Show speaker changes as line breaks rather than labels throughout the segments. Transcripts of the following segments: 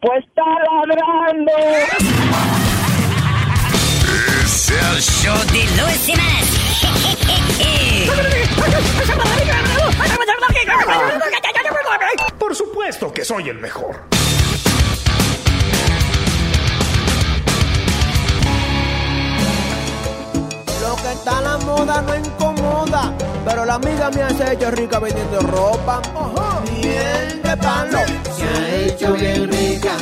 Pues está ladrando.
Es el show de Luis
Por supuesto que soy el mejor.
Lo que está a la moda no incomoda, pero la amiga mía se ha hecho rica vendiendo ropa. Miel de palo.
Se ha hecho bien rica,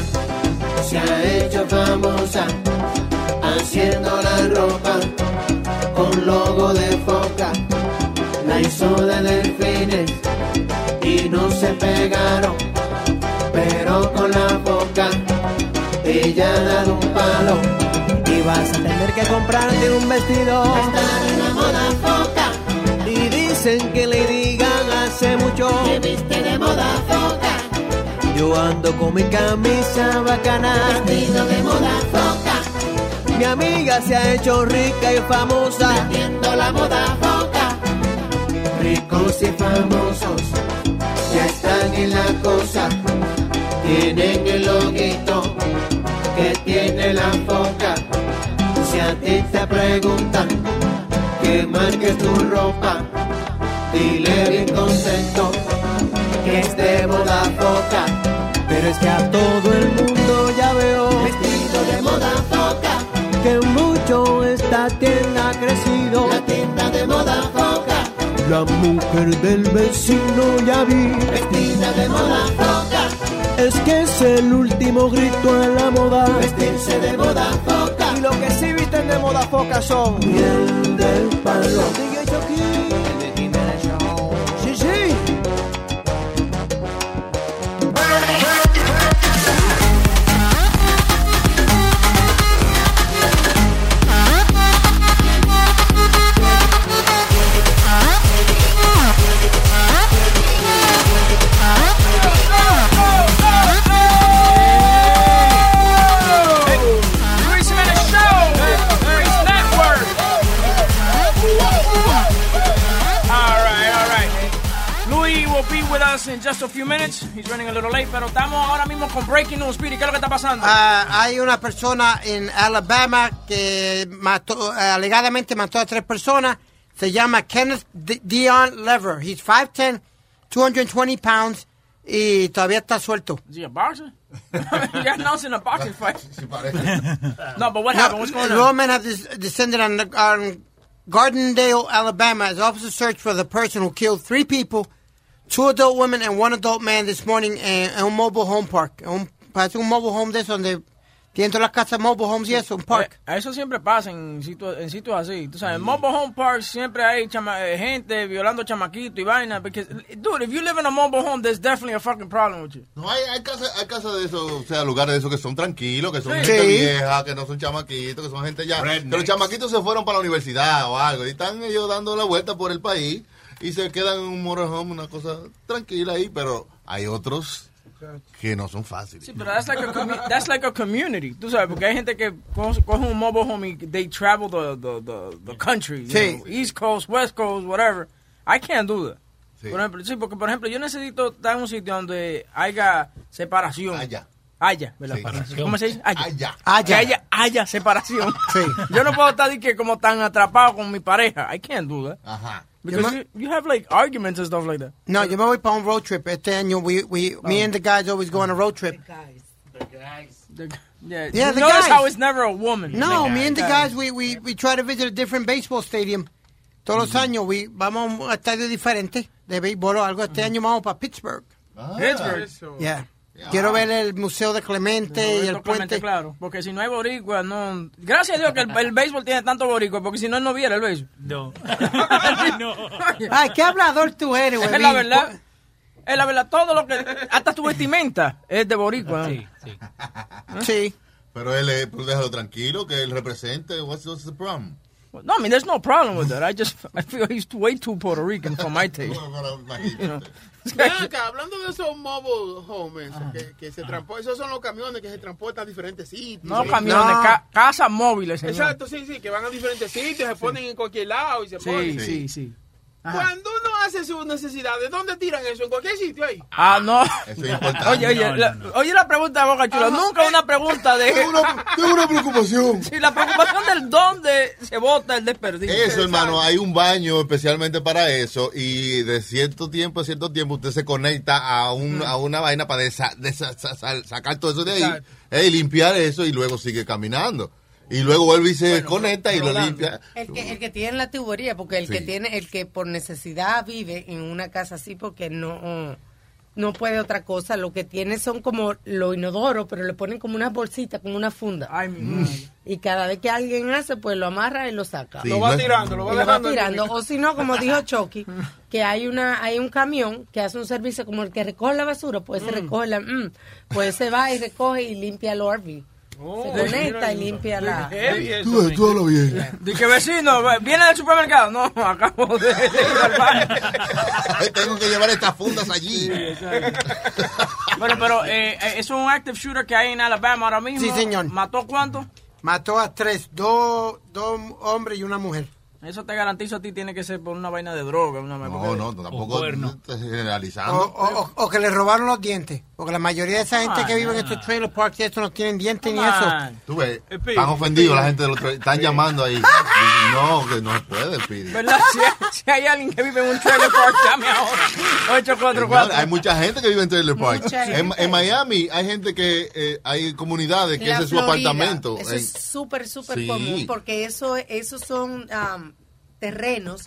se ha hecho famosa, haciendo la ropa con logo de foca. La hizo de delfines y no se pegaron, pero con la boca ella ha dado un palo.
Y vas a tener que comprarte un vestido.
Está en la moda foca,
Y dicen que le digan hace mucho.
que viste de moda foca,
Yo ando con mi camisa bacana.
vestido de moda foca,
Mi amiga se ha hecho rica y famosa.
viendo la moda foca. Ricos y famosos ya están en la cosa, tienen el loguito que tiene la foca. Si a ti te preguntan que marques tu ropa, dile bien contento que es de moda foca,
Pero es que a todo el mundo ya veo
vestido de moda foca.
que mucho esta tienda ha crecido.
La tienda de moda foca,
La mujer del vecino ya vi.
vestida de moda foca,
Es que es el último grito a la moda.
vestirse de moda foca,
Y lo que sí visten de moda foca son.
miel del palo.
DJ Chucky. Sí, sí.
Luis Jiménez Show, Luis Network. All right, all right. Luis will be with us in just a few minutes. He's running a little late, pero estamos ahora mismo con Breaking News. Speedy, ¿qué es lo que está pasando?
Ah, hay una persona en Alabama que mató, eh, alegadamente mató a tres personas. Se llama Kenneth D- Dion Lever. He's 5'10, 220 pounds y todavía está suelto.
Is he a boxer? You're announcing a boxing fight.
Sí, parece.
No, but what
Now,
happened? What's going
the
on?
lawmen have des- descended on, the- on Gardendale, Alabama, as officers search for the person who killed three people, two adult women and one adult man this morning en, en un mobile home park. En un- parece un mobile home de esos donde dentro de las casas mobile homes y eso, un park.
Eh, eso siempre pasa en sitios en sitios así. Tú sabes, en mobile home parks siempre hay chama- eh, gente violando chamaquito y vaina. Because, dude, if you live in a mobile home, there's definitely a fucking problem with you.
No, hay, hay casas hay casas de esos, o sea, lugares de esos que son tranquilos, que son
Sí.
gente
Sí.
vieja, que no son chamaquitos, que son gente ya. Que los chamaquitos se fueron para la universidad o algo, y están ellos dando la vuelta por el país y se quedan en un motorhome, una cosa tranquila ahí, pero hay otros que no son fáciles.
Sí, pero that's like a commu- that's like a community. Tú sabes, porque hay gente que coge coge un mobile home y they travel the the the, the country, you
Sí.
know, East Coast, West Coast, whatever. I can't do that.
Sí.
Por ejemplo, sí, porque por ejemplo, yo necesito estar en un sitio donde haya separación.
Haya.
Haya, ¿verdad?
Sí.
¿Cómo se dice? Haya.
Haya.
Que haya, haya separación.
Sí.
Yo no puedo estar de que como tan atrapado con mi pareja. I can't do that.
Ajá.
Because
ma-
you, you have like arguments and stuff like that.
No, yo me voy para un road trip este año. We, we,
Oh.
Me and the guys always go on a road trip.
The- yeah,
Yeah,
you
the
notice
guys.
how it's never a woman.
No, me and the guys, we, we, we try to visit a different baseball stadium. Todos los
Mm-hmm.
años we, vamos a un estadio diferente de béisbol o algo. Este año vamos para Pittsburgh.
Ah.
Mm-hmm. Pittsburgh.
Yeah. Quiero ver el Museo de Clemente y el
Roberto Clemente,
puente.
claro. Porque si no hay boricua, no... Gracias a Dios que el, el béisbol tiene tanto boricua, porque si no, no viera el béisbol.
No.
Ay, qué hablador tú eres, güey.
Es la verdad. Es la verdad. Todo lo que... Hasta tu vestimenta es de boricua. ¿no?
Sí, sí.
Sí.
Pero él, eh, pues déjalo tranquilo, que él represente. What's, what's the problem?
Well, no, I mean, there's no problem with that. I just, I feel he's way too Puerto Rican for my taste. You know?
Ven acá, hablando de esos mobile homes que, que se transportan, esos son los camiones que se transportan a diferentes sitios.
No, camiones, ca- casas móviles, señor.
Exacto, sí, sí, que van a diferentes sitios, se ponen en cualquier lado y se
Sí,
ponen.
sí, sí.
Cuando uno hace sus necesidades, ¿dónde tiran eso? ¿En cualquier sitio ahí?
Ah, no.
importante.
Oye, oye,
No, no,
la, oye la pregunta de Boca Chula.
Ah.
Nunca una pregunta de...
Tengo una-
preocupación.
Sí, la preocupación del dónde se bota el desperdicio.
Eso, hermano, hay un baño especialmente para eso y de cierto tiempo a cierto tiempo usted se conecta a,
Mm.
un, a una vaina para desa- desa- sa- sa- sacar todo eso de ahí
Exacto.
eh, y limpiar eso y luego sigue caminando. Y luego vuelve y se conecta y lo
Rolando.
limpia.
El que, el que tiene la tubería, porque el que
Sí.
tiene, el que por necesidad vive en una casa así porque no, no puede otra cosa, lo que tiene son como lo inodoro, pero le ponen como unas bolsitas, como una funda. Y cada vez que alguien hace, pues lo amarra y lo saca.
Sí, Lo va no es- tirando, lo va
Y
dejando.
tirando. O si no, como dijo Chucky, que hay una, hay un camión que hace un servicio como el que recoge la basura, pues se recoge la, mm, pues se va y recoge y limpia el RV.
Oh,
se conecta y limpia la.
Tú, tú hablas bien.
Dije, vecino, ¿viene del supermercado? No, acabo de, de ir al baño.
Tengo que llevar estas fundas allí.
Bueno, pero eh, eh, es un active shooter que hay en Alabama ahora mismo.
Sí, señor.
¿Mató cuánto?
Mató a tres, dos, dos hombres y una mujer.
Eso te garantizo a ti tiene que ser por una vaina de droga. Una
No, no, tampoco estás
O,
generalizando.
o- o- o que le robaron los dientes. Porque la mayoría de esa gente
Come
que
on,
vive en estos trailer parks y esto no tienen dientes ni
Come
eso.
on. Tú ves,
Eh,
están ofendidos la gente de los tra- Están llamando ahí. No, que no se puede, Pidi.
¿Verdad? Si, si hay alguien que vive en un trailer park, llame ahora.
Señor,
844.
hay mucha gente que vive en trailer parks.
Mucha
En,
gente.
en Miami hay gente que eh, hay comunidades que
La
ese es su
Florida.
apartamento.
Eso es
En-
súper, súper
Sí.
común porque eso, esos son am, terrenos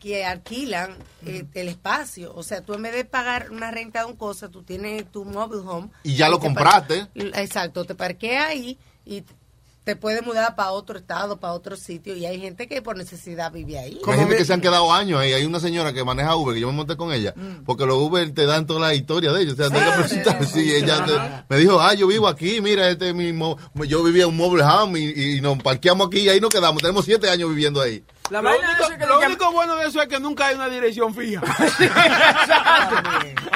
que alquilan eh, el espacio. O sea, tú en vez de pagar una renta de un cosa, tú tienes tu mobile home.
Y ya lo
te
compraste.
par- Exacto, te parqueas ahí y te puedes mudar para otro estado, para otro sitio. Y hay gente que por necesidad vive ahí.
Hay gente que se han quedado años ahí. Hay una señora que maneja Uber, que yo me monté con ella,
Mm.
porque los Uber te dan toda la historia de ellos. O sea, tengo que presentar. Sí, ella te- me dijo, ah, yo vivo aquí, mira, este es mi mo- yo vivía en un mobile home y, y nos parqueamos aquí y ahí nos quedamos. Tenemos siete años viviendo ahí.
lo único, lo único bueno de eso es que nunca hay una dirección fija.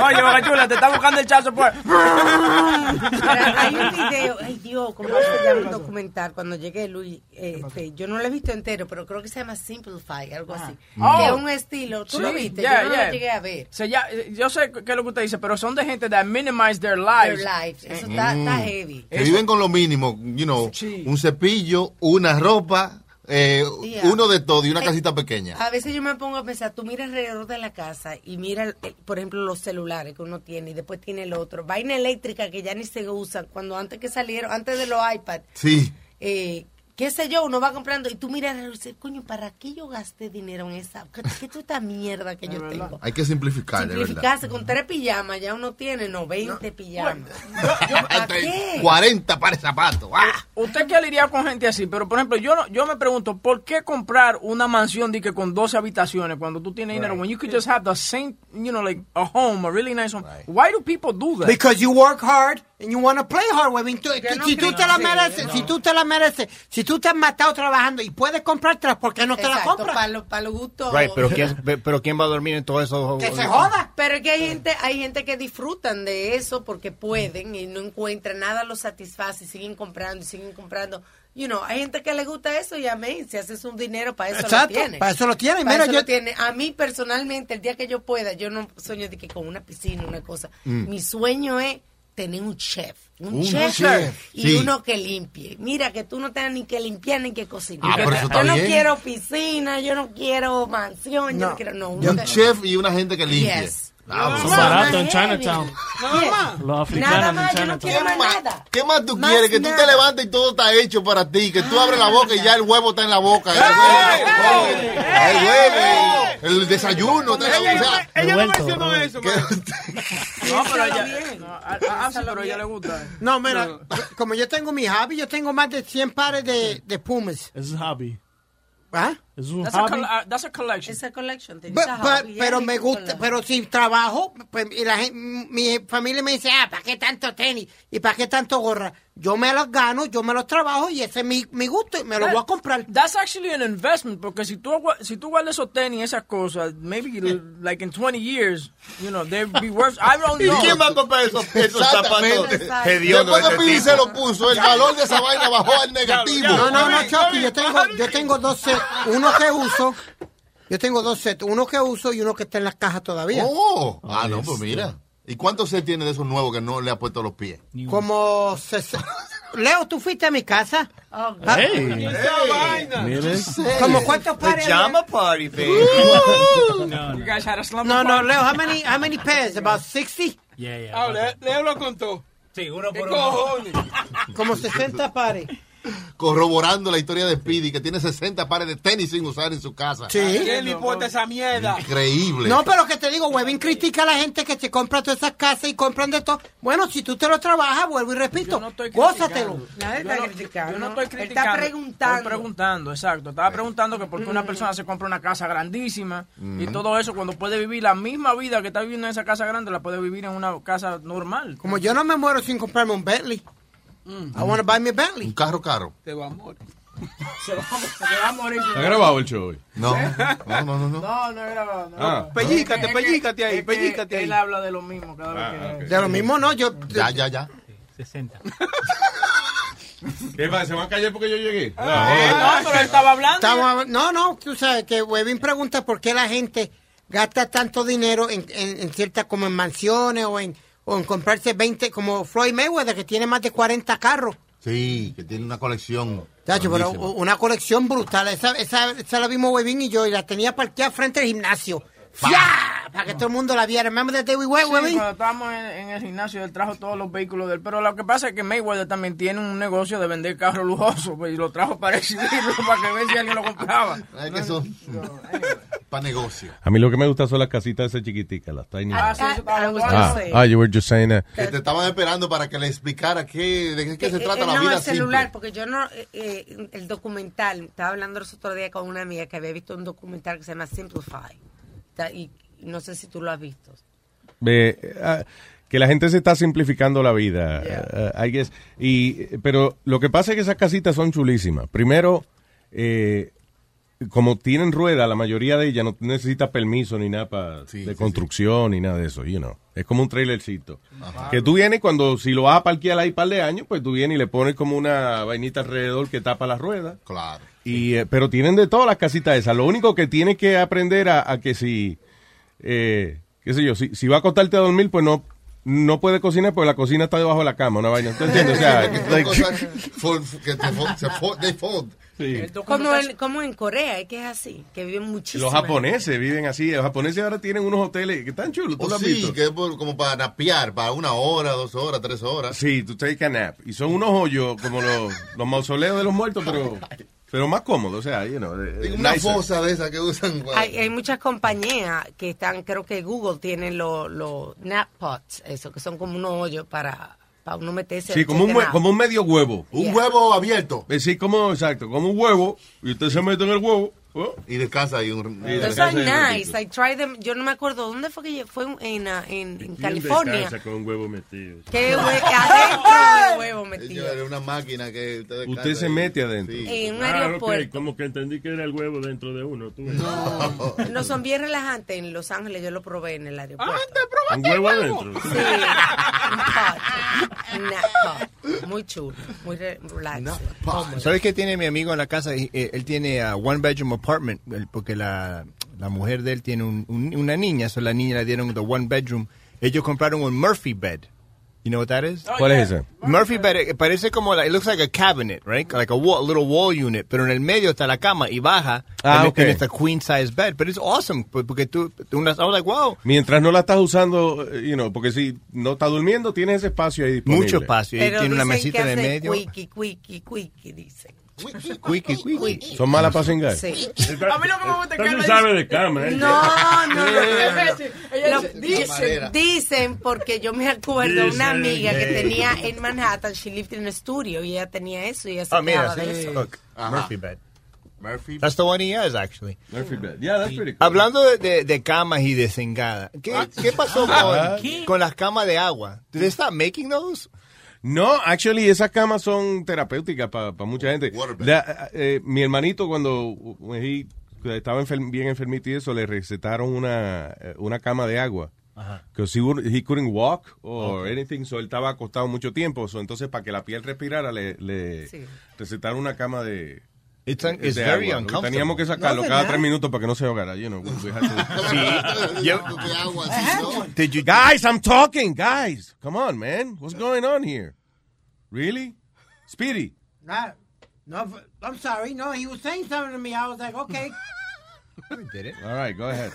Oye, Bocachula, te está buscando el chazo pues. por...
Ahora, hay un video, ay Dios, ¿cómo se llama el documental? Cuando llegué, Luis, eh, este, yo no lo he visto entero, pero creo que se llama Simplify, algo así.
Ah.
Que es
Oh.
un estilo, tú
Sí,
lo viste,
yeah,
yo no
yeah.
lo llegué a ver.
Se ya- yo sé que es lo que usted dice, pero son de gente that minimize their lives.
Their lives. Eso está- está heavy.
Mm. Que viven con lo mínimo, you know, un cepillo, una ropa, eh,
Yeah.
uno de todo y una
Eh,
casita pequeña.
A veces yo me pongo a pensar, tú miras alrededor de la casa y mira, eh, por ejemplo, los celulares que uno tiene y después tiene el otro. Vaina eléctrica que ya ni se usan, cuando antes que salieron, antes de los iPads,
Sí.
eh, qué sé yo, uno va comprando y tú miras y dices, coño, ¿para qué yo gasté dinero en esa? ¿Qué, qué es esta mierda que yo tengo?
Hay que simplificar, Ah, de verdad.
Simplificarse con tres pijamas, ya uno tiene, no, 20 pijamas. ¿Para qué?
40 pares de zapatos. ¡Ah!
Eh, ¿Usted qué le diría con gente así? Pero, por ejemplo, yo no, yo me pregunto, ¿por qué comprar una mansión de que con 12 habitaciones cuando tú tienes dinero? When you could just have the same, you know, like a home, a really nice home. Why do people do that?
Because you work hard and you want to play hard. güey. Tú-
Yo no
si tú
creo-
te la
sí,
mereces,
no.
si tú te la mereces, si tú te has matado trabajando y puedes comprártela, ¿por qué no te la
Exacto,
compras?
para los para los gustos.
Right, pero ¿quién, pe- pero ¿quién va a dormir en todo eso?
Pero es que hay gente, hay gente que disfrutan de eso porque pueden y no encuentran nada los satisface y siguen comprando y siguen comprando. You know, hay gente que le gusta eso y amén, si haces un dinero para eso lo
Exacto,
tiene.
para eso lo tiene.
Para
Mira,
eso
yo-
lo tiene. A mí personalmente, el día que yo pueda, yo no sueño de que con una piscina, una cosa.
Mm.
Mi sueño es tener un chef, un,
Un
chef,
chef,
y
sí.
uno que limpie. Mira que tú no tengas ni que limpiar ni que cocinar.
Ah, pero eso está
yo no
bien.
quiero piscina, yo no quiero mansión, yo
No.
no quiero no. uno
un
que-
chef y una gente que limpie.
Yes.
Ah, bueno.
Yes. Son baratos en Chinatown. Yes.
Los
Nada más, yo no quiero más nada.
¿Qué más tú quieres? Que tú te levantes y todo está hecho para ti. Que tú abres la boca y ya el huevo está en la boca. El huevo, el, huevo, el desayuno. todo eso, o sea,
Ella no mencionó eso,
No, pero ella, no, a, a- a- pero a ella le gusta.
No, mira, como yo tengo mi hobby, yo tengo más de 100 pares de, de pumas.
Es un hobby.
¿Ah?
Es un
That's a,
hobby.
col- uh, that's a collection.
It's a collection. thing.
But-
It's a
but-
hobby, yeah,
pero
you
me
can
gusta,
collect.
pero si trabajo, pues, y la gen- mi familia me dice, ah, ¿para qué tanto tenis? ¿Y para qué tanto gorra? Yo me los gano, yo me los trabajo y Ah, ese es mi, mi gusto y me lo
That-
voy a comprar.
That's actually an investment porque si tú agua- si tú guardas esos tenis esas cosas, maybe like in 20 years, you know, they'd be worth I don't
¿Y
know.
quién va a comprar esos, esos zapatos?
Hediondo
Después que
ese
Pidi
tipo.
se lo puso, el valor de esa vaina bajó al negativo.
No, no, no, Chucky, yo tengo, yo tengo dos sets, uno que uso, yo tengo dos sets, uno que uso y uno que está en las cajas todavía.
Oh, ah, no, pues mira. ¿Y cuántos se tiene de esos nuevos que no le ha puesto los pies?
Como ses- Leo, tú fuiste a mi casa. Ah,
Hey.
¿Como cuántos pares? había?
Pajama party, baby.
no,
You guys had a slumber
no,
party?
Leo, how many, how many pairs? About 60?
Yeah, yeah.
Ah, Le- Leo lo contó.
Sí, uno
por
cojones? Ah, Como 60 pares.
Corroborando la historia de Pidi, que tiene 60 pares de tenis sin usar en su casa.
¿Quién le importa esa mierda?
Increíble.
No, pero que te digo, Webin critica a la gente que se compra todas esas casas y compran de todo. Bueno, si tú te lo trabajas, vuelvo y repito, gózatelo.
Nadie está
Yo no-
criticando.
Yo no estoy
Él está
criticando.
preguntando.
Estoy preguntando, exacto. Estaba preguntando que por qué
Mm.
una persona se compra una casa grandísima y
Ujú.
todo eso cuando puede vivir la misma vida que está viviendo en esa casa grande, la puede vivir en una casa normal.
Como yo no me muero sin comprarme un Bentley. I want to buy me a Bentley. Un
carro caro.
Te va a morir.
Se va, se va a morir.
¿Está grabado el show hoy?
No. No, no, no.
No, no he grabado. no.
Ah.
Pellícate, pellícate ahí,
Es que
pellícate ahí.
Él habla de lo mismo cada vez que...
De lo mismo no, yo...
Ya, ya, ya.
60.
¿Qué pasa? ¿Se van a callar porque yo llegué?
Ah,
Eh,
no, pero él estaba hablando.
Ah, Estaba- no, no, tú sabes que Webin pregunta por qué la gente gasta tanto dinero en, en- en ciertas, como en mansiones o en, o en comprarse 20, como Floyd Mayweather, que tiene más de 40 carros.
Sí, que tiene una colección.
Chacho, pero
grandísima.
u- una colección brutal. Esa, esa, esa la vimos Webin y yo y la tenía parqueada frente al gimnasio. ¡Fia! Para que todo el mundo la viera. Remember that day we went,
Sí,
Webin?
cuando estábamos en, en el gimnasio, él trajo todos los vehículos de él. Pero lo que pasa es que Mayweather también tiene un negocio de vender carros lujosos pues, y lo trajo para exhibirlo, para que ver si alguien lo compraba.
Es que son para negocio.
A mí lo que me gustan son las casitas esas chiquiticas, las tiny.
Ah,
houses.
sí, eso estaba
Ah,
bueno.
ah, you were just saying that.
Que te estaban esperando para que le explicara qué, de qué, qué se
Eh,
trata
eh,
la
no,
vida
el celular,
simple.
porque yo no, eh, eh, el documental, estaba hablando el otro día con una amiga que había visto un documental que se llama Simplify, Está- y no sé si tú lo has visto.
Ve, eh, ah, que la gente se está simplificando la vida, eh, I guess. Y, eh, pero lo que pasa es que esas casitas son chulísimas. Primero, eh, como tienen rueda, la mayoría de ellas no necesita permiso ni nada pa- de construcción ni nada de eso, you know. Es como un trailercito. Que tú vienes cuando, si lo vas a parquear ahí par de años, pues tú vienes y le pones como una vainita alrededor que tapa las ruedas.
Claro.
Y, eh, pero tienen de todas las casitas esas. Lo único que tienes que aprender a, a que si, eh, qué sé yo, si, si va a acostarte a dormir, pues no no puede cocinar porque la cocina está debajo de la cama, una vaina. ¿Tú entiendes? O sea,
Que son
like-
cosas fol- que te fol- se fol- they fold.
Como en, como en Corea, es que es así, que viven muchísimo.
los japoneses viven así. Los japoneses ahora tienen unos hoteles que están chulos. ¿Tú
Oh,
lo has
sí,
visto?
que es por- como para napear, para una hora, dos horas, tres horas.
Sí, tú take a nap. Y son unos hoyos como los, los mausoleos de los muertos, pero, pero más cómodos. O sea, you know, eh,
Una
nicer.
fosa de esas que usan. para-
Hay, hay muchas compañías que están, creo que Google tiene los los nap pots, eso, que son como unos hoyos para, para uno meterse.
Sí, como un, hue- como un medio huevo. Eh,
Un Yeah.
huevo abierto.
Sí, como, exacto, como un huevo. Y usted se mete en el huevo. oh.
Y descansa ahí un
Those are nice. I tried them. Yo no me acuerdo dónde fue que yo- fue en, ah, en, en California.
con un huevo metido.
Que hue- adentro de huevo metido.
Señores, una máquina que usted, descansa
Usted se
ahí.
mete adentro.
En
Ah,
un aeropuerto.
Como que entendí que era el huevo dentro de uno.
No son bien relajantes en Los Ángeles. Yo lo probé en el
Ah,
aeropuerto.
Un huevo adentro.
Sí. Un pot. Una pot. Muy chulo. Muy re- relax.
¿Sabes qué tiene mi amigo en la casa? Eh, Él tiene ah, one bedroom apartment él- porque la, la mujer de él tiene un- un- una niña, so la niña le dieron the one bedroom. Ellos compraron un Murphy bed. You know what that is?
¿Cuál es ese?
Murphy bed eh, parece como la- it looks like a cabinet, right? Like a, wall, a little wall unit, pero en el medio está la cama y baja.
Ah,
and, it-
ok.
and it's a queen size bed, but it's awesome pu- porque tú, tú unas- I was like, wow,
Mientras no la estás usando, eh, you know, porque si no estás durmiendo, tienes ese espacio ahí disponible.
Mucho espacio.
Pero
tiene una
dicen
mesita
que
en el
hace
medio.
Quickie, quickie, quickie, dicen.
Quickie, quickie.
Son malas para cingar.
Sí.
A mí lo que me gusta es que
Entonces
él
sabe de cama, ¿eh?
No, no, no, no, no.
Ella
Lo-
dice, camarera.
dicen, dicen, porque yo me acuerdo
Dicen
una amiga que
que-
tenía en Manhattan, she lived in a studio y ella tenía eso y ella se
Ah, mira,
quejaba de
sí.
eso.
Look, Murphy bed.
Murphy.
That's the one he has, actually.
Murphy bed. Yeah, that's pretty cool.
Hablando de, de- de camas y de cengada, ¿qué, qué pasó
Ah,
con, con las camas de agua? ¿Do they stop making those?
No, actually, esas camas son terapéuticas para mucha gente. La- eh, mi hermanito, cuando when he- estaba enferm- bien enfermito y eso, le recetaron una, eh, una cama de agua.
Ajá.
Because he, would- he couldn't walk or anything, so él estaba acostado mucho tiempo. so entonces, para que la piel respirara, le, le
Sí.
recetaron una cama de.
It's un-
de
it's very
agua.
uncomfortable.
Teníamos que
No,
sacarlo
¿verdad?
cada tres minutos para que no se ahogara. You know, we- we had to- Did you guys? I'm talking, guys. Come on, man. What's going on here? Really, Speedy?
Not, no, I'm sorry. No, he was saying something to me. I was like, okay.
Did it?
All right, go ahead.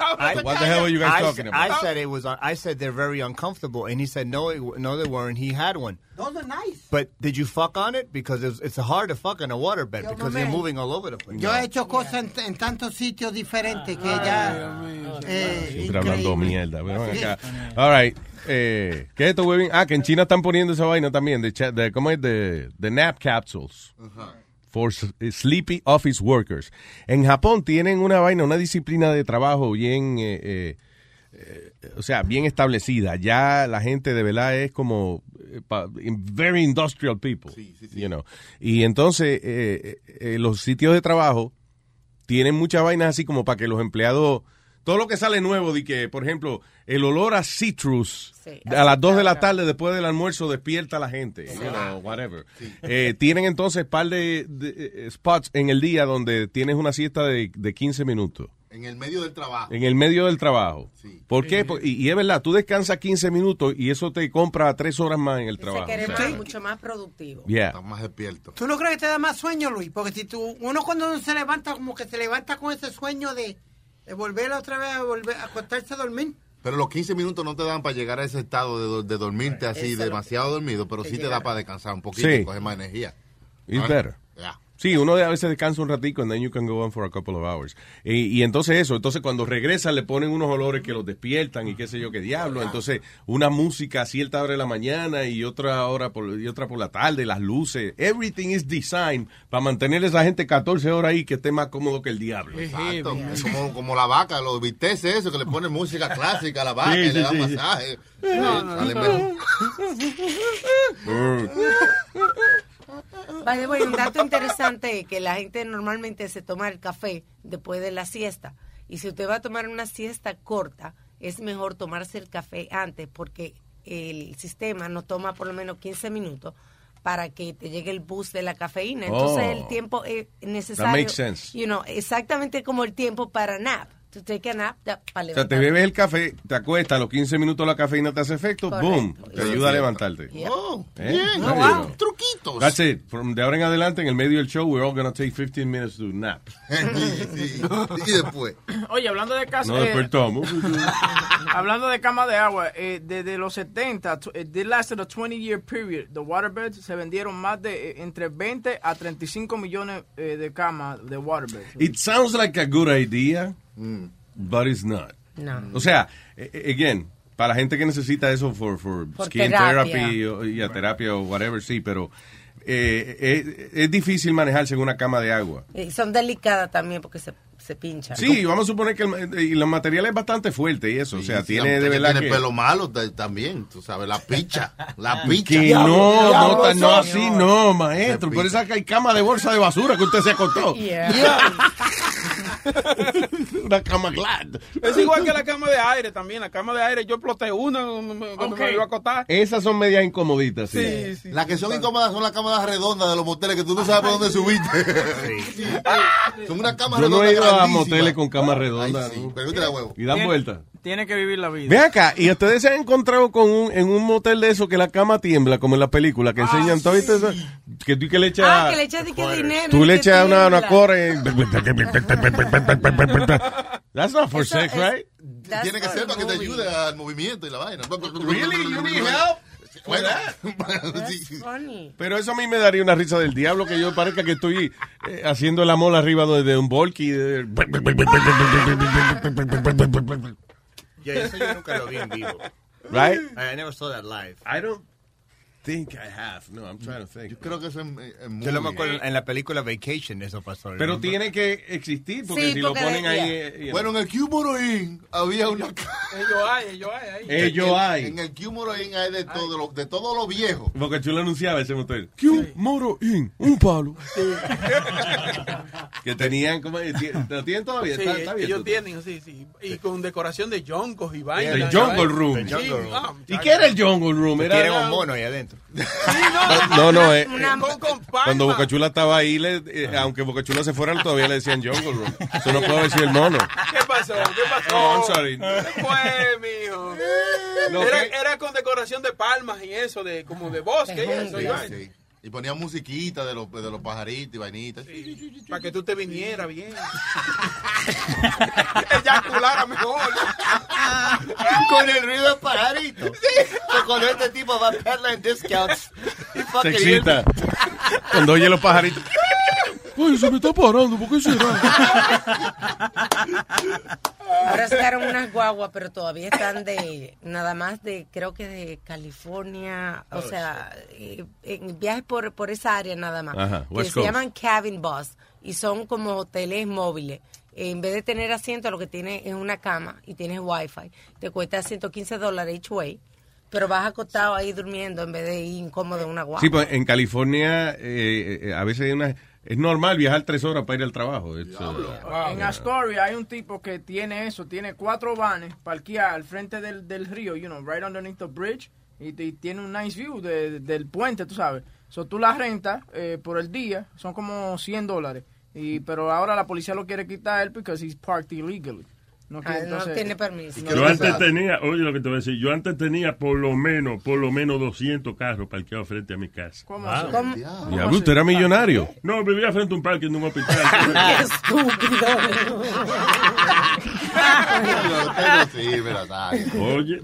I-
What the hell were you guys
I
talking
s-
about?
I said it was. I said they're very uncomfortable, and he said no, it, w- no, they weren't. He had one.
Those are nice.
But did you fuck on it? Because it's, it's hard to fuck on a water bed
Yo,
because
my
you're
man.
moving all over the place.
Yo he hecho cosas en, en tantos sitios diferentes que ya. eh,
Siempre hablando
increíble.
mierda. pero ven acá. All right. Eh, ¿Qué es esto, Webin? Ah, que en China están poniendo esa vaina también. De, cha- de- ¿Cómo es? De, de nap capsules. For s- eh, sleepy office workers. En Japón tienen una vaina, una disciplina de trabajo bien. eh, eh, eh, o sea, bien establecida. Ya la gente de verdad es como eh, pa- in- very industrial people. you know. Y entonces eh, eh, eh, los sitios de trabajo tienen muchas vainas así como para que los empleados todo lo que sale nuevo de que, por ejemplo, el olor a citrus a las 2 de la tarde después del almuerzo despierta a la gente, you know, whatever. Eh, tienen entonces par de, de, eh, spots en el día donde tienes una siesta de, de 15 minutos
En el medio del trabajo.
en el medio del trabajo. ¿Por qué? Por- Y, y es verdad, tú descansas 15 minutos y eso te compra 3 horas más en el trabajo.
que eres
O sea,
más- mucho más productivo.
yeah.
Más despierto.
¿Tú no crees que te da más sueño, Luis? Porque si tú, uno cuando se levanta, como que se levanta con ese sueño de, de volver otra vez a volver a acostarse a dormir.
Pero los 15 minutos no te dan para llegar a ese estado de, do- de dormirte así,
Eso es lo
demasiado dormido, pero
que
sí te da
llegar.
para descansar un poquito
Sí.
y coger más energía.
It's
Ah,
better.
ya.
Sí, uno a veces descansa un ratico and then you can go on for a couple of hours. Y, y entonces eso, entonces cuando regresan le ponen unos olores que los despiertan y qué sé yo qué diablo. Entonces una música a cierta hora de la mañana y otra hora por, y otra por la tarde, las luces. Everything is designed para mantener a esa gente 14 horas ahí que esté más cómodo que el diablo.
Exacto. Es como, como la vaca, los bisteces, eso que le ponen música clásica a la vaca
Sí,
y
sí,
le dan
sí, sí.
masaje.
No,
Sí,
no,
sale
no.
mejor.
Vale, bueno, un dato interesante es que la gente normalmente se toma el café después de la siesta. Y si usted va a tomar una siesta corta, es mejor tomarse el café antes porque el sistema nos toma por lo menos 15 minutos para que te llegue el bus de la cafeína. Entonces
Oh.
el tiempo es necesario.
makes sense.
You know, exactamente como el tiempo para nap. To take a nap da- para
O sea, te
levantar.
bebes el café, te acuestas, a los 15 minutos la cafeína te hace efecto,
Correcto.
boom, te
Eso es
ayuda a
cierto.
levantarte.
Yeah.
Eh,
Bien,
there you
wow,
go.
truquitos.
That's it. From de ahora en adelante, en el medio del show, we're all gonna take 15 minutes to nap.
Y después.
Oye, hablando de casa,
No
eh,
despertamos.
hablando de cama de agua, eh, desde los 70, tw- eh, they lasted a 20 year period. The waterbeds se vendieron más de eh, entre 20 a 35 millones eh, de camas de waterbeds.
It sounds like a good idea, but it's not.
No.
O sea, eh, eh, again, para la gente que necesita eso for, for
Por
skin
terapia.
therapy o y a terapia o whatever, sí, pero eh, eh, es difícil manejarse en una cama de agua.
Y Eh, son delicadas también porque se, se pinchan.
Sí, vamos a suponer que el, eh, y los materiales es bastante fuerte y eso, o sea, tiene de verdad
tiene
que...
pelo malo te- también, tú sabes, la picha, la
Y
picha.
que no, no, ta- no, así no, maestro. Por esa ca- cama de bolsa de basura que usted se acostó.
Yeah.
Una cama glad.
Es igual que la cama de aire también. La cama de aire, yo exploté una cuando me- cuando me iba a acotar.
Esas son medias incomoditas, sí.
Las que son incómodas son las cámaras redondas de los moteles que tú no sabes por dónde subiste. Son una cámara
Yo no
redonda.
he ido a
grandísima.
moteles con camas redondas.
Ay, sí,
¿no?
pregúntale a huevo.
Y dan vueltas.
Tiene que vivir la vida.
Ve acá, y ustedes se han encontrado con un, en un motel de eso que la cama tiembla, como en la película, que enseñan todo esto, eso, que tú que le echas...
Ah, que le echas de que dinero.
Tú
y
le
que
echas una,
tiembla.
una core. y- That's not for
Eso
sex,
es-
right?
Tiene que
for
ser para que te
moving.
ayude al movimiento y la vaina.
Really? You need help?
Bueno,
That's funny.
Pero eso a mí me daría una risa del diablo que yo parezca que estoy eh, haciendo la mola arriba de, de un volky. de-
Yeah, eso yo nunca lo vi en vivo.
Right?
I, I never saw that live.
I don't.
think I have. No, I'm trying to think. Yo
creo que eso es,
Yo lo me acuerdo en la película Vacation, eso pasó.
Pero tiene que existir, porque si lo ponen ahí... eh, you know.
Bueno, en el Cuboroín había una
Ellos hay, ellos hay, ahí.
Eh,
Ellos
En-
hay.
En el Cuboroín hay de todo, lo, de todo lo viejo.
Porque Chulo anunciaba ese motor.
Que un moro in, un palo.
Que tenían como... ¿Lo tienen todavía?
Sí,
está, está abierto.
ellos tienen, sí, sí. Y con decoración de yoncos y
El
vainas.
Jungle Room.
Sí, ah,
¿Y qué era el Jungle Room?
Que
Era
tiene
la-
un mono ahí
adentro.
No, no, eh,
Una- con- con palma.
Cuando Bocachula estaba ahí, le- eh, aunque Bocachula se fuera, todavía le decían Jungle Room. Eso no puede decir el mono.
¿Qué pasó? ¿Qué pasó?
No, I'm sorry.
¿Qué fue, mijo?
No,
era,
¿qué?
era con decoración de palmas y eso, de como de bosque y eso.
Sí,
y vaina.
sí. Y ponían musiquita de los, de los pajaritos y vainitas.
Para que tú te vinieras bien. Eyaculara mejor.
Con el ruido de pajarito. So, Cuando este tipo va a Petland Discounts. y
Se
fucking-
excita. Cuando oye los pajaritos. Ay, se me está parando, ¿por qué será?
Ahora sacaron unas guaguas, pero todavía están de, nada más de, creo que de California, o
Oh,
sea, eh, en viajes por, por esa área nada más.
Ajá,
que
West
se
Coast.
llaman cabin bus y son como hoteles móviles. Eh, En vez de tener asiento, lo que tiene es una cama y tienes wifi. Te cuesta 115 dólares each way, pero vas acostado ahí durmiendo en vez de ir incómodo en una guagua.
Sí, pues en California eh, eh, a veces hay una, es normal viajar tres horas para ir al trabajo. It's, uh,
En Astoria hay un tipo que tiene eso, tiene cuatro vanes parqueadas al frente del, del río, you know, right underneath the bridge, y, y tiene un nice view de- del puente, tú sabes. So, tú la rentas eh, por el día, son como 100 dólares, y, pero ahora la policía lo quiere quitar a él porque he's parked illegally. No, quiere,
Ah, no
entonces-
tiene permiso.
Yo antes tenía, oye lo que te voy a decir, yo antes tenía por lo menos, por lo menos 200 carros parqueados frente a mi casa.
¿Cómo
Wow.
¿Cómo-
Diablo, usted era millonario.
No, vivía frente a un parque en un hospital.
¡Qué estúpido!
Sí, verdad.
Oye.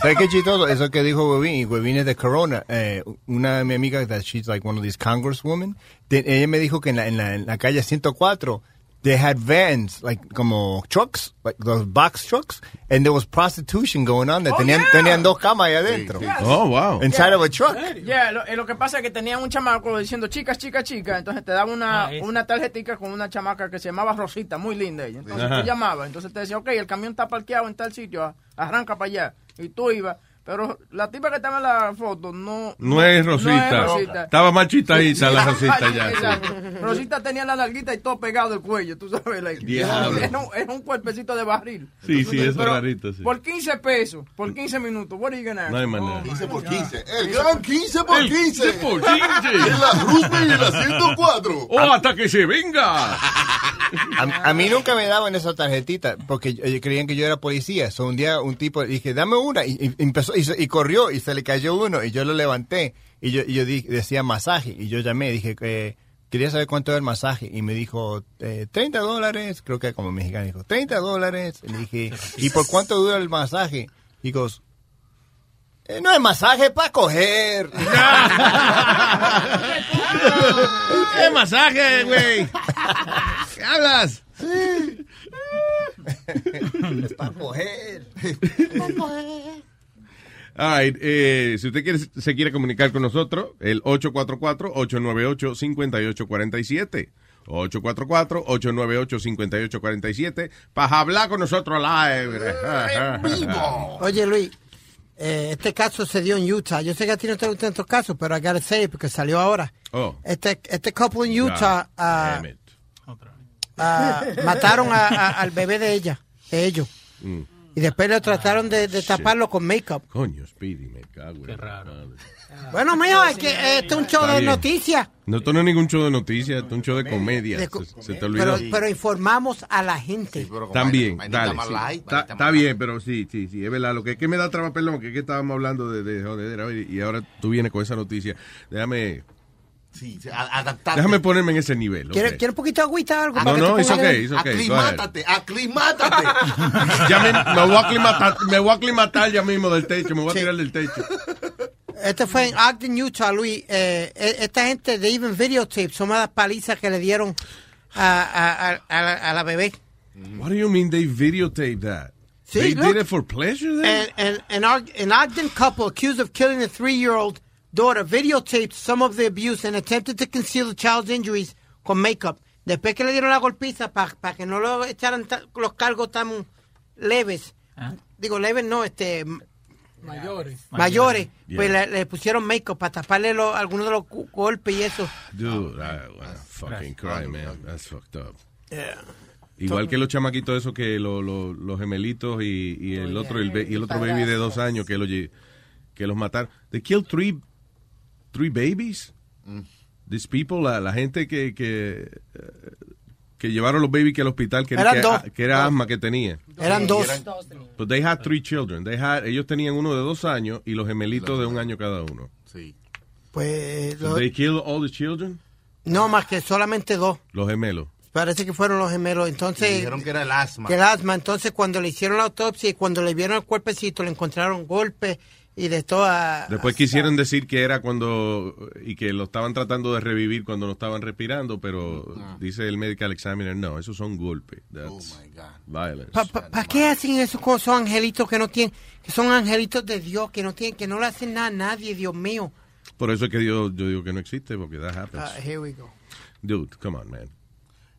¿Sabes qué chistoso? Eso que dijo Webin, y Webin es de Corona. Eh, una de mi amiga, that she's like one of these congresswomen, de- ella me dijo que en la, en la, en la calle 104, they had vans, like, como trucks, like those box trucks, and there was prostitution going on there. tenían, tenían dos camas ahí adentro.
sí. Yes.
Oh, wow.
Inside of a truck.
Yeah, lo, eh, lo que pasa es que tenían un chamaco diciendo chicas, chicas, chicas. Entonces te daban una,
Ah, ese.
una tarjetica con una chamaca que se llamaba Rosita, muy linda ella. Entonces
Ajá.
tú llamabas, entonces te decía, ok, el camión está parqueado en tal sitio, a- arranca para allá. Y tú ibas. Pero la tipa que estaba en la foto no.
No es Rosita.
no es Rosita.
Estaba más chitadita la Rosita ya.
Exacto.
sí.
Rosita tenía la larguita y todo pegado del cuello, tú sabes. like,
Diablo.
Era un, era un cuerpecito de barril.
Sí, sí, eso es
Pero
rarito, sí.
Por 15 pesos, por 15 minutos, what are you gonna
No hay
ask? Oh,
manera.
15 por 15. El gran 15 por 15.
por 15.
En la Roosevelt y en la 104.
¡Oh, hasta que se venga!
A, a mí nunca me daban esa tarjetita porque yo- ellos creían que yo era policía. So, un día un tipo dije, dame una y, y empezó y, se- y corrió y se le cayó uno y yo lo levanté y yo, y yo di- decía masaje y yo llamé dije que quería saber cuánto era el masaje y me dijo eh, 30 dólares, creo que como mexicano dijo 30 dólares. Y le dije, ¿y por cuánto dura el masaje? Y digo, "Eh, no es masaje para coger.
¡Qué masaje, güey! ¿Qué hablas?
Sí. para coger.
All right, eh, si usted quiere, se quiere comunicar con nosotros, el 844-898-5847. 844-898-5847. Para hablar con nosotros live.
Eh, Oye, Luis, eh, este caso se dio en Utah. Yo sé que a ti no te gustan estos casos, pero I gotta say, porque salió ahora.
Oh.
Este, este couple en Utah
God
ah,
damn it.
ah, mataron a- a- al bebé de ella, de ellos.
Mm.
Y después lo trataron de, de taparlo con make-up.
Coño, Speedy, me cago. Qué raro.
Bueno, mío, es que eh, este es un show
Está
de
bien.
noticias,
No, esto no es ningún show de noticias, esto es un show de comedia.
De co-
se, se te olvidó.
pero, pero informamos a la gente.
También,
vainita
dale.
más
sí.
light,
Está está bien, pero sí, sí, sí, es verdad. Lo que es que me da traba, pelón, que es que estábamos hablando de, de jodedera hoy y ahora tú vienes con esa noticia. Déjame,
Sí, sí, a- adaptarte.
déjame ponerme en ese nivel.
¿Quieres
ok.
¿quieres un poquito de agüita o algo?
No,
para que te
no, it's
pongas
okay,
de-
it's okay, go ahead.
Aclimátate, aclimátate.
Ya me, me voy a aclimatar, me voy a aclimatar ya mismo del techo, me voy a tirar del techo.
Este fue en Ogden, Utah, Luis. Eh, e- esta gente de Even Videotape son las palizas que le dieron a, a- a- a la, a la bebé.
What do you mean they videotape that?
See,
They
look.
did it for pleasure then?
An, an, an, Ar- an Ogden couple accused of killing a three year old daughter videotaped some of the abuse and attempted to conceal the child's injuries con makeup. Después que le dieron la golpiza para que no lo echaran ta- los cargos tan leves. Digo, leves no, este. m-
Mayores.
Mayores.
Yeah.
Pues le, le pusieron make-up para taparle lo- algunos de los cu- golpes y eso. Oh,
Dude, I wanna fucking cry, man. That's fucked up.
Yeah.
Igual que los chamaquitos esos que lo- lo- los gemelitos y,
Oh,
y el otro el, be- y el otro
padrastro.
baby de dos años que, lo lle- que los mataron. They killed three, three babies.
Mm.
These people, la, la gente que, que, eh, que llevaron los babies que al hospital que,
Eran
que-
dos.
que era asma que tenía.
Eran
Sí,
dos.
eran- But they had three children. They had, ellos tenían uno de dos años y los gemelitos de un año cada uno.
Pues.
So
lo-
they killed all the children,
no, más que solamente dos.
los gemelos.
Parece que fueron los gemelos. Entonces.
Dijeron que era el asma.
Que el asma. Entonces, cuando le hicieron la autopsia y cuando le vieron el cuerpecito, le encontraron golpes y de todo a-
Después quisieron decir que era cuando y que lo estaban tratando de revivir cuando no estaban respirando, pero
Ah.
dice el medical examiner, no, esos son golpes.
Oh,
That's violence.
¿Para qué hacen esos cosas angelitos que no tienen, que son angelitos de Dios, que no tienen, que no le hacen nada a nadie, Dios mío?
Por eso es que yo, yo digo que no existe, porque that happens.
Ah, here we go.
Dude, come on, man.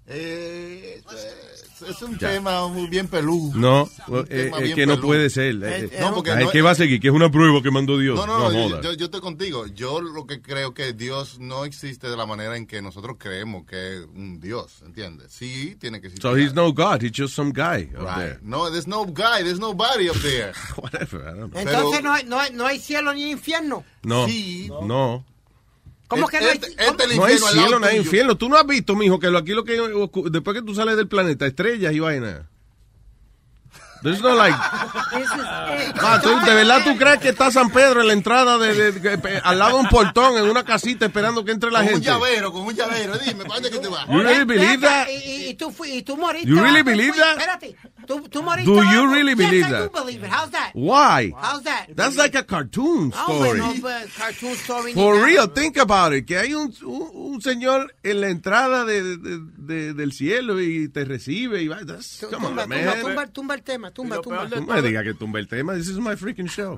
Eh, es, es un
Ya.
tema muy bien peludo.
No,
Un
eh,
tema
es
bien
que no
peludo.
puede ser.
Eh,
Eh,
eh, no, porque
ay,
no-
¿Qué va a seguir? Que es una prueba que mandó Dios.
No,
No,
no, no, yo,
jodas.
yo, yo estoy contigo. Yo lo que creo que Dios no existe de la manera en que nosotros creemos que es un Dios, ¿entiendes? Sí, tiene que existir.
So he's no God, he's just some guy up there.
No, there's no guy, there's nobody up there.
Whatever, I don't know.
Entonces no, hay, no, hay, no hay cielo ni infierno.
No, no.
¿Cómo
Este,
que no hay? cómo-
No hay cielo, no hay infierno. Tú no has visto, mijo, que lo, aquí lo que ocu- después que tú sales del planeta, estrellas y vaina. There's no like.
eh,
Ah, tú- de verdad tú crees que está San Pedro en la entrada de, de- de- pe- al lado de un portón en una casita esperando que entre la
con un
gente.
llavero, con un llavero, dime, ¿para dónde que te vas?
You really believe
Espérate,
that?
Y, y- y tú, fui- y tú moriste.
You really
abajo,
believe
fui-
that?
Espérate. Tú, tú moriste.
Do you
abajo.
really
Yes,
believe
I
that?
do believe it. How's that?
Why?
How's that?
That's like a cartoon
Ah, hombre,
story.
no, pues, cartoon story. ni
For
nada.
real, think about it. Que hay un, un- un señor en la entrada de, de- de- del cielo y te recibe y va. that's-
Tú-
Come on,
Tumba,
man.
tumba, tumba, tumba el tema, tumba, tumba.
No me diga que tumba el tema. This is my freaking show.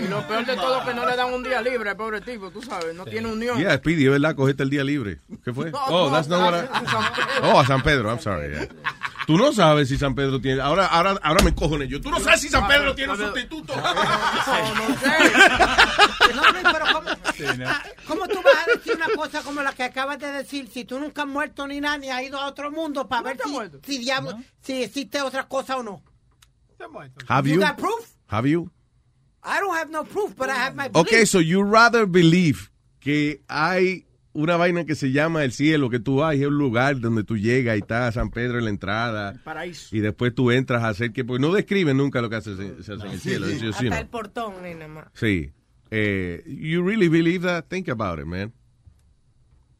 Y lo peor de todo es que no le dan un día libre al pobre tipo, tú sabes, no tiene unión.
Yeah, Speedy, es verdad, cogiste el día libre. ¿Qué fue? Oh, that's not what I- Oh, a San Pedro, I'm sorry. yeah. Tú no sabes si San Pedro tiene. Ahora, ahora, ahora me cojones yo. Tú no sabes si San Pedro tiene un sustituto.
No, Luis, pero ¿cómo, cómo tú vas a decir una cosa como la que acabas de decir si tú nunca has muerto ni nada ni has ido a otro mundo para ver si, si, diablo, si existe otra cosa o no?
Have
you
you?
got proof?
Have you?
I don't have no proof, but I have my belief.
Okay, so you rather believe que hay una vaina que se llama el cielo, que tú vas y es un lugar donde tú llegas y está San Pedro en la entrada.
Paraíso.
Y después tú entras a hacer que. Porque no describen nunca lo que hace, se hace en el cielo. It's just, you
Hasta
know.
el portón, nena más.
Sí. Eh, you really believe that? Think about it, man.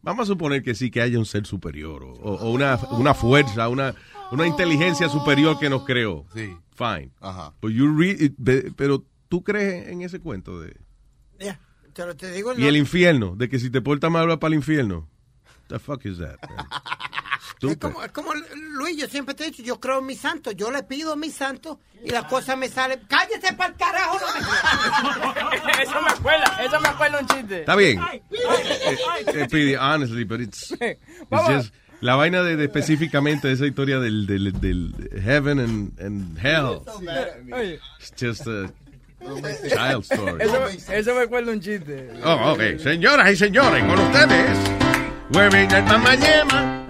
Vamos a suponer que sí, que haya un ser superior o, o- o una, una fuerza, una, una inteligencia superior que nos creó.
Sí.
Fine.
Ajá.
But you re- pe- pero tú crees en ese cuento de...
Yeah, te lo te digo.
Y el infierno, de que si te portas mal vas para el infierno. The fuck is that, man?
Es
Stupid.
como, es como Luis, yo siempre te he dicho, yo creo en mis santos, yo le pido a mis santos y las cosas me salen. ¡Cállate para el carajo!
eso me acuerda, eso me acuerda un chiste.
Está bien. Eh, eh, Pidi, honestly, but it's, it's
Vamos.
just- la vaina de, de específicamente esa historia del, del, del heaven and, and hell.
Oye,
It's just a child story.
Eso, eso me acuerda un chiste.
Oh, ok. Señoras y señores, con ustedes, Huevín del Mamayema.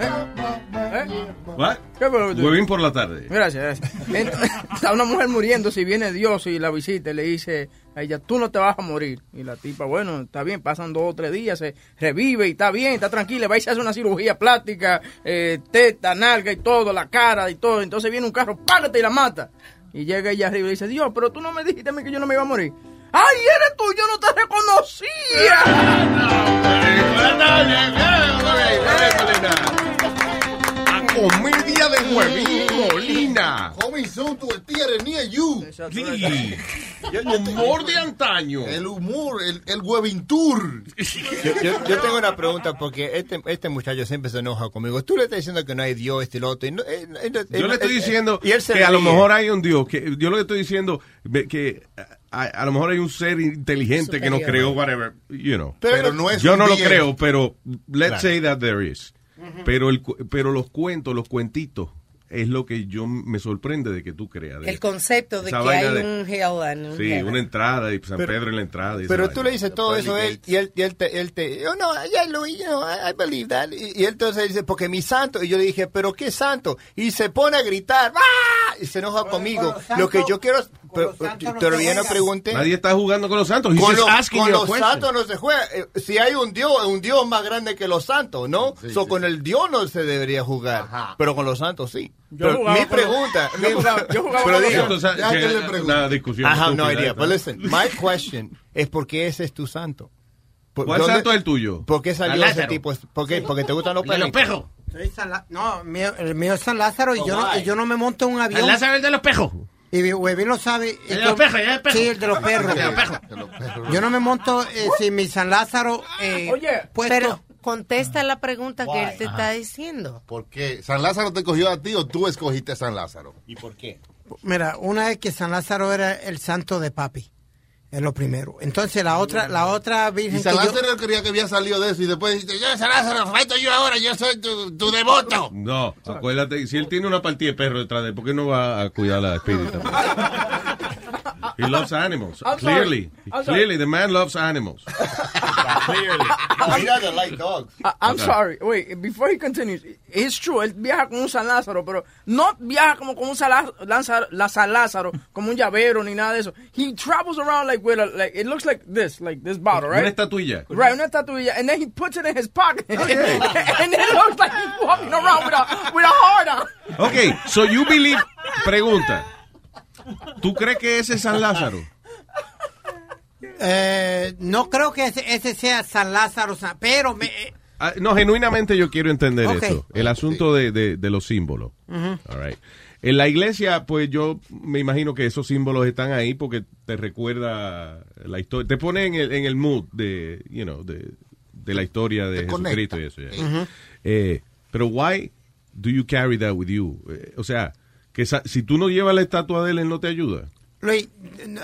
What? Huevín por la tarde.
Gracias, gracias. Ent- Está una mujer muriendo, si viene Dios y la visita y le dice a ella, tú no te vas a morir. Y la tipa, bueno, está bien, pasan dos o tres días, se revive y está bien, está tranquila, va y se hace una cirugía plástica, eh, teta, nalga y todo, la cara y todo. Entonces viene un carro, párate y la mata. Y llega ella arriba y le dice, Dios, pero tú no me dijiste a mí que yo no me iba a morir. ¡Ay, eres tú! ¡Yo no te
reconocía! A comedia de Huevín Molina.
Comenzó tu tía ni looking at you.
Sí. El humor de antaño.
El humor, el, el huevintur.
Yo, yo- yo tengo una pregunta porque este, este muchacho siempre se enoja conmigo. Tú le estás diciendo que no hay Dios, este, el otro. y no- eh, eh, no- eh,
Yo
no,
le estoy
eh,
diciendo
y él se
que a lo
ríe.
mejor hay un Dios. Que yo lo que estoy diciendo ve- que a, a lo mejor hay un ser inteligente que no creó
Superior.
whatever, you know.
Pero no es
Yo
un
no lo
bien.
creo, pero let's
Claro.
say that there is.
Ujú.
Pero el cu- pero los cuentos, los cuentitos es lo que yo me sorprende de que tú creas. de-
El concepto de
esa
que hay
vaina
un hell and un
Sí,
heaven.
una entrada y San
Pero-
Pedro en la entrada. y
Pero
esa
tú
vaina.
le dices todo eso a él y él, y él te... Él te oh, no, ya lo you know, I, I believe that. Y, y él entonces dice, porque mi santo... Y yo le dije, ¿pero qué santo? Y se pone a gritar. ¡Ah! Y se enoja conmigo.
con los
lo que
santos-
yo quiero... Pero,
no te
pero bien no
juegas.
pregunté.
Nadie está jugando con los santos. He's
Con,
just
los-
"Ah,
asking
con
you a
los
question.
santos no se juega. Eh, Si hay un Dios, un Dios más grande que los santos, ¿no? so, con el Dios no se debería jugar. Pero con los santos sí. Pero
jugaba
mi
con los-
pregunta.
yo
mi-
jugaba- yo jugaba con
pero
los
digo,
santos. Ya que le pregunto.
Una discusión
I have no
estúpida
idea.
esta.
But listen, my question es por qué ese es tu santo. Por-
¿Cuál
¿dónde-
santo es el tuyo?
¿Por qué
San
salió ese
Lázaro.
tipo? ¿Por qué? Porque te gustan los
El de
perros.
los perros. Soy San La- No, mío- el mío es San Lázaro y
Oh,
yo, no,
why?
y yo no me monto en un avión.
San Lázaro
es el de los pejos. Y mi huevín lo sabe.
El
Y
de
yo-
los pejos, el de los pejos.
Sí, el de los perros. Yo no me monto eh, si mi San Lázaro. eh, puesto-
Pero contesta la pregunta que él te
Ajá.
está diciendo.
¿Por qué? ¿San Lázaro te cogió a ti o tú escogiste a San Lázaro?
¿Y por qué?
Mira, una es que San Lázaro era el santo de papi. Es lo primero. Entonces la otra, la otra virgen.
Y San
que yo-
Lázaro quería que había salido de eso y después dijiste, yo San Lázaro, falta yo ahora, yo soy tu, tu devoto.
No, acuérdate, si él tiene una partida de perro detrás de él, ¿por qué no va a cuidar a la espírita? He loves animals.
I'm sorry.
clearly.
I'm sorry.
Clearly, the man loves animals.
He doesn't like dogs.
I- I'm
Okay.
sorry. Wait, before he continues, it's true. Él viaja con un San Lázaro, pero no viaja como con un San Lázaro, Lázaro- la San Lázaro, como un llavero ni nada de eso. He travels around like with a, like it looks like this, like this bottle, right?
Una estatuilla.
Right, una estatuilla, and then he puts it in his pocket, and it looks like he's walking around with a with a heart on.
Ok, so you believe. Pregunta. ¿Tú crees que ese es San Lázaro?
Eh, no creo que ese, ese sea San Lázaro, San- pero me, eh,
Ah, No, genuinamente yo quiero entender
Ok. Mm.
eso. El asunto de, de- de los símbolos.
Ujú.
All right. En la iglesia, pues yo me imagino que esos símbolos están ahí porque te recuerda la historia. Te pone en el, en el mood de, you know, de, de la historia de
Te
Jesucristo
conecta.
y eso. ya.
Ujú.
Eh, pero why do you carry that with you? Eh, o sea, que esa- si tú no llevas la estatua de él, él no te ayuda.
Luis,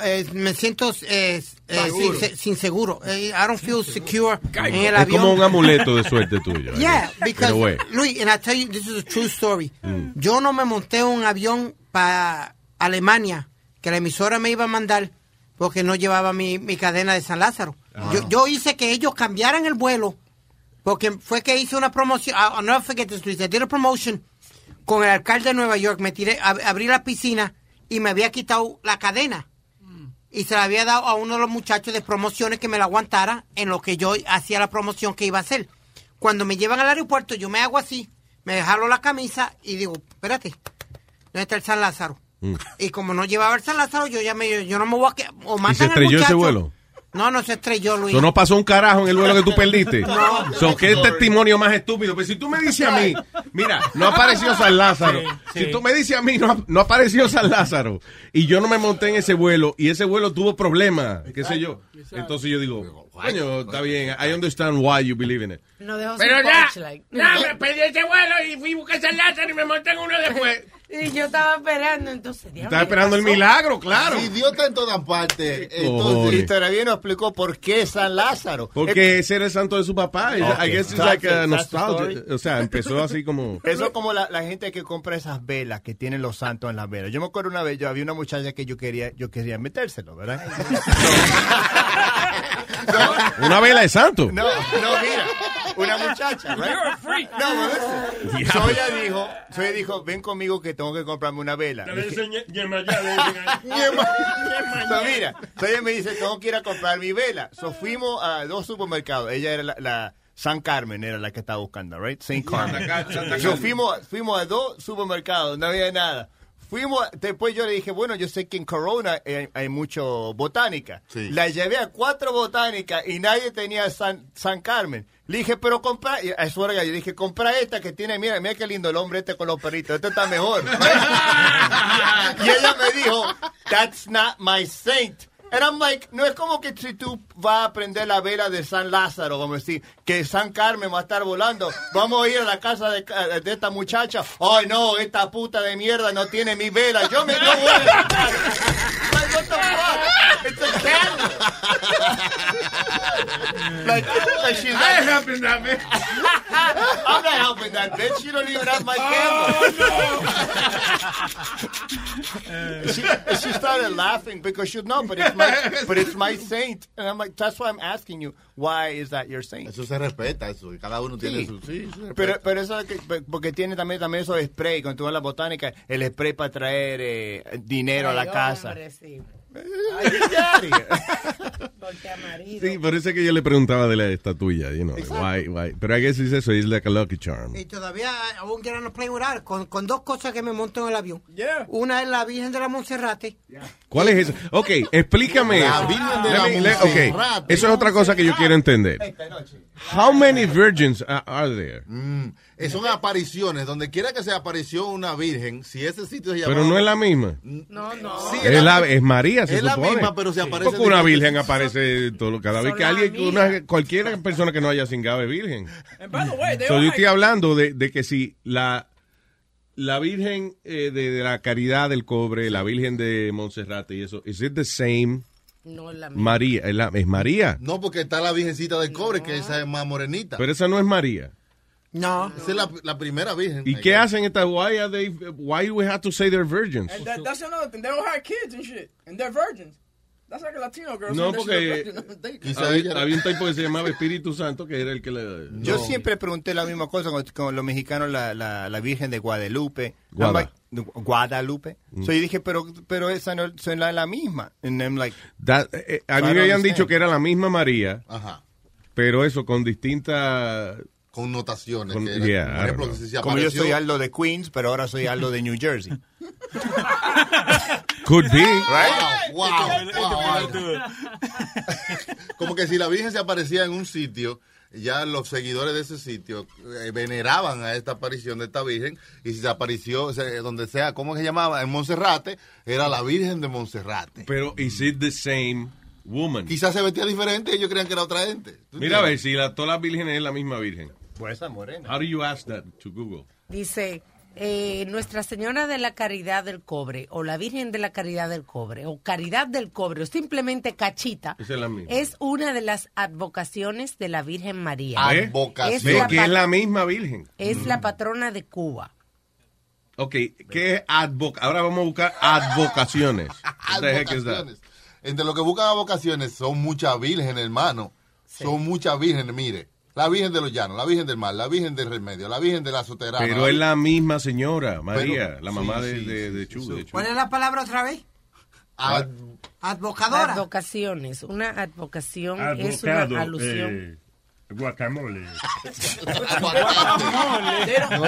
eh, me siento eh, eh, sin, se- sin seguro. Eh, I don't feel secure en el
es
avión.
como un amuleto de suerte tuyo. I
Yeah,
guess.
because
In a way.
Luis, and I tell you, this is a true story.
Mm.
Yo no me monté en un avión para Alemania que la emisora me iba a mandar porque no llevaba mi, mi cadena de San Lázaro. Yo, yo hice que ellos cambiaran el vuelo porque fue que hice una promoción. ah, I- I'll never forget this, Luis. I did a promotion con el alcalde de Nueva York. Me tiré, ab- abrí la piscina y me había quitado la cadena y se la había dado a uno de los muchachos de promociones que me la aguantara en lo que yo hacía la promoción que iba a hacer. Cuando me llevan al aeropuerto, yo me hago así, me jalo la camisa y digo, espérate, ¿dónde está el San Lázaro?
Mm.
Y como no llevaba el San Lázaro, yo ya me, yo no me voy a quedar. O
Y se
matan al
estrelló ese
muchacho.
vuelo.
No, no se estrelló, Luis.
Eso no pasó un carajo en el vuelo que tú perdiste.
No.
So, ¿Qué testimonio más estúpido? Pero si tú me dices a mí, mira, no apareció San Lázaro.
sí.
Si tú me dices a mí, no, no apareció San Lázaro. Y yo no me monté en ese vuelo y ese vuelo tuvo problemas, qué sé yo. Entonces yo digo, coño, está bien, I understand why you believe in it.
No dejo
Pero
sin
ya,
punchline.
ya, me perdí ese vuelo y fui a buscar San Lázaro y me monté en uno después.
Y yo estaba esperando, entonces. diablo,
Estaba
¿qué
esperando el
pasó?
milagro, claro.
Si Dios está en todas partes,
Cojones.
entonces...
Y todavía no explicó por qué San Lázaro.
Porque ese era el santo de su papá.
Eh, Ok.
I guess it's
That's
like a
it, that's the
nostalgia.
story.
O sea, empezó así como...
Eso es como la, la gente que compra esas velas que tienen los santos en las velas. Yo me acuerdo una vez, yo había una muchacha que yo quería, yo quería metérselo, ¿verdad?
Una vela de santo.
No, no, mira, una muchacha, ¿verdad?
You're a
No, but listen.
Diablo.
So ella dijo, so ella dijo, ven conmigo que tengo que comprarme una vela.
Te le
Dije,
dicen "Ye- Yemayá", le dicen ahí.
So, mira, so ella me dice, tengo que ir a comprar mi vela. So fuimos a dos supermercados. Ella era la, la San Carmen, era la que estaba buscando, right? Saint Carmen.
Santa Car- Santa
So
Carmen.
fuimos, fuimos a dos supermercados, no había nada. Fuimos, después yo le dije, bueno, yo sé que en Corona eh, hay, mucho botánica. La llevé a cuatro botánicas y nadie tenía San, San Carmen. Le dije, pero compra, y a su hora yo le dije, compra esta que tiene, mira, mira qué lindo el hombre este con los perritos, este está mejor. y ella me dijo, that's not my saint. And I'm like, no es como que si tú vas a prender la vela de San Lázaro, vamos a decir, que San Carmen va a estar volando, vamos a ir a la casa de, de esta muchacha. Ay, no, esta puta de mierda no tiene mi vela. Yo me no voy a... Like, what the fuck? It's a candle. like, like she's
I
like,
helping that bitch.
I'm not helping that bitch. She don't even have my candle. she, she started laughing because she no, but it's my, but it's my saint. And I'm like, that's why I'm asking you, why is that your saint?
Eso se respeta, eso. y Cada uno tiene su. Sí, se respeta.
Pero, pero eso es que- pe- porque tiene también, también esos spray, cuando tú vas a la botánica, el spray para traer eh, dinero a la casa.
Sí, por eso es que yo le preguntaba de la estatuilla, you know,
Exacto.
why, why. Pero I guess it's eso, it's like a lucky charm.
Y todavía eh, aún get on a plane without it, con, con dos cosas que me monto en el avión. Una es la Virgen de la Monserrate.
¿Cuál es eso? Ok, explícame
La
eso.
Virgen de
Let
la
me- let- ok,
Monserrate.
eso es otra cosa que yo quiero entender. How many virgins are, are there?
Mm.
Eh, son apariciones. Donde quiera que se apareció una virgen, si ese sitio se llama.
Pero no es la misma.
No, no.
Es, la- es María, se
Es la
supone.
misma, pero se aparece
Porque una
diferente.
virgen aparece todo, cada vez
son
que
las
alguien,
amigas.
una- cualquier persona que no haya cingado es virgen.
By the way, they
So,
all
yo
like-
estoy hablando de, de que si la, la Virgen eh, de, de la Caridad del Cobre, la Virgen de Monserrate y eso, ¿es it the same?
No, la misma.
María, es, la- es María.
No, porque está la virgencita del cobre, que esa es más morenita.
Pero esa no es María.
No.
Esa es la, la primera virgen.
¿Y qué hacen estas? Why are they? Why we have to say they're virgins?
And that, that's another thing. They don't have kids and shit. And they're virgins. That's like a Latino girl.
No,
saying that she's a virgin. They-
porque eh, había, había un tipo que se llamaba Espíritu Santo que era el que le.
Yo
No.
siempre pregunté la misma cosa con, con los mexicanos, la, la, la Virgen de Guadalupe.
Guada.
I'm like, Guadalupe.
Mm.
So yo dije, pero, pero esa no es la, la misma. And I'm like,
That- eh, a
So
mí
I
me
don't
habían
understand.
dicho que era la misma María,
Ajá.
pero eso con distintas
Connotaciones.
Con-
que era-
yeah, I
por
don't
ejemplo,
know.
que si se
como yo
apareció-
soy Aldo de Queens, pero ahora soy Aldo de New Jersey.
Could be.
Wow, wow, wow, wow. Como que si la Virgen se aparecía en un sitio, ya los seguidores de ese sitio eh, veneraban a esta aparición de esta Virgen y si se apareció o sea, eh, donde sea, ¿cómo se llamaba? En Monserrate, era la Virgen de Monserrate.
Pero is it the same woman?
Quizás se vestía diferente y ellos creían que era otra gente. ¿Tú
Mira a ver
entiendes?
si la, todas las vírgenes es la misma virgen.
Pues esa morena.
How do you ask that to Google?
Dice, eh, Nuestra Señora de la Caridad del Cobre, o la Virgen de la Caridad del Cobre, o Caridad del Cobre, o simplemente Cachita,
Esa es la misma.
es una de las advocaciones de la Virgen María.
¿Eh?
Es
Ve
la,
que es
pat-
la Mm. misma virgen.
es la patrona de Cuba.
Ok, ¿qué es advoc Ahora vamos a buscar advocaciones. What the heck is that?
Advocaciones. Entre lo que buscan advocaciones son muchas vírgenes, hermano. Son muchas vírgenes, mire. La Virgen de los Llanos, la Virgen del Mar, la Virgen del Remedio, la Virgen de la Soterana.
Pero es la misma señora, María,
Pero-
la mamá
sí,
de,
sí,
de, de Chu. de Chu.
¿Cuál es la palabra otra vez?
Ad-
Advocadora.
Advocaciones. Una advocación es
Advocado,
una alusión.
Ah, eh, guacamole.
No,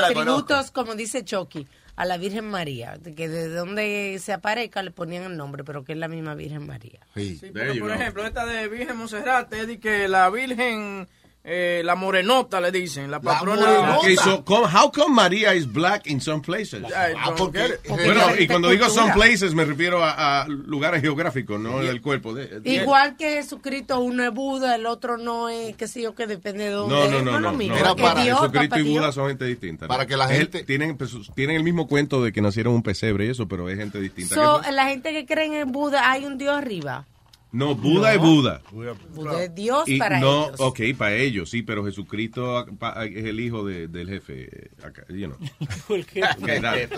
Atributos, como dice Chucky, a la Virgen María, que de donde se aparezca le ponían el nombre, pero que es la misma Virgen María.
Sí,
There
pero
you
por
go.
ejemplo, esta de Virgen Monserrate es de que la Virgen, eh, la morenota le dicen, la patrona.
Okay, so come- how come María is black in some places?
Ay, no, Ah, porque-
Bueno, y cuando digo some
cultura.
places me refiero a, a lugares geográficos, no del cuerpo. de- de-
Igual que Jesucristo, uno es Buda, el otro no es, qué sé yo, que depende de dónde.
No,
es.
no, no,
lo
no.
mismo.
no.
Porque Dios,
Jesucristo
papá
y
Dios.
Buda son gente distinta. ¿no?
Para que la
Es-
gente-
Tienen, pues, tienen el mismo cuento de que nacieron un pesebre y eso, pero es gente distinta.
So,
¿Qué
la gente que cree en Buda, hay un Dios arriba.
fue? No, Buda es Buda.
Buda es Dios
Y
para
no,
ellos.
ok, para ellos, sí, pero Jesucristo pa- es el hijo de- del jefe. eh, acá, you know. Ok, dale.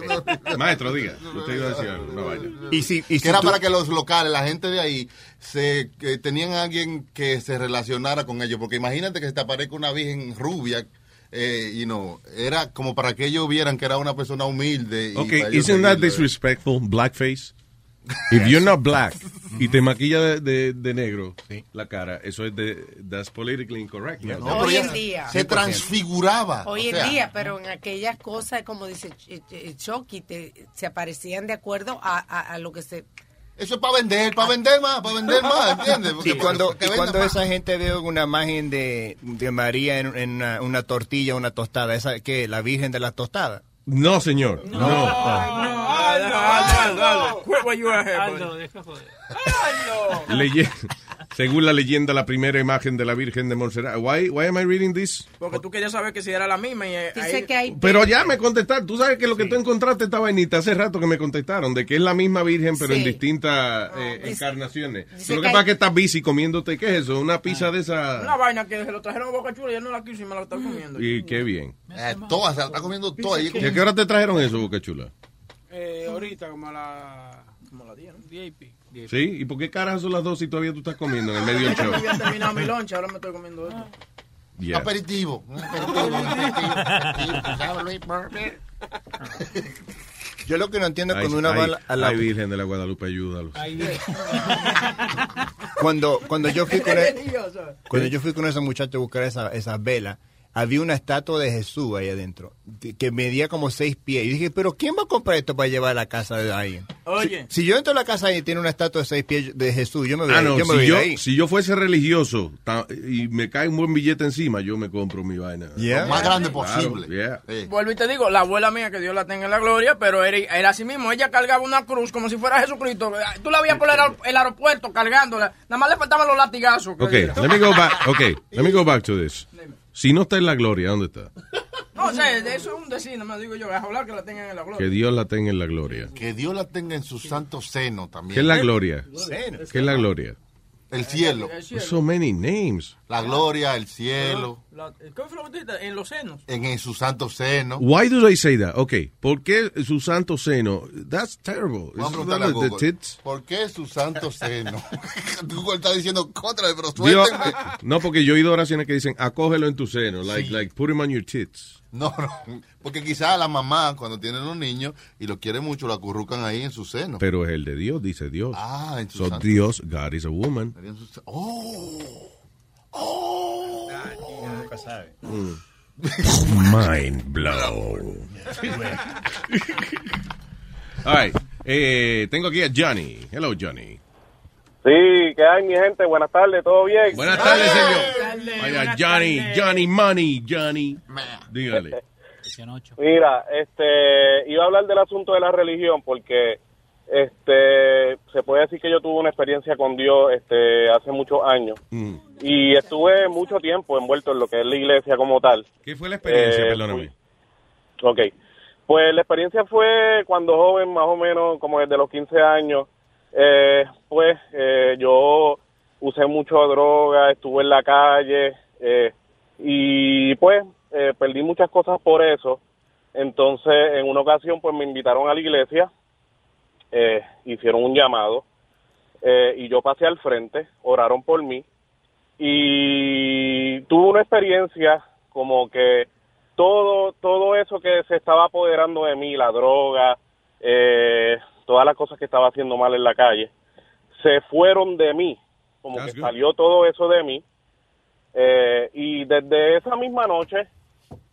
Maestro, diga. Usted iba a decir algo, no vaya.
Y si, y
que
si
era
tú-
para que los locales, la gente de ahí, se que tenían a alguien que se relacionara con ellos. Porque imagínate que se te aparezca una virgen rubia. Eh, y no, era como para que ellos vieran que era una persona humilde. y
Ok,
para ellos
isn't that
seguirlo.
disrespectful? Blackface. If you're not black y te maquilla de, de- de negro la cara, eso es de, that's politically incorrect. ¿no?
No,
Hoy
pero
en
ella
día.
Se transfiguraba.
Hoy
o
en
sea,
día, pero en aquellas cosas, como dice Ch- Ch- Chucky, te- se aparecían de acuerdo a, a- a lo que se...
Eso es para vender, para vender más, para vender más, ¿entiendes? Porque-
Y cuando,
porque
y
venden
cuando
más.
esa gente ve una imagen de, de María en, en una, una tortilla, una tostada, esa que la Virgen de la Tostada.
No, señor. No.
Ah,
Aldo, Ah, deja joder.
Ah, Leye- Según la leyenda, la primera imagen de la Virgen de Montserrat. Why, why am I reading this?
Porque tú querías saber que si era la misma y eh, ahí-
Pero ya me contestaron. Tú sabes que lo que tú encontraste esta vainita hace rato que me contestaron, de que es la misma virgen, pero en
Sí.
distintas eh,
dice-
encarnaciones.
dice
Lo
que
que pasa
hay- Ah.
es que estás busy comiéndote, ¿qué es eso? Una pizza de esa.
Una vaina que se lo trajeron a Boca Chula y yo no la quiso y me la estaba comiendo.
Y qué bien.
Eh, todas, se la está comiendo todas.
¿Y a qué hora te trajeron eso, Boca Chula?
Eh, ahorita, como a la... Como a la 10, ¿no? 10 y pico.
¿Sí? ¿Y por qué caras son las dos si todavía tú estás comiendo en el medio
Yo
del show?
no había terminado Este mi loncha, ahora me estoy comiendo esto.
Yeah.
Ah,
Aperitivo.
Yo lo que no entiendo
Ay,
cuando una
ay,
va a la- a la-
ay, Virgen de la Guadalupe, ayúdalos.
cuando, cuando yo fui con el-
Religioso.
Cuando yo fui con esa muchacha a buscar esa- esas velas, había una estatua de Jesús ahí adentro, de- que medía como seis pies. Y dije, pero ¿quién va a comprar esto para llevar a la casa de alguien?
Oye.
Si, si yo entro a la casa y tiene una estatua de seis pies de Jesús, yo me voy,
Ah, no,
yo me
si,
voy
yo,
ahí.
si yo fuese religioso ta- y me cae un buen billete encima, yo me compro mi vaina.
Yeah. Lo más grande
posible.
yeah.
Vuelvo y te digo, la abuela mía, que Dios la tenga en la gloria, pero era, era así mismo. Ella cargaba una cruz como si fuera Jesucristo. Ah, Tú la veías por el, aer- el aeropuerto cargándola. Nada más le faltaban los latigazos. que
Ok,
era.
let me go back. Okay, let me go back to this. Si no está en la gloria, ¿dónde está?
Ah, No, o sea, de eso es un decir, nada más digo yo, a hablar que la tengan en la
Que
gloria.
Dios la tenga en la gloria.
Que Dios la tenga en su santo seno también.
¿Qué es la gloria?
Seno.
¿Qué es la gloria?
El cielo.
So many names.
La gloria, el cielo,
Ah,
Eh.
La- ¿Qué fue lo que tú dijiste? En los senos.
en, en su santo seno.
Why do they say that? Okay, ¿por qué su santo seno? That's terrible.
Vamos a
It's
preguntarle a
not the
Google.
tits.
¿Por qué su santo seno? Google está diciendo contra de pero
Dios- eh.
suéltenme.
no, porque yo he oído oraciones que dicen, acógelo en tu seno, like, like put him on your tits.
No, no. Porque quizás la mamá, cuando tienen los niños y lo quiere mucho, lo acurrucan ahí en su seno.
Pero es el de Dios, dice Dios.
Ah, en su
so
santo-
Dios, God is a woman.
Ahí en su se- ¡Oh!
Ah,
Mm. Mind blow. All right, eh, tengo aquí a Johnny. Hello, Johnny.
Sí, ¿qué hay, mi gente? Buenas tardes, ¿todo bien?
Buenas tardes, señor. Vaya, Johnny, Johnny Money, Johnny. Dígale.
Mira, este, iba a hablar del asunto de la religión porque este, se puede decir que yo tuve una experiencia con Dios este, hace muchos años
Mm.
y estuve mucho tiempo envuelto en lo que es la iglesia como tal.
¿Qué fue la experiencia?
Eh,
Perdóname.
Ok. Pues la experiencia fue cuando joven, más o menos como desde los 15 años, eh, pues eh, yo usé mucho droga, estuve en la calle eh, y pues eh, perdí muchas cosas por eso. Entonces en una ocasión pues me invitaron a la iglesia, eh, hicieron un llamado eh, y yo pasé al frente, oraron por mí y tuve una experiencia como que todo todo eso que se estaba apoderando de mí, la droga, eh, todas las cosas que estaba haciendo mal en la calle, se fueron de mí, como
That's
que
good.
salió todo eso de mí. Eh, y desde esa misma noche,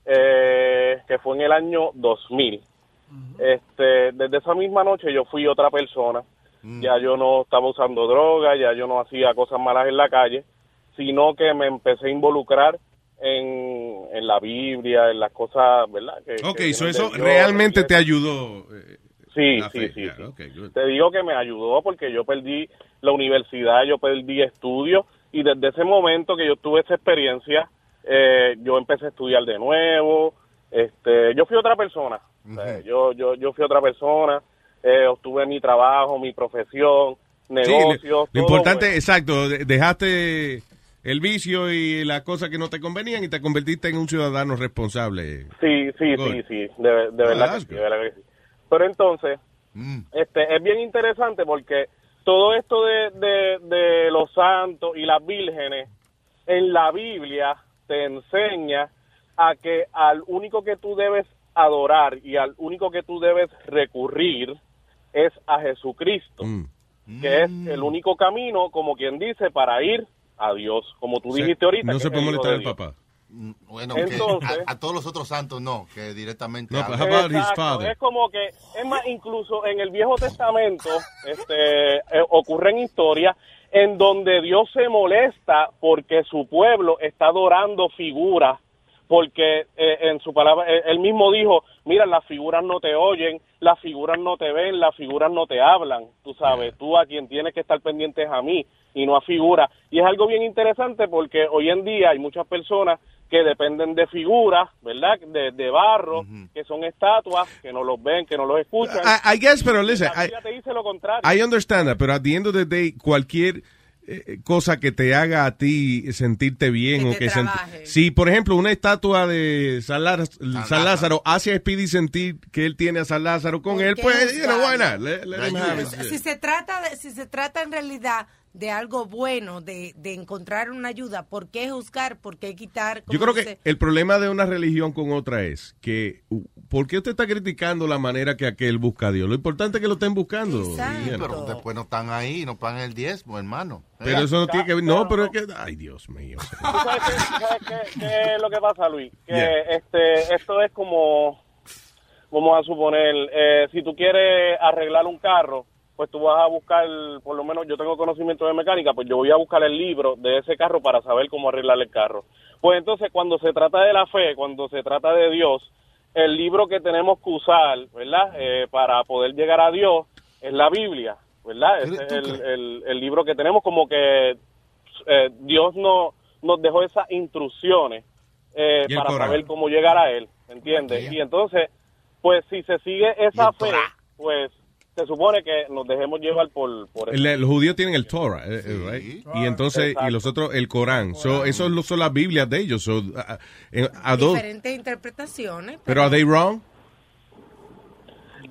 eh, que fue en el año 2000, este, desde esa misma noche yo fui otra persona.
Mm.
Ya yo no estaba usando droga, ya yo no hacía cosas malas en la calle, sino que me empecé a involucrar en, en la Biblia, en las cosas, ¿verdad? Que,
Ok,
que
so
vienen de
eso
Dios.
realmente te ayudó. eh,
Sí,
la
sí,
fe.
sí,
Yeah,
sí.
okay, good.
Te digo que me ayudó porque yo perdí la universidad, yo perdí estudios y desde ese momento que yo tuve esa experiencia, eh, yo empecé a estudiar de nuevo. Este, yo fui otra persona. O sea, yo, yo, yo fui otra persona. eh, obtuve mi trabajo, mi profesión,
Sí, le-
negocios.
lo
todo,
importante,
pues.
exacto, de- dejaste el vicio y las cosas que no te convenían y te convertiste en un ciudadano responsable.
Sí, sí,
Good.
sí, sí, de, de verdad que
that's
sí, de verdad que sí. Pero entonces,
Mm.
este, es bien interesante porque todo esto de, de, de los santos y las vírgenes en la Biblia te enseña a que al único que tú debes adorar y al único que tú debes recurrir es a Jesucristo,
Mm.
que es el único camino, como quien dice, para ir a Dios, como tú
Se-
dijiste ahorita.
No
que
se
es
puede
hijo de
molestar al
Dios.
papá.
mm, Bueno, que
Entonces-
a, a todos los otros santos no, que directamente.
No,
a-
but how about his
Exacto,
father?
Es como que, es más, incluso en el Viejo Testamento este, eh, ocurren historias en donde Dios se molesta porque su pueblo está adorando figuras, porque eh, en su palabra, eh, él mismo dijo, mira, las figuras no te oyen, las figuras no te ven, las figuras no te hablan, tú sabes, tú a quien tienes que estar pendiente es a mí y no a figuras. Y es algo bien interesante porque hoy en día hay muchas personas que dependen de figuras, ¿verdad? De, de barro, que son estatuas, que no los ven, que no los escuchan.
I, I guess, pero listen,
La
I,
Biblia te dice lo contrario.
I understand that, pero at the end of the day, cualquier eh, cosa que te haga a ti sentirte bien o que sent- si por ejemplo una estatua de San, Lar- San Lázaro hace a Speedy sentir que él tiene a San Lázaro con él
Porque
pues
es
you know, why
válido.
not? Let- let him have it.
Si se trata de, si se trata en realidad de algo bueno, de, de encontrar una ayuda, ¿por qué juzgar? ¿Por qué quitar?
Yo
Como
creo que
dice,
el problema de una religión con otra es que uh, ¿por qué usted está criticando la manera que aquel busca a Dios? Lo importante es que lo estén buscando.
Sí,
you know.
pero después no están ahí, no pagan el diezmo, hermano.
Pero eso no tiene que ver. No, pero es que. Ay, Dios mío.
¿Tú sabes qué, sabes qué- qué es lo que pasa, Luis? Que
Yeah.
este, esto es como, vamos a suponer, eh, si tú quieres arreglar un carro, pues tú vas a buscar, por lo menos yo tengo conocimiento de mecánica, pues yo voy a buscar el libro de ese carro para saber cómo arreglar el carro. Pues entonces cuando se trata de la fe, cuando se trata de Dios, el libro que tenemos que usar, ¿verdad? Eh, para poder llegar a Dios es la Biblia, ¿verdad? Ese es el, el- el libro que tenemos como que eh, Dios no, nos dejó esas instrucciones eh,
Y el
para
Corán.
saber cómo llegar a Él, ¿entiendes? Y entonces, pues si se sigue esa fe, pues se supone que nos dejemos llevar por, por eso.
El- los judíos tienen el Torah, eh, eh, right? y entonces y los otros el Corán. So, eso lo- son las Biblias de ellos. So, a- a- en- a dos-
diferentes interpretaciones.
pero are they wrong?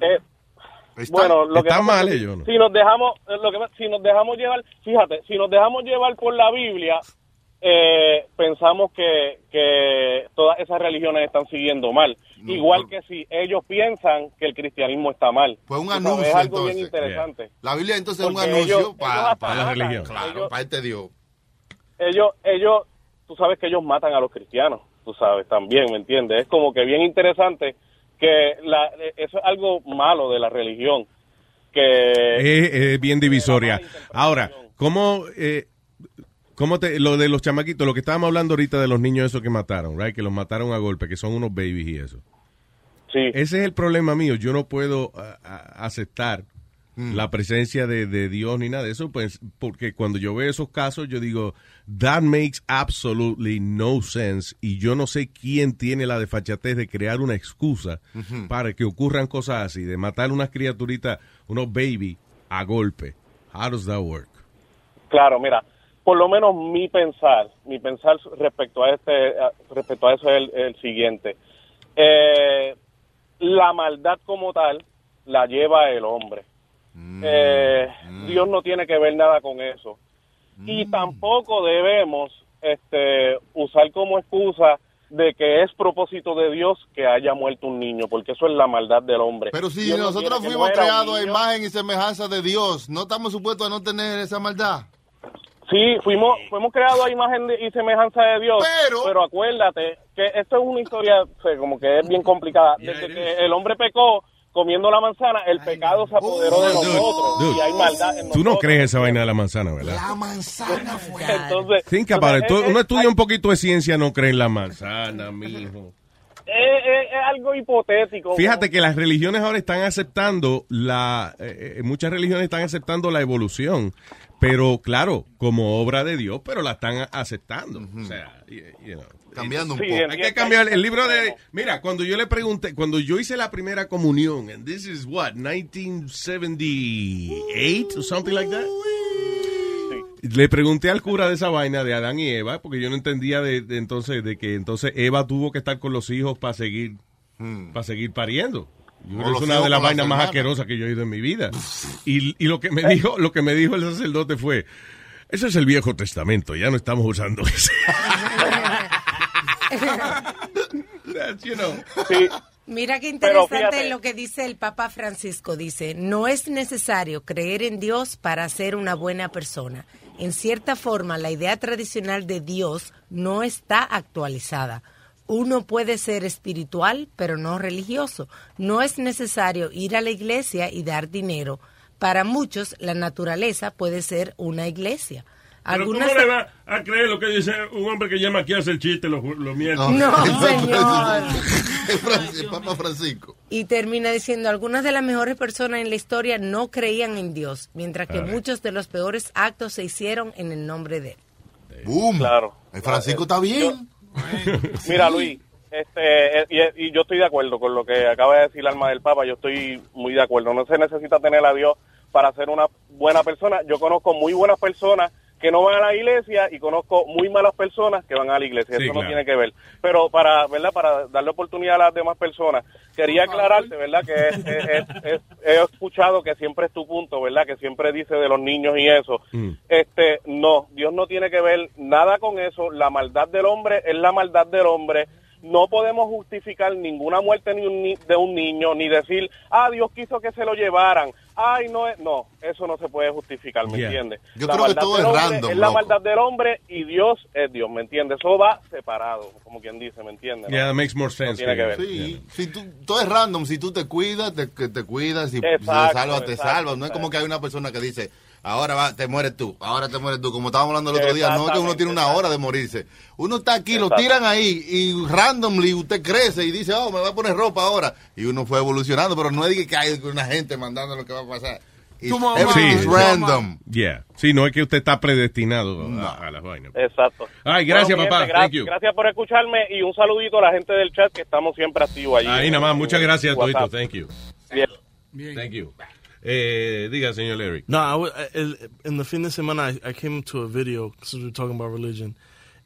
Eh, bueno, lo que
está
pasa es
mal
que
ellos, ¿no?
Si nos dejamos, eh, lo que pasa- si nos dejamos llevar, fíjate, si nos dejamos llevar por la Biblia, eh, pensamos que, que todas esas religiones están siguiendo mal.
No,
Igual que si ellos piensan que el cristianismo está mal.
Pues un
Tú sabes,
anuncio.
Es algo bien
entonces.
interesante.
La Biblia entonces es un
Porque
anuncio
ellos- ellos
para,
hasta matan.
Claro,
Ellos-
para este Dios.
ellos, ellos, tú sabes que ellos matan a los cristianos, tú sabes también, ¿me entiendes? Es como que bien interesante que la, eso es algo malo de la religión, que
Es, es Eh, bien divisoria. Ahora, ¿cómo, eh, cómo te, lo de los chamaquitos, lo que estábamos hablando ahorita de los niños esos que mataron, right? que los mataron a golpe, que son unos babies y eso? Ese es el problema mío. Yo no puedo a- a- aceptar la presencia de, de Dios ni nada de eso, pues, porque cuando yo veo esos casos, yo digo, that makes absolutely no sense. Y yo no sé quién tiene la desfachatez de crear una excusa
Mm.
Ujú.
para que ocurran cosas así, de matar unas criaturitas, unos baby, a golpe. How does that work?
Claro, mira, por lo menos mi pensar, mi pensar respecto a este, a- respecto a eso es el, el siguiente. Eh, la maldad como tal la lleva el hombre.
Mm,
Eh, Dios no tiene que ver nada con eso.
Mm.
Y tampoco debemos este, usar como excusa de que es propósito de Dios que haya muerto un niño, porque eso es la maldad del hombre.
Pero si
Dios no
nosotros
quiere que
fuimos
muera un
creados a
niño.
imagen y semejanza de Dios, ¿no estamos supuestos a no tener esa maldad?
Sí, fuimos, fuimos creados a imagen de- y semejanza de Dios. Pero, acuérdate que esto es una historia o sea, como que es bien complicada. Desde que el hombre pecó comiendo la manzana, el pecado se apoderó de nosotros
Dude,
y Oh, hay maldad en
tú no
nosotros.
crees esa vaina de la manzana, ¿verdad?
La manzana fue.
Entonces,
Think about
Eh,
it. Tú- Uno estudia un poquito de ciencia, no cree en la manzana, mijo.
es, es- es algo hipotético.
Fíjate que las religiones ahora están aceptando la, eh, eh, muchas religiones están aceptando la evolución, pero claro, como obra de Dios, pero la están aceptando. O sea, y- you know.
Cambiando un
Sí,
poco.
Hay que cambiar el libro de. Mira, cuando yo le pregunté, cuando yo hice la primera comunión, and this is what, 1978 or something like that. Le pregunté al cura de esa vaina de Adán y Eva, porque yo no entendía de, de entonces de que entonces Eva tuvo que estar con los hijos para seguir
Hmm.
para seguir pariendo. Yo creo que
O
es una
los hijos
de las
con las
vainas más
hermanas.
asquerosas que yo he oído en mi vida. Y, y lo que me dijo, lo que me dijo el sacerdote fue, eso es el Viejo Testamento, ya no estamos usando eso.
That's, you know.
Sí,
Mira qué
Pero
interesante
fíjate.
lo que dice el Papa Francisco. Dice, no es necesario creer en Dios para ser una buena persona. En cierta forma, la idea tradicional de Dios no está actualizada. Uno puede ser espiritual, pero no religioso. No es necesario ir a la iglesia y dar dinero. Para muchos, la naturaleza puede ser una iglesia.
Pero ¿Cómo
Algunas-
le va a creer lo que dice un hombre que llama aquí a hacer chiste los, los miércoles?
No, señor.
El, Fran- el Papa Francisco.
Y termina diciendo, algunas de las mejores personas en la historia no creían en Dios, mientras que
Ay.
muchos de los peores actos se hicieron en el nombre de él.
Boom.
Claro.
El Francisco está bien.
Mira, Luis, este, eh, y, y yo estoy de acuerdo con lo que acaba de decir el alma del Papa, yo estoy muy de acuerdo. No se necesita tener a Dios para ser una buena persona. Yo conozco muy buenas personas que no van a la iglesia y conozco muy malas personas que van a la iglesia.
Sí,
Eso
claro.
no tiene que ver. Pero para, ¿verdad? Para darle oportunidad a las demás personas, quería aclararte, ¿verdad? Que es- es- es- he escuchado que siempre es tu punto, ¿verdad? Que siempre dice de los niños y eso. Este, no, Dios no tiene que ver nada con eso. La maldad del hombre es la maldad del hombre. No podemos justificar ninguna muerte ni un ni- de un niño, ni decir, ah, Dios quiso que se lo llevaran. Ay, no, es-". no, eso no se puede justificar, ¿me
Yeah.
entiendes?
Yo
La
creo que
maldad
todo
del
es
hombre
random,
Es la
loco.
maldad del hombre y Dios es Dios, ¿me entiendes? Eso va separado, como quien dice, ¿me entiendes?
Yeah, that makes more sense.
tiene que ver.
Sí, si tú, todo es random. Si tú te cuidas, te, que te cuidas. Si te
Exacto,
salvas, te
exacto,
salvas. No es como que hay una persona que dice, ahora va, te mueres tú, ahora te mueres tú. Como estábamos hablando el otro día, no es que uno tiene una hora de morirse. Uno está aquí, lo
Exacto.
tiran ahí y randomly usted crece y dice, oh, me voy a poner ropa ahora. Y uno fue evolucionando, pero no es que hay una gente mandando lo que va a pasar. It's- everything is random.
Yeah. Sí, no es que usted está predestinado a- a, las vainas.
Exacto.
Ay, gracias,
Bueno, mi
papá.
gente, gra-
Thank you.
Gracias por escucharme y un saludito a la gente del chat que estamos siempre activos allí.
Ahí nada más.
en
Muchas gracias,
WhatsApp.
Todito. Thank you.
Bien.
Thank you. Eh, diga, señor Larry.
No, I wa- I- el- en el fin de semana I, I came to a video, since we're talking about religion.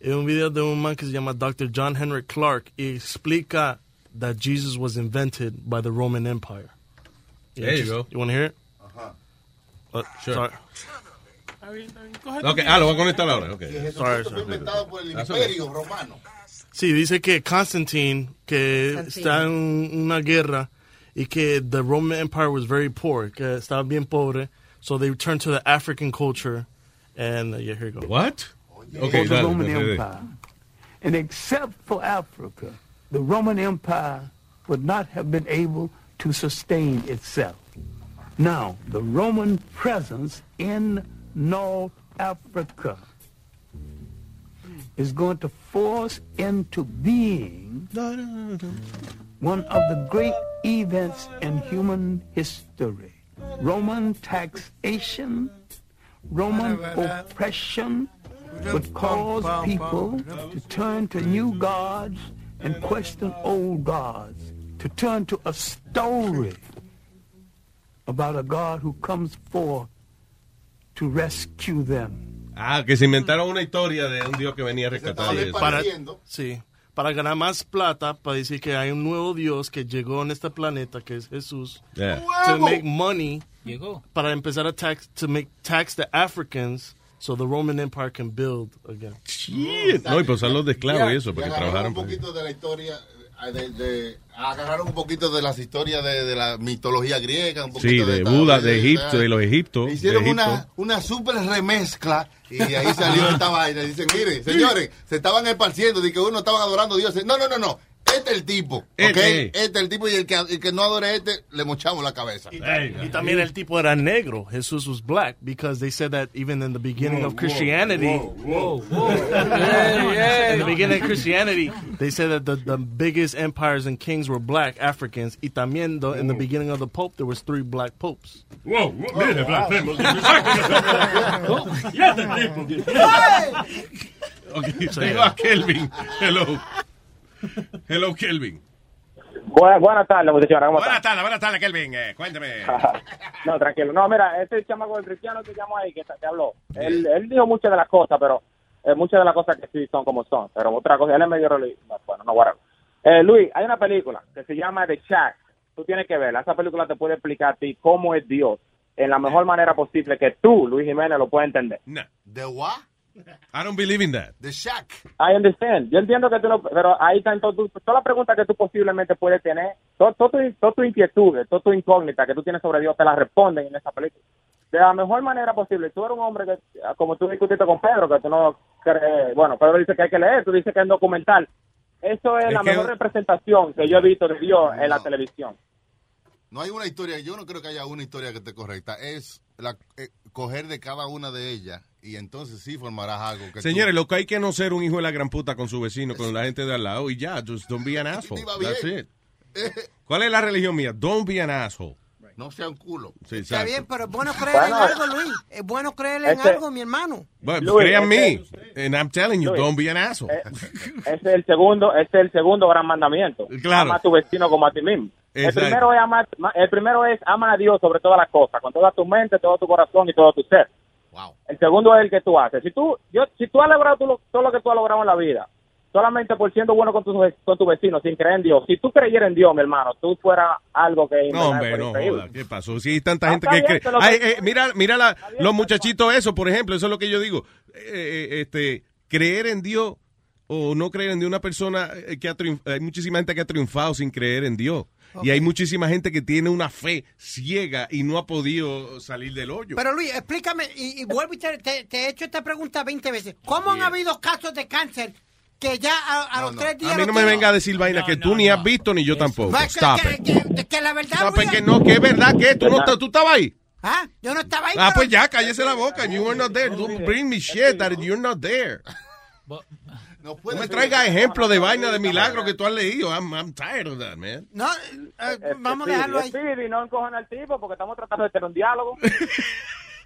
Es un video de un man que se llama Dr. John Henry Clark y explica that Jesus was invented by the Roman Empire.
There you go.
You want to hear it? Uh,
Sure.
sorry.
Ok, ah, lo voy a conectar ahora. Ok.
Sorry, sorry.
por el
That's
imperio
okay.
romano.
Sí, dice que Constantine, que
Constantine.
está en una guerra y que the Roman Empire was very poor, que estaba bien pobre, so they turned to the African culture, and uh, yeah, here you go.
What?
of the Roman Empire. And except for Africa, the Roman Empire would not have been able to sustain itself. Now, the Roman presence in North Africa is going to force into being one of the great events in human history. Roman taxation, Roman oppression would cause people to turn to new gods and question old gods, to turn to a story about a God who comes forth to rescue them.
Ah, que se inventaron una historia de un dios que venía a rescatar. y eso.
Para, sí, para ganar más plata, para decir que hay un nuevo Dios que llegó en este planeta, que es Jesús,
Yeah.
to
¡Huevo!
make money,
Llegó.
para empezar a tax, to make tax the Africans, so the Roman Empire can build again.
Shit. No, y pues son los de esclavos y eso, porque
Ya, ya,
trabajaron.
un
para-
poquito de la historia, eh, de, de- agarraron un poquito de las historias de, de la mitología griega, un poquito
Sí, de
esta-
Buda, de Egipto, de los egiptos. de
Hicieron
Egipto.
una, una super remezcla y de ahí salió esta vaina. Dicen, miren, señores, se estaban esparciendo, de que uno estaban adorando a Dios. No, no, no, no. Este es el tipo, ¿ok?
Eh,
Este.
Este es el tipo y el que, el que no adore a este, le mochamos la cabeza.
Y también el tipo era negro. Jesús was black because they said that even in the beginning
Whoa,
of Christianity.
whoa,
In the beginning of Christianity, they said that the, the biggest empires and kings were black Africans. Y también the, in the beginning of the Pope, there was three black popes.
Whoa, whoa, mire,
ah,
blasfemo. Y este tipo.
Ok, tengo a Kelvin. Hello. Hello, Kelvin.
Buenas, buenas tardes, muchachos. ¿Cómo
Buenas
están?
tardes, buenas tardes, Kelvin. Eh, cuénteme.
No, tranquilo. No, mira, este chamaco del cristiano que llamó ahí, que, que habló, él, él dijo muchas de las cosas, pero eh, muchas de las cosas que sí son como son. Pero otra cosa, él es medio religioso. Bueno, no, whatever. Eh, Luis, hay una película que se llama The Shack. Tú tienes que verla. Esa película te puede explicar a ti cómo es Dios en la mejor manera posible que tú, Luis Jiménez, lo puedes entender.
No.
¿De what?
I don't believe in that.
The Shack.
I understand. Yo entiendo que tú no, pero ahí están todo tu- todas las preguntas que tú posiblemente puedes tener, to- todo tu- todas tus inquietudes, todas tus incógnitas que tú tienes sobre Dios, te las responden en esta película. De la mejor manera posible. Tú eres un hombre que, como tú discutiste con Pedro, que tú no crees, bueno, Pedro dice que hay que leer, tú dices que es documental. Eso es,
Es
la
que-
mejor representación que yo he visto de Dios en la televisión.
No hay una historia, yo no creo que haya una historia que esté correcta. Es la, eh, coger de cada una de ellas y entonces sí formarás algo que
Señores, lo que hay que no ser un hijo de la gran puta con su vecino, con la gente de al lado y ya, just don't be an asshole.
Viva bien.
That's it. ¿Cuál es la religión mía? Don't be an asshole.
eh, no sea un culo.
Sí,
Está
exacto.
bien, pero es bueno creer en
Bueno.
algo, Luis. Es bueno creer en
Este-
algo, mi hermano.
But
Luis,
crean
este-
me, pues eh, and I'm telling you,
Luis,
don't be an asshole.
Ese es el segundo, ese es el segundo gran mandamiento.
Claro.
Ama a tu vecino como a ti mismo. El
Exacto.
primero, es amar, ma- el primero es ama a Dios sobre todas las cosas, con toda tu mente, todo tu corazón y todo tu ser. El segundo es el que tú haces. Si tú, yo, si tú has logrado tú lo- todo lo que tú has logrado en la vida, solamente por siendo bueno con tus con tu vecino, sin creer en Dios. Si tú creyeras en Dios, mi hermano, tú fueras algo que... en
No,
verdad
hombre,
fuera
no
increíble. Ah,
joda. ¿Qué pasó? Si hay tanta gente
está
que
bien,
cree.
pero lo
Ay,
que-
eh, mira, mira la- los muchachitos, eso, por ejemplo, eso es lo que yo digo. Eh, eh, este, creer en Dios o no creer en Dios, una persona eh, que ha triunf- hay muchísima gente que ha triunfado sin creer en Dios. Y hay muchísima gente que tiene una fe ciega y no ha podido salir del hoyo.
Pero Luis, explícame, y, y vuelvo y te, te- te he hecho esta pregunta 20 veces. ¿Cómo han habido casos de cáncer que ya a, a los tres días...
a mí
lo
no me
tienen?
venga a decir vaina que tú ni has visto ni yo tampoco.
Va, que-
Stop
que-
it.
que- que la verdad,
Stop it,
Luis,
pues. Ah, que no, que es verdad que tú, no, estás- tú estabas ahí.
Ah, yo no estaba ahí.
Ah,
pero-
pues ya, cállese la boca. You were not there. Don't bring me shit that you're not there. No me traiga ejemplo de vaina de milagro que tú has leído. I'm, I'm tired of that, man.
No,
Eh, vamos a dejarlo ahí. y no encojan al tipo porque estamos tratando de tener un diálogo.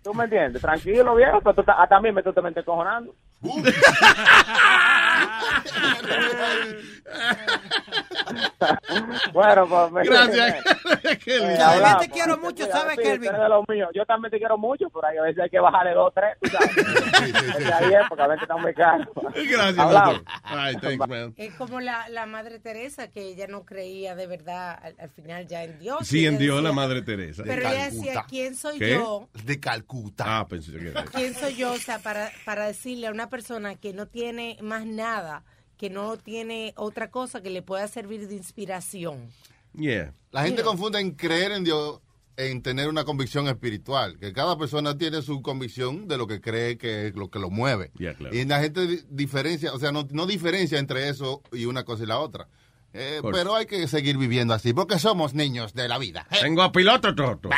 ¿Tú me entiendes? Tranquilo, viejo, pero tú ta- hasta a mí me tú te me estás encojonando. bueno, pues... me-
Gracias.
Eh,
Yo también
hablamos.
te quiero mucho,
Cuidado,
¿sabes,
sí,
Kelvin?
tú eres de los míos. Yo también te quiero mucho, pero hay a veces hay que bajarle dos, tres, tú sabes. Vete a diez, porque a veces está muy caro.
Gracias,
Hablamos.
doctor. Ay, thanks, man.
Es como la, la madre Teresa, que ella no creía de verdad al, al final ya en Dios.
Sí, en
Ella
Dios
decía-
la madre Teresa.
Pero ella decía, ¿quién soy
¿Qué?
yo?
De Calcuta. Ah, pensé que era.
¿Quién soy yo? O sea, para, para decirle a una persona que no tiene más nada, que no tiene otra cosa que le pueda servir de inspiración.
La gente
Mira.
confunde en creer en Dios en tener una convicción espiritual, que cada persona tiene su convicción de lo que cree que es lo que lo mueve. Y la gente di- diferencia, o sea, no, no diferencia entre eso y una cosa y la otra. Eh,
Por-
pero hay que seguir viviendo así, porque somos niños de la vida.
Tengo eh. a piloto, Toto.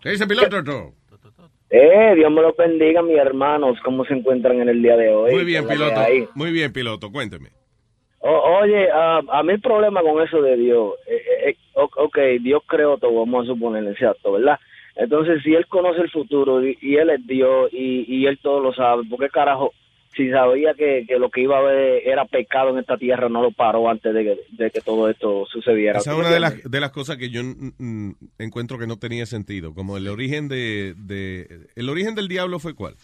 ¿Qué dice piloto, Toto?
Eh, Dios me los bendiga, mis hermanos, cómo se encuentran en el día de hoy.
Muy bien,
¿Qué es la que
piloto.
hay?
Muy bien, piloto. Cuénteme.
O- oye, a, a mí el problema con eso de Dios, eh, eh, eh, o- ok, Dios creó todo, vamos a suponer, exacto, ¿verdad? Entonces, si Él conoce el futuro y, y Él es Dios y, y Él todo lo sabe, ¿por qué carajo? Si sabía que, que lo que iba a haber era pecado en esta tierra, no lo paró antes de que, de que todo esto sucediera.
Esa es una de las, de las cosas que yo mm, mm, encuentro que no tenía sentido. Como el origen de, de- ¿El origen del diablo fue cuál?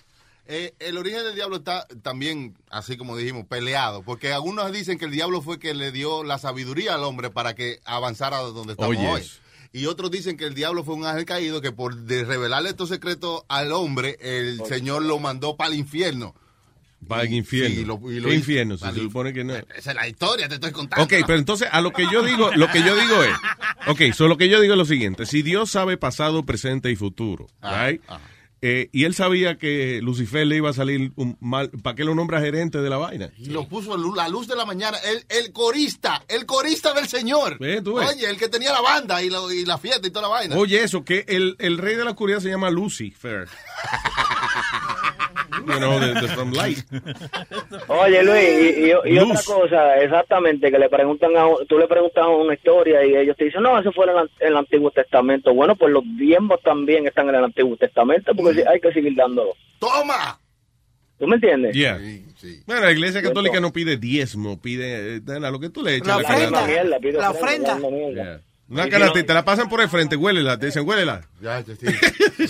Eh, el origen del diablo está también, así como dijimos, peleado, porque algunos dicen que el diablo fue que le dio la sabiduría al hombre para que avanzara donde estamos
Oye,
hoy. Y otros dicen que el diablo fue un ángel caído que por de- revelarle estos secretos al hombre, el Señor lo mandó para el infierno.
Va en infierno.
sí, lo- y lo
¿Qué
hizo?
infierno? Se
Al inf-
supone que no.
Esa es la historia, te estoy contando.
Ok, pero entonces a lo que yo digo, lo que yo digo es, ok, so lo que yo digo es lo siguiente, si Dios sabe pasado, presente y futuro, right? Eh, y él sabía que Lucifer le iba a salir un mal, ¿para qué lo nombra gerente de la vaina?
Y lo puso a lu- la luz de la mañana, el, el corista, el corista del Señor.
Eh, tú ves.
Oye, el que tenía la banda y, lo- y la fiesta y toda la vaina.
Oye, eso, que el, el rey de la oscuridad se llama Lucifer. You know, the- the from light.
Oye, Luis, y, y- y otra cosa, exactamente, que le preguntan a, un- tú le preguntas a una historia y ellos te dicen, no, eso fue en el, en el Antiguo Testamento. Bueno, pues los diezmos también están en el Antiguo Testamento porque hay que seguir dándolo.
¡Toma!
¿Tú me entiendes?
Yeah. Bueno, la iglesia católica no pide diezmo, pide, eh, a lo que tú le echas.
La
a canasta.
ofrenda, mierda, pide
La
ofrenda,
ofrenda.
Yeah. Una canasta y te la pasan por el frente, huélela, te dicen, huélela. Ah,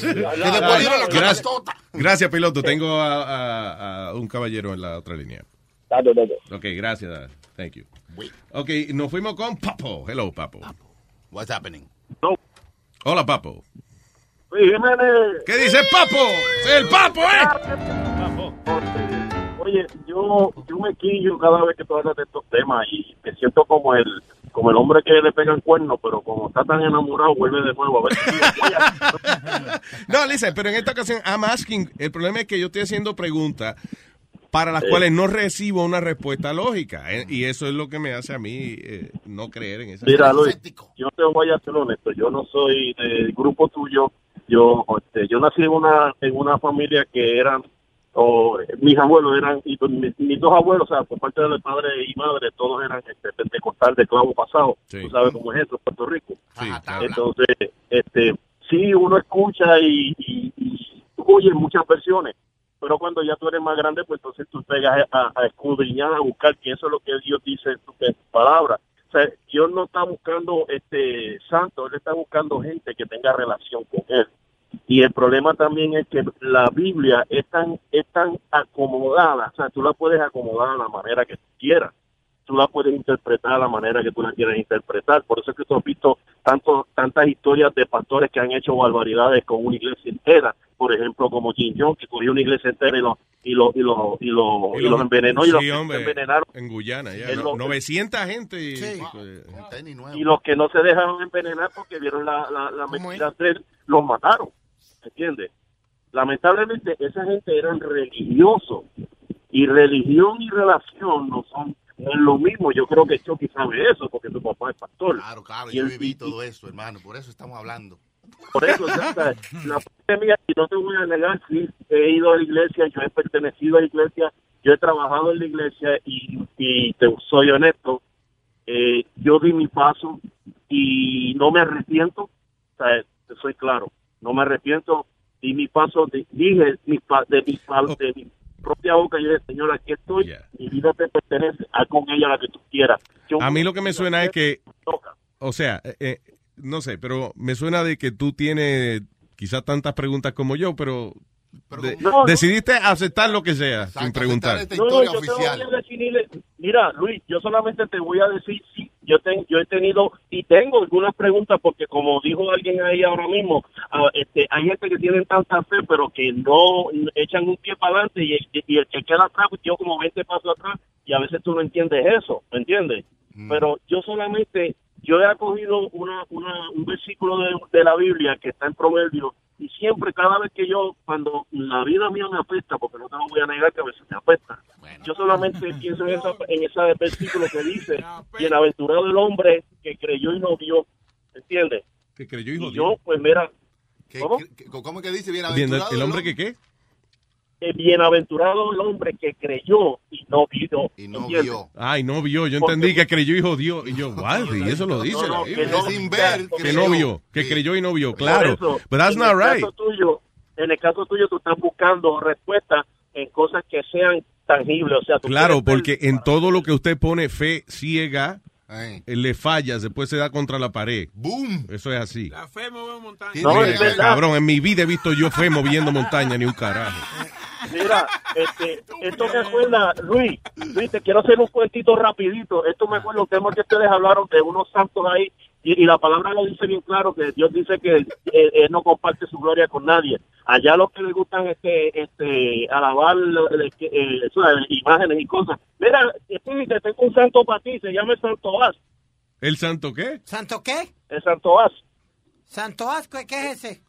Gracias, gracias, piloto. Tengo a, a- a un caballero en la otra línea.
Tato, tato.
Ok, gracias. Thank you. Ok, nos fuimos con Papo. Hello, Papo.
What's happening?
Hola, Papo.
Jiménez.
¿Qué dice Papo? ¡El Papo, eh!
Oye, yo, yo me quillo cada vez que tú hablas de estos temas y me siento como el como el hombre que le pega el cuerno, pero como está tan enamorado, vuelve de nuevo a ver.
No, Lisa, pero en esta ocasión, I'm asking, el problema es que yo estoy haciendo preguntas para las
Sí.
cuales no recibo una respuesta lógica. eh, y eso es lo que me hace a mí eh, no creer en esa
Mira, Luis, yo te voy a ser honesto, yo no soy del grupo tuyo, yo este, yo nací en una en una familia que eran o eh, mis abuelos eran y pues, mis, mis dos abuelos, o sea, por parte de los padres y madres, todos eran este, pentecostal de clavo pasado, tú sabes cómo es esto, en Puerto Rico. Entonces, este, sí, uno escucha y, y- y oye muchas versiones, pero cuando ya tú eres más grande, pues entonces tú pegas a, a escudriñar, a buscar que eso es lo que Dios dice en su en su palabra. O sea, Dios no está buscando este santo, Él está buscando gente que tenga relación con Él. Y el problema también es que la Biblia es tan, es tan acomodada, o sea, tú la puedes acomodar a la manera que tú quieras tú la puedes interpretar a la manera que tú la quieras interpretar. Por eso es que tú has visto tanto, tantas historias de pastores que han hecho barbaridades con una iglesia entera. Por ejemplo, como Jim Jones, que cogió una iglesia entera y los y lo, y lo, y lo- y los envenenó y los
sí,
que
hombre,
se envenenaron.
En Guyana, ya.
Es
no-
lo-
900 gente. y-
Y los que no se dejaron envenenar porque vieron la, la, la mentira de él, los mataron. ¿Entiendes? Lamentablemente, esa gente eran religiosos. Y religión y relación no son no es lo mismo. Yo creo que Chucky sabe eso porque tu papá es pastor.
Claro, claro,
Y
yo
el-
viví todo eso, hermano, por eso estamos hablando.
Por eso, o sea, la parte mía, y no te voy a negar, sí, he ido a la iglesia, yo he pertenecido a la iglesia, yo he trabajado en la iglesia y, y te soy honesto, eh, yo di mi paso y no me arrepiento, o sea, te soy claro, no me arrepiento, di mi paso, di- dije mi pa- de, mi, pa- de mi propia boca, yo dije, Señor, aquí estoy, mi vida te pertenece, haz con ella la que tú quieras. Yo-
A mí lo que me suena es que, o sea, eh, eh, no sé, pero me suena de que tú tienes quizás tantas preguntas como yo, pero, de-
No, este no.
decidiste aceptar lo que sea sin preguntar.
No, no, yo te voy a definir- mira, Luis, yo solamente te voy a decir sí. Yo, ten- yo he tenido y tengo algunas preguntas porque como dijo alguien ahí ahora mismo, ah, este, hay gente que tienen tanta fe pero que no echan un pie para adelante y, el- y el que queda atrás pues, dio como 20 pasos atrás y a veces tú no entiendes eso, ¿me entiendes? Pero yo solamente, yo he acogido una, una- un versículo de, de la Biblia que está en Proverbios y siempre cada vez que yo, cuando la vida mía me apesta, porque no te lo voy a negar que a veces me apesta, yo solamente pienso en, esa, en ese versículo que dice, bienaventurado el hombre que creyó y no vio, ¿entiendes?
Que creyó y
Y
jodió.
yo, pues mira, ¿cómo?
¿Cómo que dice
Bien, ¿El hombre que qué?
Eh, bienaventurado el hombre que creyó y no vio, ¿entiendes?
Ay, no vio. Yo entendí que creyó y jodió. Y yo, wow, y eso lo dice.
No,
la
no,
Biblia.
que no,
Que no vio. Que creyó y no vio. Claro.
Por eso,
But that's
en
not
el
right.
Caso tuyo, en el caso tuyo, tú estás buscando respuestas en cosas que sean tangibles. O sea, tú
Claro,
quieres ver-
porque en todo lo que usted pone fe ciega, eh, le fallas, después se da contra la pared. ¡Boom! Eso es así. La fe mueve
No,
montaña.
es verdad.
cabrón, en mi vida he visto yo fe moviendo montaña, ni un carajo.
Mira, este, esto me acuerda, Luis, Luis, te quiero hacer un cuentito rapidito. Esto me acuerda los temas que ustedes hablaron de unos santos ahí. Y, y la palabra lo dice bien claro, que Dios dice que eh, Él no comparte su gloria con nadie. Allá los que les gustan este, este, alabar lo- el- que, eh, eso, eh, imágenes y cosas. Mira, Luis, te tengo un santo para ti, se llama el Santo As.
¿El santo qué?
¿Santo qué? El Santo As.
¿Santo asco? ¿Qué es ese?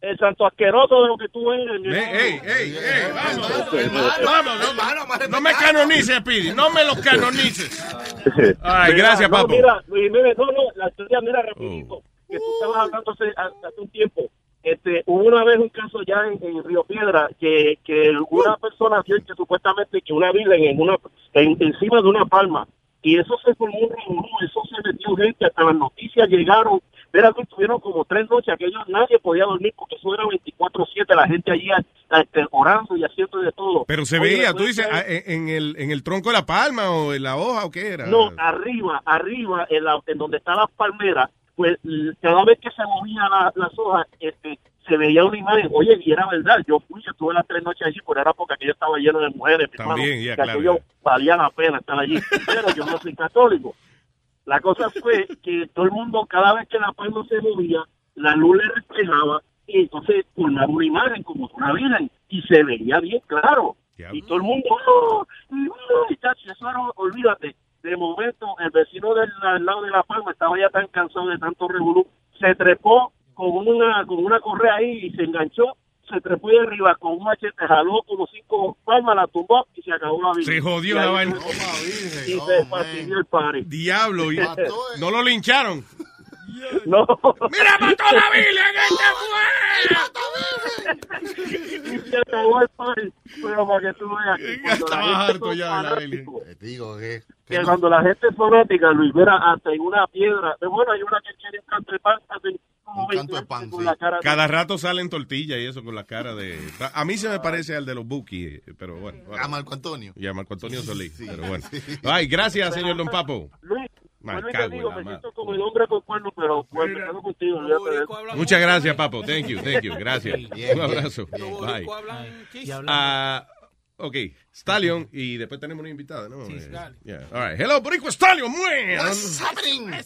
El santo asqueroso de lo que tú eres.
¡Ey, ey, ey! ¡Vamos! ¡Vamos! No, no me canonices, Pidi. No me los canonices. Ay,
Mira,
gracias,
no,
papo. Oh.
Mira, Luis Jiménez, no, no, la historia, mira, rapidito, que tú estabas hablando hace, hace un tiempo. Este, hubo una vez un caso ya en, en Río Piedra que, que una persona vio que supuestamente que una virgen en una, en- encima de una palma, y eso se formó un revolú, eso se metió gente, hasta las noticias llegaron, mira, que tuvieron como tres noches, aquellos nadie podía dormir porque eso era 24-7, la gente allí este, orando y haciendo de todo.
Pero se
Oye,
veía,
después
tú dices,
de-
ah, en en el, en el tronco de la palma o en la hoja o qué era.
no, arriba, arriba, en, la- en donde están las palmeras, pues l- cada vez que se movían la- las hojas, este, se veía una imagen. Oye, y era verdad, yo fui, yo estuve las tres noches allí, pero era porque aquello estaba lleno de mujeres. mi hermano,
También, ya,
que
claro,
aquello valía la pena estar allí. Pero yo no soy católico. La cosa fue que todo el mundo, cada vez que la palma se movía, la luz le reflejaba y entonces formaba una imagen como una virgen y se veía bien claro.
Diablo.
Y todo el mundo, ¡oh! ¡oh! Y chacho, eso era- olvídate. De momento, el vecino del al lado de La Palma estaba ya tan cansado de tanto revolú, se trepó con una con una correa ahí y se enganchó, se trepó ahí arriba con un machete, jaló como cinco palmas, la tumbó y se acabó la vida.
Se jodió
Y ahí
la vaina.
fue-
Ah,
Y se fastidió el party.
Diablo, y- no lo lincharon.
No.
¡Mira, mató a la Biblia!
este
Y se acabó el party. Pero para que tú veas que cuando la
Estaba
gente
harto
son
ya de la
fanáticos,
Biblia.
digo que...
que cuando la gente es fanática, Luis, mira, hasta en una piedra, eh, bueno, hay una que quiere un canto de pan, hace como 20 veces con la cara de-
Cada rato salen tortillas y eso con la cara de... A mí se me parece al de los Buki, eh, pero bueno.
A Marco Antonio.
Y a Marco Antonio Solís, pero bueno. Ay, gracias, señor Don Papo.
Luis,
Me
vuelvo y te
cago en
digo,
la
me
madre.
siento como el hombre con cuerno, pero bueno, me quedo contigo. olvídate de eso.
Muchas gracias, Papo. Thank you, thank you. Gracias.
Bien,
Un abrazo.
bien, bien.
Bye.
Y hablan-
Ah, ok, Stallion y después tenemos una invitada, ¿no?
Sí,
Eh,
Stallion.
yeah. All right. Hello, Borico Stallion, man.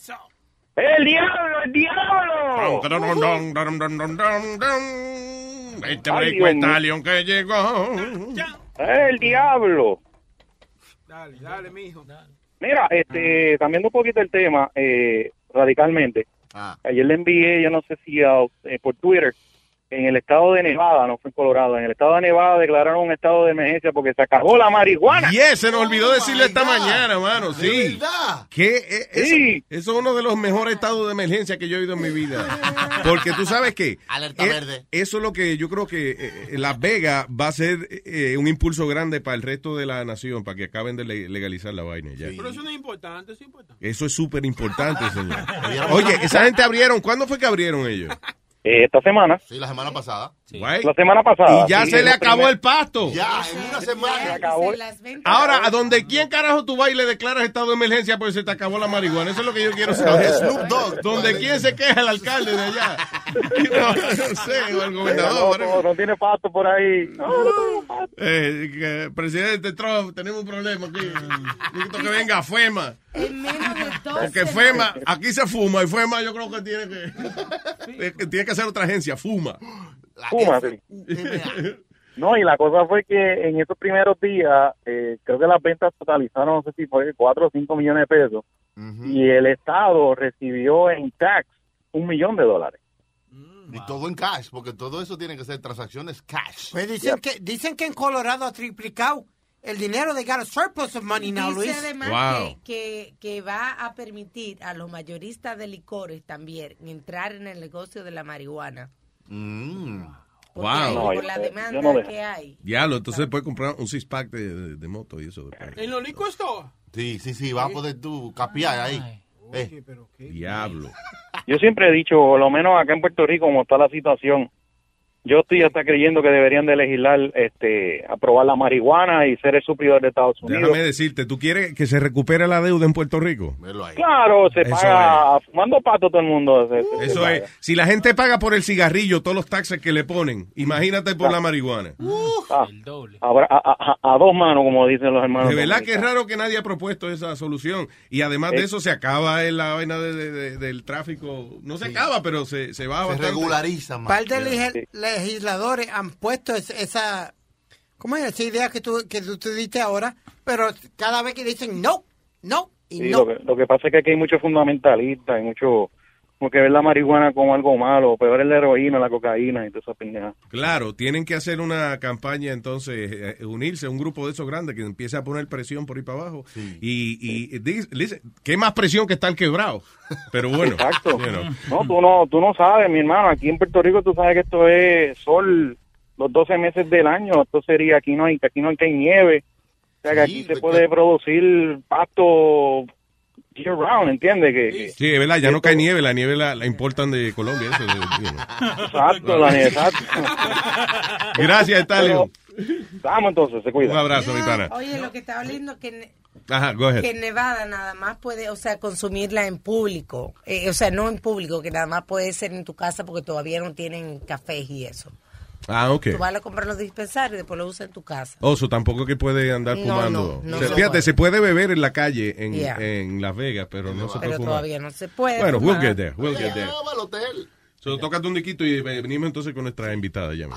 ¡El diablo, el diablo!
Dun, dun, dun, dun, dun, dun, dun, dun. Este
Ay,
Borico
Dios mío.
Stallion que llegó.
¡El diablo!
Dale, dale, mijo.
Mira, este, cambiando un poquito el tema, eh, radicalmente.
Ah.
Ayer le envié, yo no sé si a- eh, por Twitter, en el estado de Nevada, no fue en Colorado, en el estado de Nevada declararon un estado de emergencia porque se acabó la marihuana.
Yes, se nos
Oh,
olvidó decirle esta mañana, mano. Sí. Que eh, eso, eso es uno de los mejores estados de emergencia que yo he oído en mi vida. Porque tú sabes que
Alerta
eh,
verde.
eso es lo que yo creo que eh, eh, Las Vegas va a ser eh, un impulso grande para el resto de la nación, para que acaben de le- legalizar la vaina. y Ya.
Pero eso no es importante, eso es importante.
Eso es súper importante, señor. Oye, esa gente abrieron. ¿Cuándo fue que abrieron ellos?
Eh, esta semana.
Sí, la semana pasada.
Right.
¿Ah? La semana pasada.
Y ya
sí,
se le
los
acabó
primeros-
el pasto.
Ya, en una semana.
Ahora, ¿a donde quién carajo tú vas y le declaras estado de emergencia porque se te acabó la marihuana? Eso es lo que yo quiero saber.
Snoop Dogg.
¿Donde quién se queja? El alcalde de allá. No, no sé, o el gobernador.
No, no, no tiene pasto por ahí. No, no, no, pasto.
Eh, que- presidente Trump, tenemos un problema aquí. Necesito que venga FEMA.
En menos de
Porque FEMA, aquí se fuma y FEMA yo creo que tiene que, que tiene que ser otra agencia, fuma.
Fuma, sí. No, y la cosa fue que en esos primeros días, eh, creo que las ventas totalizaron, no sé si fue 4 o 5 millones de pesos,
eh,
y el Estado recibió en tax un millón de dólares.
Y todo en cash, porque todo eso tiene que ser transacciones cash.
Pues dicen, que, dicen que en Colorado ha triplicado el dinero. They got a surplus of money now,
Dice
Luis.
además
Wow.
que, que, que va a permitir a los mayoristas de licores también entrar en el negocio de la marihuana.
Wow.
por la demanda que hay.
Diablo, entonces puedes comprar un six pack de, de- de moto y eso. después.
En los licos todo.
Sí, sí, sí, vas a poder tú capiar ahí. Eh,
Diablo.
Yo siempre he dicho, por lo menos acá en Puerto Rico, como está la situación, yo estoy hasta creyendo que deberían de legislar, este, aprobar la marihuana y ser el suplidor de Estados Unidos.
Déjame decirte, ¿tú quieres que se recupere la deuda en Puerto Rico?
Claro, se
Eso
paga fumando pato todo el mundo. se- se- se
Eso
paga.
es, si la gente paga por el cigarrillo todos los taxes que le ponen, imagínate por la marihuana.
Uh,
Ah, habrá- a, a- a dos manos, como dicen los hermanos.
De verdad que es raro que nadie ha propuesto esa solución. Y además de
Eh.
eso se acaba en la vaina de- de- de- del tráfico. No se acaba, pero se, se va bastante.
regulariza
Un par de lege- legisladores han puesto es- esa, ¿cómo es? esa idea que tú, que tú te diste ahora, pero cada vez que dicen no, no y
Sí,
no.
lo, que, lo que pasa es que aquí hay muchos fundamentalistas, hay muchos como que ven la marihuana como algo malo, peor es la heroína, la cocaína y toda esa pendeja.
Claro, tienen que hacer una campaña entonces, eh, unirse a un grupo de esos grandes que empiece a poner presión por ahí para abajo. Y, y dice- dice, ¿qué más presión que estar quebrado? Pero bueno.
Exacto.
you know.
No, tú no, tú no sabes, mi hermano. Aquí en Puerto Rico tú sabes que esto es sol los 12 meses del año. Esto sería, aquí no hay, aquí no hay, que hay nieve. O sea, que aquí se puede producir pasto year round, ¿entiendes? Que, que-
Sí, es verdad, ya no cae nieve, la nieve la, la importan de Colombia. eso, you know.
exacto, Dani, exacto.
Gracias, Stallion.
Vamos entonces, se cuida.
Un abrazo, mi pana.
Oye, lo que está oliendo que ne-
Ajá, go ahead.
que en Nevada nada más puede, o sea, consumirla en público, Eh, o sea, no en público, que nada más puede ser en tu casa porque todavía no tienen cafés y eso.
Ah, ok.
Tú vas a comprar los dispensarios y después lo usas en tu casa.
Oso, tampoco que puede andar
No,
fumando.
no, no
O sea,
se
fíjate,
puede.
se puede beber en la calle en,
Yeah.
en Las Vegas, pero no se puede
Pero
fumar.
todavía no se puede.
Bueno,
fumar.
we'll get there, we'll get there.
al hotel.
So, tócate un diquito y eh, venimos entonces con nuestra invitada ya. mismo.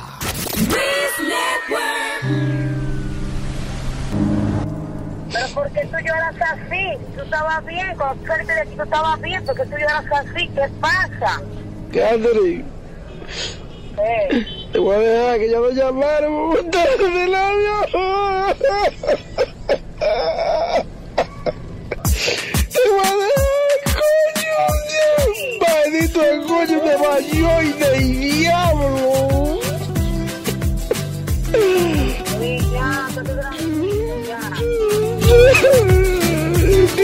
porque tú lloras así, tú estabas bien, cuando suerte de aquí tú estabas bien, porque tú lloras así, ¿qué pasa?
Catherine,
Eh.
te voy a dejar que ya me llamaron por botarse de labio. Te voy a dejar, coño. Maldito el coño de bañó y de diablo.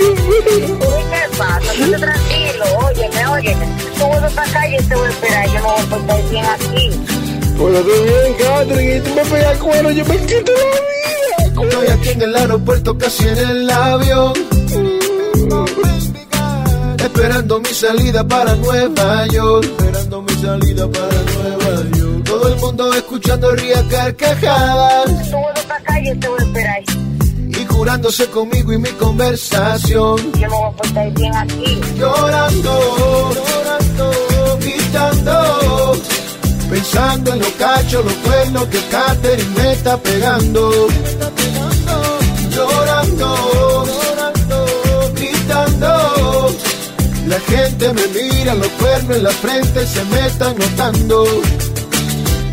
¿Qué pasa? Tú estás tranquilo, óyeme, óyeme. Tú vuelves para acá y yo te voy a esperar, yo no voy a portar bien aquí.
Bueno, tú bien, Catherine, y tú me pegas cuero, yo me quito la vida. Estoy aquí en el aeropuerto, casi en el labio. Esperando mi salida para Nueva York. Esperando mi salida para Nueva York. Todo el mundo escuchando ría carcajadas.
Tú vuelves para acá y yo te voy a esperar.
Y curándose conmigo y mi conversación.
Yo no voy a portar bien aquí.
Llorando, llorando, gritando. Pensando en los cachos, los cuernos que Catherine me está pegando. Llorando, llorando, gritando. La gente me mira, los cuernos en la frente se me están notando.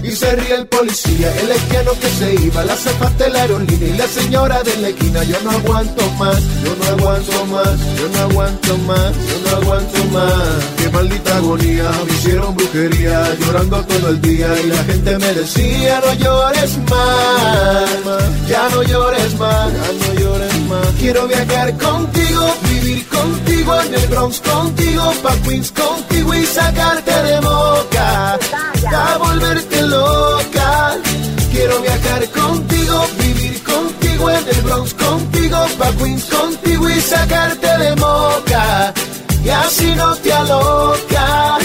Y se ríe el policía, el esquiano que se iba, la zapata de la aerolínea y la señora de la esquina. Yo no aguanto más, yo no aguanto más, yo no aguanto más, yo no aguanto más. Qué maldita agonía, me hicieron brujería, llorando todo el día. Y la gente me decía, no llores más, ya no llores más, ya no llores más. Quiero viajar contigo, vivir contigo, en el Bronx contigo, pa' Queens contigo y sacarte de boca, pa' volverte loca. Quiero viajar contigo, vivir contigo, en el Bronx contigo, pa' Queens contigo y sacarte de boca, y así no te aloca.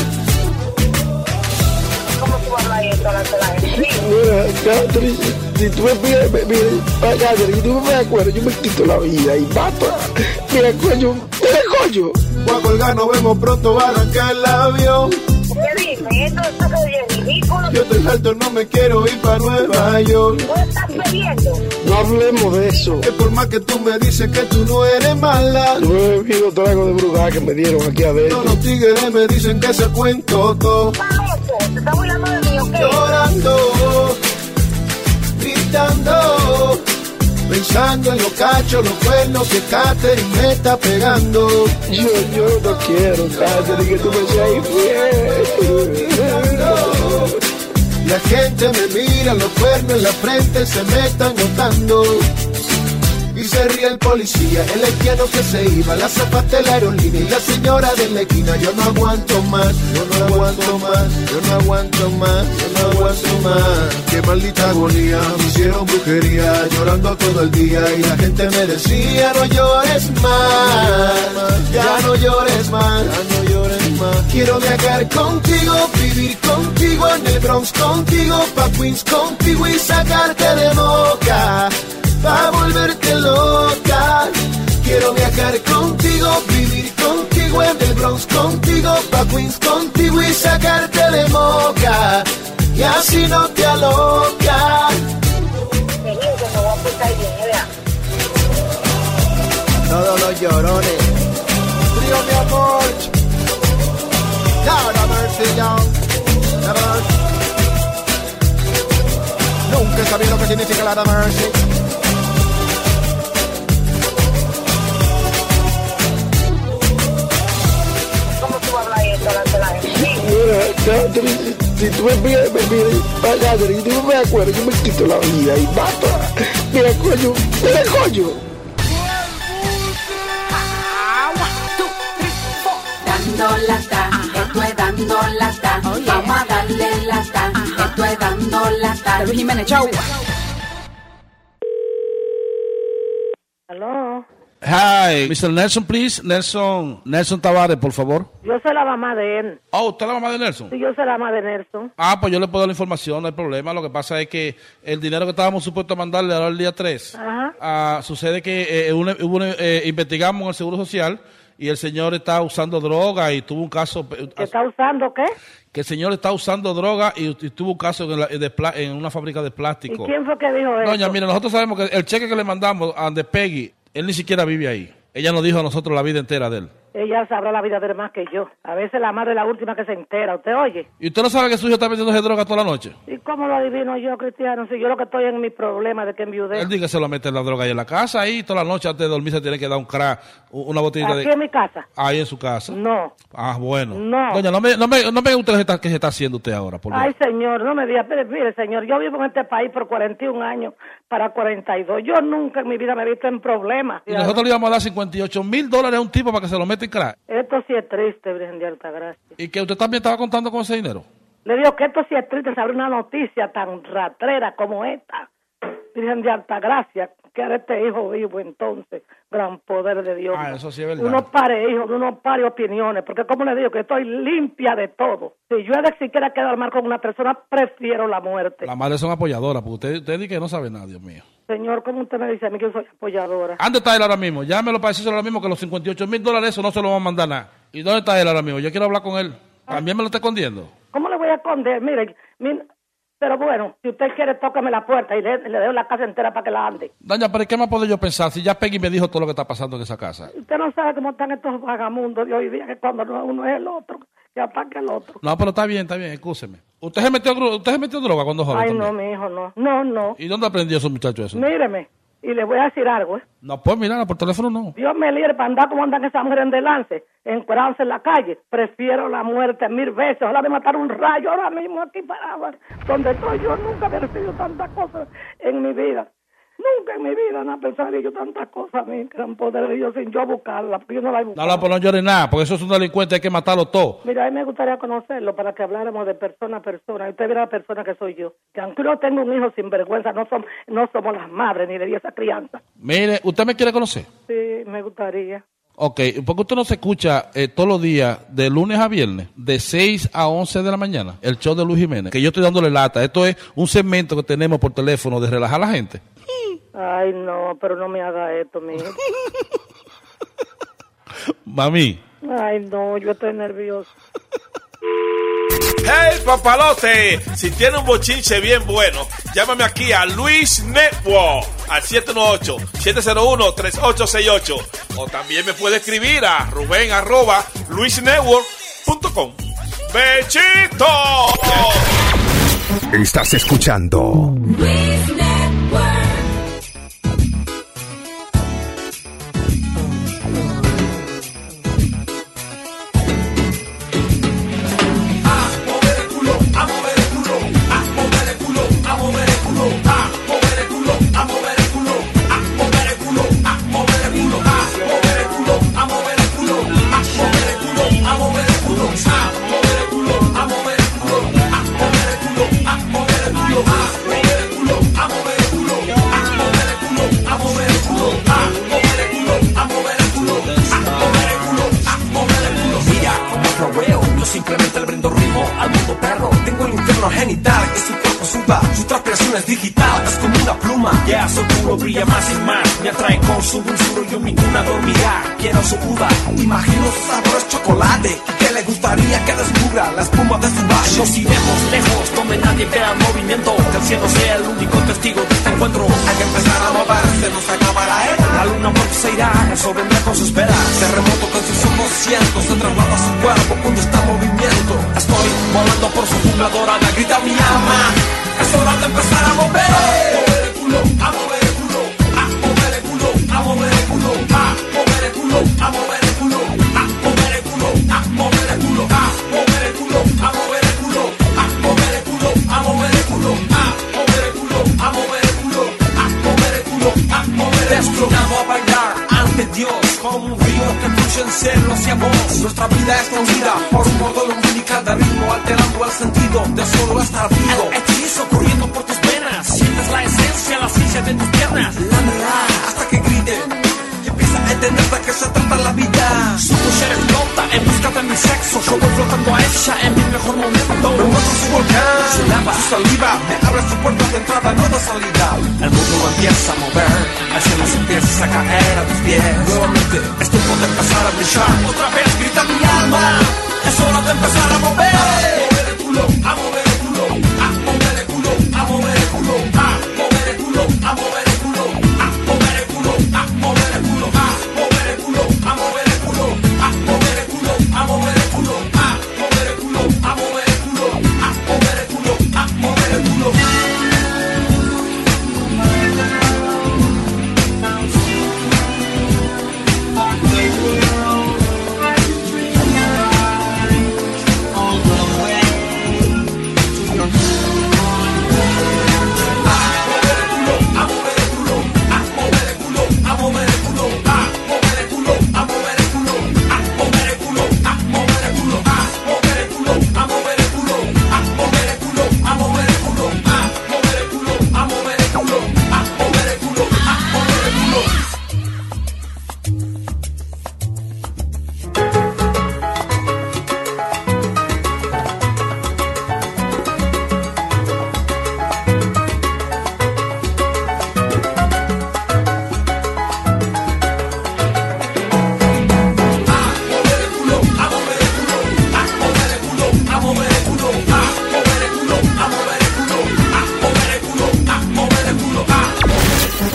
¿Cómo tú hablas ahí delante de la gente?
Mira, Catherine, si tú me pides, me- mira, ah, Catherine, si tú me pides cuero, yo me quito la vida y mato. a- Mira, coño, mira, coño. Voy a colgar, nos vemos pronto, va a arrancar el avión.
¿Qué dime? Esto es todo bien ridículo.
Yo estoy alto, no me quiero ir para Nueva York.
¿Tú estás bebiendo?
No hablemos de eso. Que por más que tú me dices que tú no eres mala. Yo he bebido trago de bruja que me dieron aquí adentro. Todos los tigres me dicen que se cuento todo.
Famoso, te estás burlando de mí, ¿ok?
Llorando, gritando, pensando en los cachos, los cuernos que Catherine me está pegando. Yo, yo no quiero, Catherine, que tú me seas infiel. La gente me mira, los cuernos en la frente se me están notando. Y se ríe el policía, el haitiano que se iba, la zapata de la aerolínea y la señora de la esquina. Yo no aguanto más, yo no aguanto más, yo no aguanto más, yo no aguanto más. Qué maldita agonía, me hicieron brujería, llorando todo el día y la gente me decía no llores más, ya no llores más, ya no llores más. Quiero viajar contigo, vivir contigo en el Bronx contigo, pa Queens contigo y sacarte de boca pa' volverte loca. Quiero viajar contigo, vivir contigo en el Bronx contigo, pa' Queens contigo y sacarte de moca. Y así no te alocas.
Te digo que me voy a portar bien, ¿eh? ¿verdad?
Todos los llorones. Trío mi amor. Down a mercy down. La mercy. Nunca he sabido lo que significa la da mercy.
¿Cómo tú hablas ahí delante de la gente?
Mira, Catherine, si tú me pides, me pides, ah, Catherine, si tú me pides cuero, yo me quito la vida y mato. a- Mira, coño, mira, coño.
Dando lata, esto es dando lata.
Oh,
Vamos a darle lata, esto es dando lata. Luis Jiménez, chau.
Aló,
Hi, Mr. Nelson, please. Nelson, Nelson Tavares, por favor.
yo soy la mamá de él.
Oh, ¿usted es la mamá de Nelson?
Sí, yo soy la mamá de Nelson.
Ah, pues yo le puedo dar la información, no hay problema. Lo que pasa es que el dinero que estábamos supuestos a mandarle ahora el día 3,
Ajá.
ah, sucede que eh, una- hubo una- eh, investigamos en el Seguro Social y el señor está usando droga y tuvo un caso... eh, ah,
¿Que está usando qué?
Que el señor está usando droga y, y tuvo un caso en, la- de pla- en una fábrica de
¿Y
plástico.
quién fue que dijo eso?
Doña, mire, nosotros sabemos que el cheque que le mandamos a de Peggy Él ni siquiera vive ahí. Ella nos dijo a nosotros la vida entera de él.
Ella sabrá la vida de él más que yo. A veces la madre es la última que se entera. ¿Usted oye?
¿Y usted no sabe que su hijo está metiéndose droga toda la noche?
¿Y cómo lo adivino yo, Cristiano? Si yo lo que estoy en mi problema de que enviudé.
Él dice que se lo mete la droga ahí en la casa ahí toda la noche antes de dormir se tiene que dar un crack, u- una botellita
Aquí
de...
en mi casa.
Ahí en su casa.
No.
Ah, bueno.
No.
Doña, no me, no me, no me gusta lo que está- que se está haciendo usted ahora, por Dios.
Ay, señor, no me diga, mire, mire, señor, yo vivo en este país por 41 años, para 42. Yo nunca en mi vida me he visto en problemas.
Y nosotros le íbamos a dar 58 mil dólares a un tipo para que se lo meta en crack.
Esto sí es triste, Virgen de Altagracia.
Y que usted también estaba contando con ese dinero.
Le digo que esto sí es triste saber una noticia tan ratrera como esta. Virgen de Altagracia, que era este hijo vivo entonces, gran poder de Dios.
Ah, eso sí es verdad.
Uno pare hijos, uno pare opiniones, porque como le digo que estoy limpia de todo. Si yo he de siquiera quedar mal con una persona, prefiero la muerte.
Las madres son apoyadoras, porque usted, usted dice que no sabe nada, Dios mío.
Señor, ¿cómo usted me dice a mí que yo soy apoyadora?
¿Dónde está él ahora mismo? Llámelo para decirse ahora mismo que los 58 mil dólares eso no se lo va a mandar nada. ¿Y dónde está él ahora mismo? Yo quiero hablar con él. También me lo está escondiendo.
¿Cómo le voy a esconder? Mire, mire, pero bueno, si usted quiere, tócame la puerta y le, le dejo la casa entera para que la ande.
Doña, pero ¿qué más puedo yo pensar si ya Peggy me dijo todo lo que está pasando en esa casa?
Usted no sabe cómo están estos vagamundos de hoy día, que cuando no es uno es el otro, que ataca el otro.
No, pero está bien, está bien, escúcheme. ¿Usted se metió, gru- usted se metió droga cuando joven?
Ay,
también?
no, mi hijo, no. No, no.
¿Y dónde aprendió ese muchacho eso?
Míreme, y le voy a decir algo. ¿eh?
No, pues mira, por teléfono no.
Dios me libre para andar como andan esas mujeres en delance, encuerarse en la calle. Prefiero la muerte mil veces. Ojalá me matar un rayo ahora mismo aquí parado. Donde estoy yo nunca me recibido tantas cosas en mi vida. Nunca en mi vida una persona me yo tantas cosas, mi gran poder de Dios, sin yo buscarla, porque yo no la he buscado.
No, no, pues no llores nada, porque eso es un delincuente, hay que matarlo todo.
Mira, a mí me gustaría conocerlo para que habláramos de persona a persona. Y usted viera la persona que soy yo. Que aunque uno tenga un hijo sin vergüenza, no, som- no somos las madres ni de esa crianza.
Mire, ¿usted me quiere conocer?
Sí, me gustaría.
Ok, porque usted no se escucha eh, todos los días, de lunes a viernes, de 6 a 11 de la mañana, el show de Luis Jiménez, que yo estoy dándole lata. Esto es un segmento que tenemos por teléfono de relajar a la gente.
Ay, no, pero no me haga esto, mi hijo.
Mami.
Ay, no, yo estoy nerviosa.
¡Hey, papalote! Si tiene un bochinche bien bueno, llámame aquí a Luis Network al 718-701-3868. O también me puede escribir a ruben arroba luisnetwork.com. ¡Bechito!
Estás escuchando
Simplemente le brindo ritmo al mundo perro. Tengo el infierno genital que su cuerpo suba. Su transpiración es digital, es como una pluma. Ya soy puro, brilla más y más. Me atrae con su dulzura y yo mi cuna dormirá. Quiero su uva. Imagino su sabor es chocolate. Que le gustaría que descubra la espuma de su vaso. Nos iremos lejos donde nadie vea el movimiento. Que el cielo sea el único testigo de este encuentro. Hay que empezar a moverse, nos acaba la era. La luna pronto se irá, eso vendrá con sus velas. Terremoto con sus ojos cientos. Se traslada a su cuerpo cuando está en movimiento. Estoy volando por su jungla dorada. Grita mi alma. Es hora de empezar a mover. Destinado a bailar ante Dios como un río que fluye en celo hacia vos. Nuestra vida es unida por un modo luminical de ritmo, alterando el sentido de solo estar vivo. El hechizo corriendo por tus venas, sientes la esencia, la ciencia de tus piernas. Lámela hasta que grite y empieza a entender de qué se trata la vida. Su mujer explota en busca de mi sexo, yo voy flotando a ella en mi mejor momento. Me muestro su volcán, su lava, su saliva, me abre su puerta de entrada, no de salida. El mundo empieza a mover, el cielo se empieza a caer a tus pies. Nuevamente es tiempo de empezar a brillar. Otra vez grita mi alma, es hora de empezar a mover. A mover el culo, a mover el culo, a mover el culo, a mover el culo, a mover el culo, a mover el culo, a mover el culo.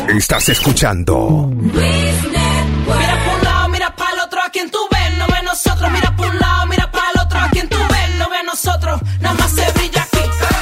Estás escuchando
Mira por un lado, mira para el otro, a quien tú ves, no ve a nosotros. Mira por un lado, mira para el otro, a quien tú ves, no ve a nosotros. Nada más se brilla aquí,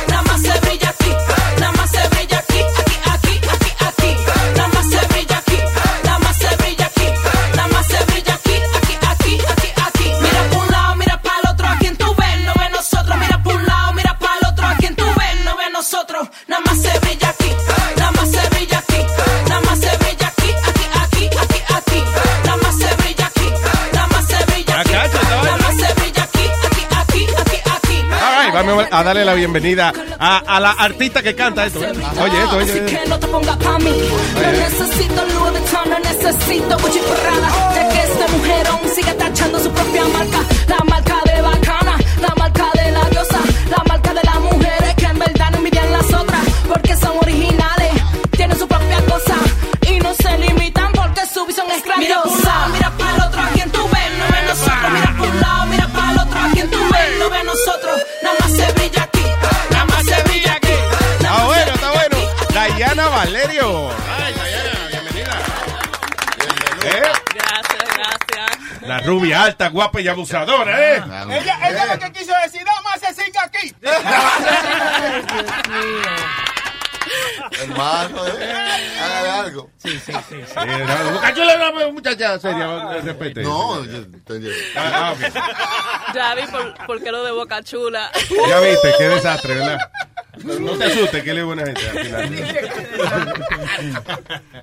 nada más se brilla aquí, nada más se brilla aquí, aquí, aquí, aquí, aquí. Nada más se brilla aquí, nada más se brilla aquí, nada más se brilla aquí, aquí, aquí, aquí, aquí. Mira por un lado, mira para el otro, a quien tú ves, no ve a nosotros. Mira por un lado, mira para el otro, a quien tú ves, no ve a nosotros. Nada más se brilla aquí, nada más se brilla aquí, nada más se brilla aquí, aquí, aquí, aquí, aquí. Nada más se brilla aquí, nada más se brilla aquí, nada más se brilla aquí, aquí, aquí, aquí, aquí.
All right, vamos a darle la bienvenida a, a la artista que canta esto. ¿eh? Oye, esto, oye,
Así
oye.
que no te pongas pa' mí. No necesito Louis Vuitton, no necesito Gucci Prada. Ya que este mujerón sigue tachando su propia marca. La marca de bacana, la marca de la diosa, la marca de las mujeres que en verdad no envidian las otras. Porque son originales, tienen su propia cosa y no se limitan porque su visión es grandiosa. Mira por un lado, mira para el otro, a quien tú ves, no ve a nosotros. Mira por un lado, mira para el otro, a quien tú ves, no ve a nosotros. Nada más se brilla aquí, nada más se brilla aquí.
Está bueno, está bueno. Dayana Valerio. Ay, Dayana, bienvenida.
Gracias, gracias.
¿Eh? La rubia alta, guapa y abusadora, ¿eh?
Ella, ella lo que quiso decir, nada más se cinca aquí.
Hermano, eh, hágale algo. Sí, sí, sí.
Yo le hablaba a una muchacha
Ah,
seria,
respete. No, yo entendí.
Ya vi por, por qué lo de Boca Chula.
Ya viste, qué desastre, ¿verdad? No te asustes, que él es buena gente. al final.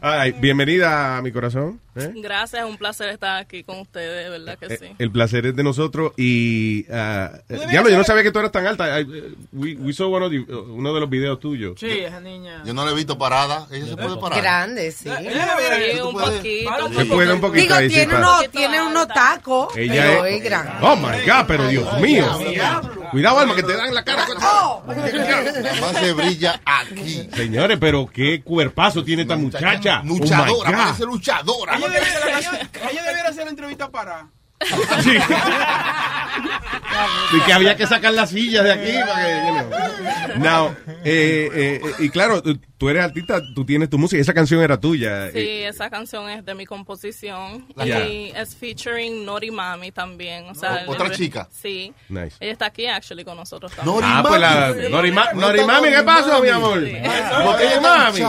Ay, bienvenida a mi corazón. ¿eh?
Gracias, un placer estar aquí con ustedes, de verdad que sí.
El placer es de nosotros y... ah, eh, diablo, yo no sabía que tú eras tan alta. I- we, we saw one of the- uno de los videos tuyos.
Sí, esa niña.
Yo no la he visto parada. Ella se puede parar.
Grande, sí.
Sí, un poquito.
Se puede un poquito
Digo,
ahí, sí,
tiene,
para-
unos, tiene unos tacos,
Ella
pero
es-
es grande.
Oh, my God, pero Dios mío. Cuidado, Alma, que te dan la cara.
Más se brilla aquí.
Señores, pero qué cuerpazo tiene esta muchacha. oh my
Luchadora,
God.
parece luchadora.
Ella debiera, ella- ella debiera hacer la entrevista para.
Y que había que sacar las sillas de aquí. para que, you know. Now, eh, eh, eh, y claro, tú- tú eres artista, tú tienes tu música. Esa canción era tuya.
Sí,
Eh,
esa canción es de mi composición
La-
y
Yeah.
es featuring Nori Mami también. O sea,
Oh, otra
el-
chica.
Sí.
Nice.
Ella está aquí, actually, con nosotros también.
ah, pues la Norima-
No
Norimami,
está
¿qué
Norimami.
pasó, mi amor?
Sí.
¿Por qué mami?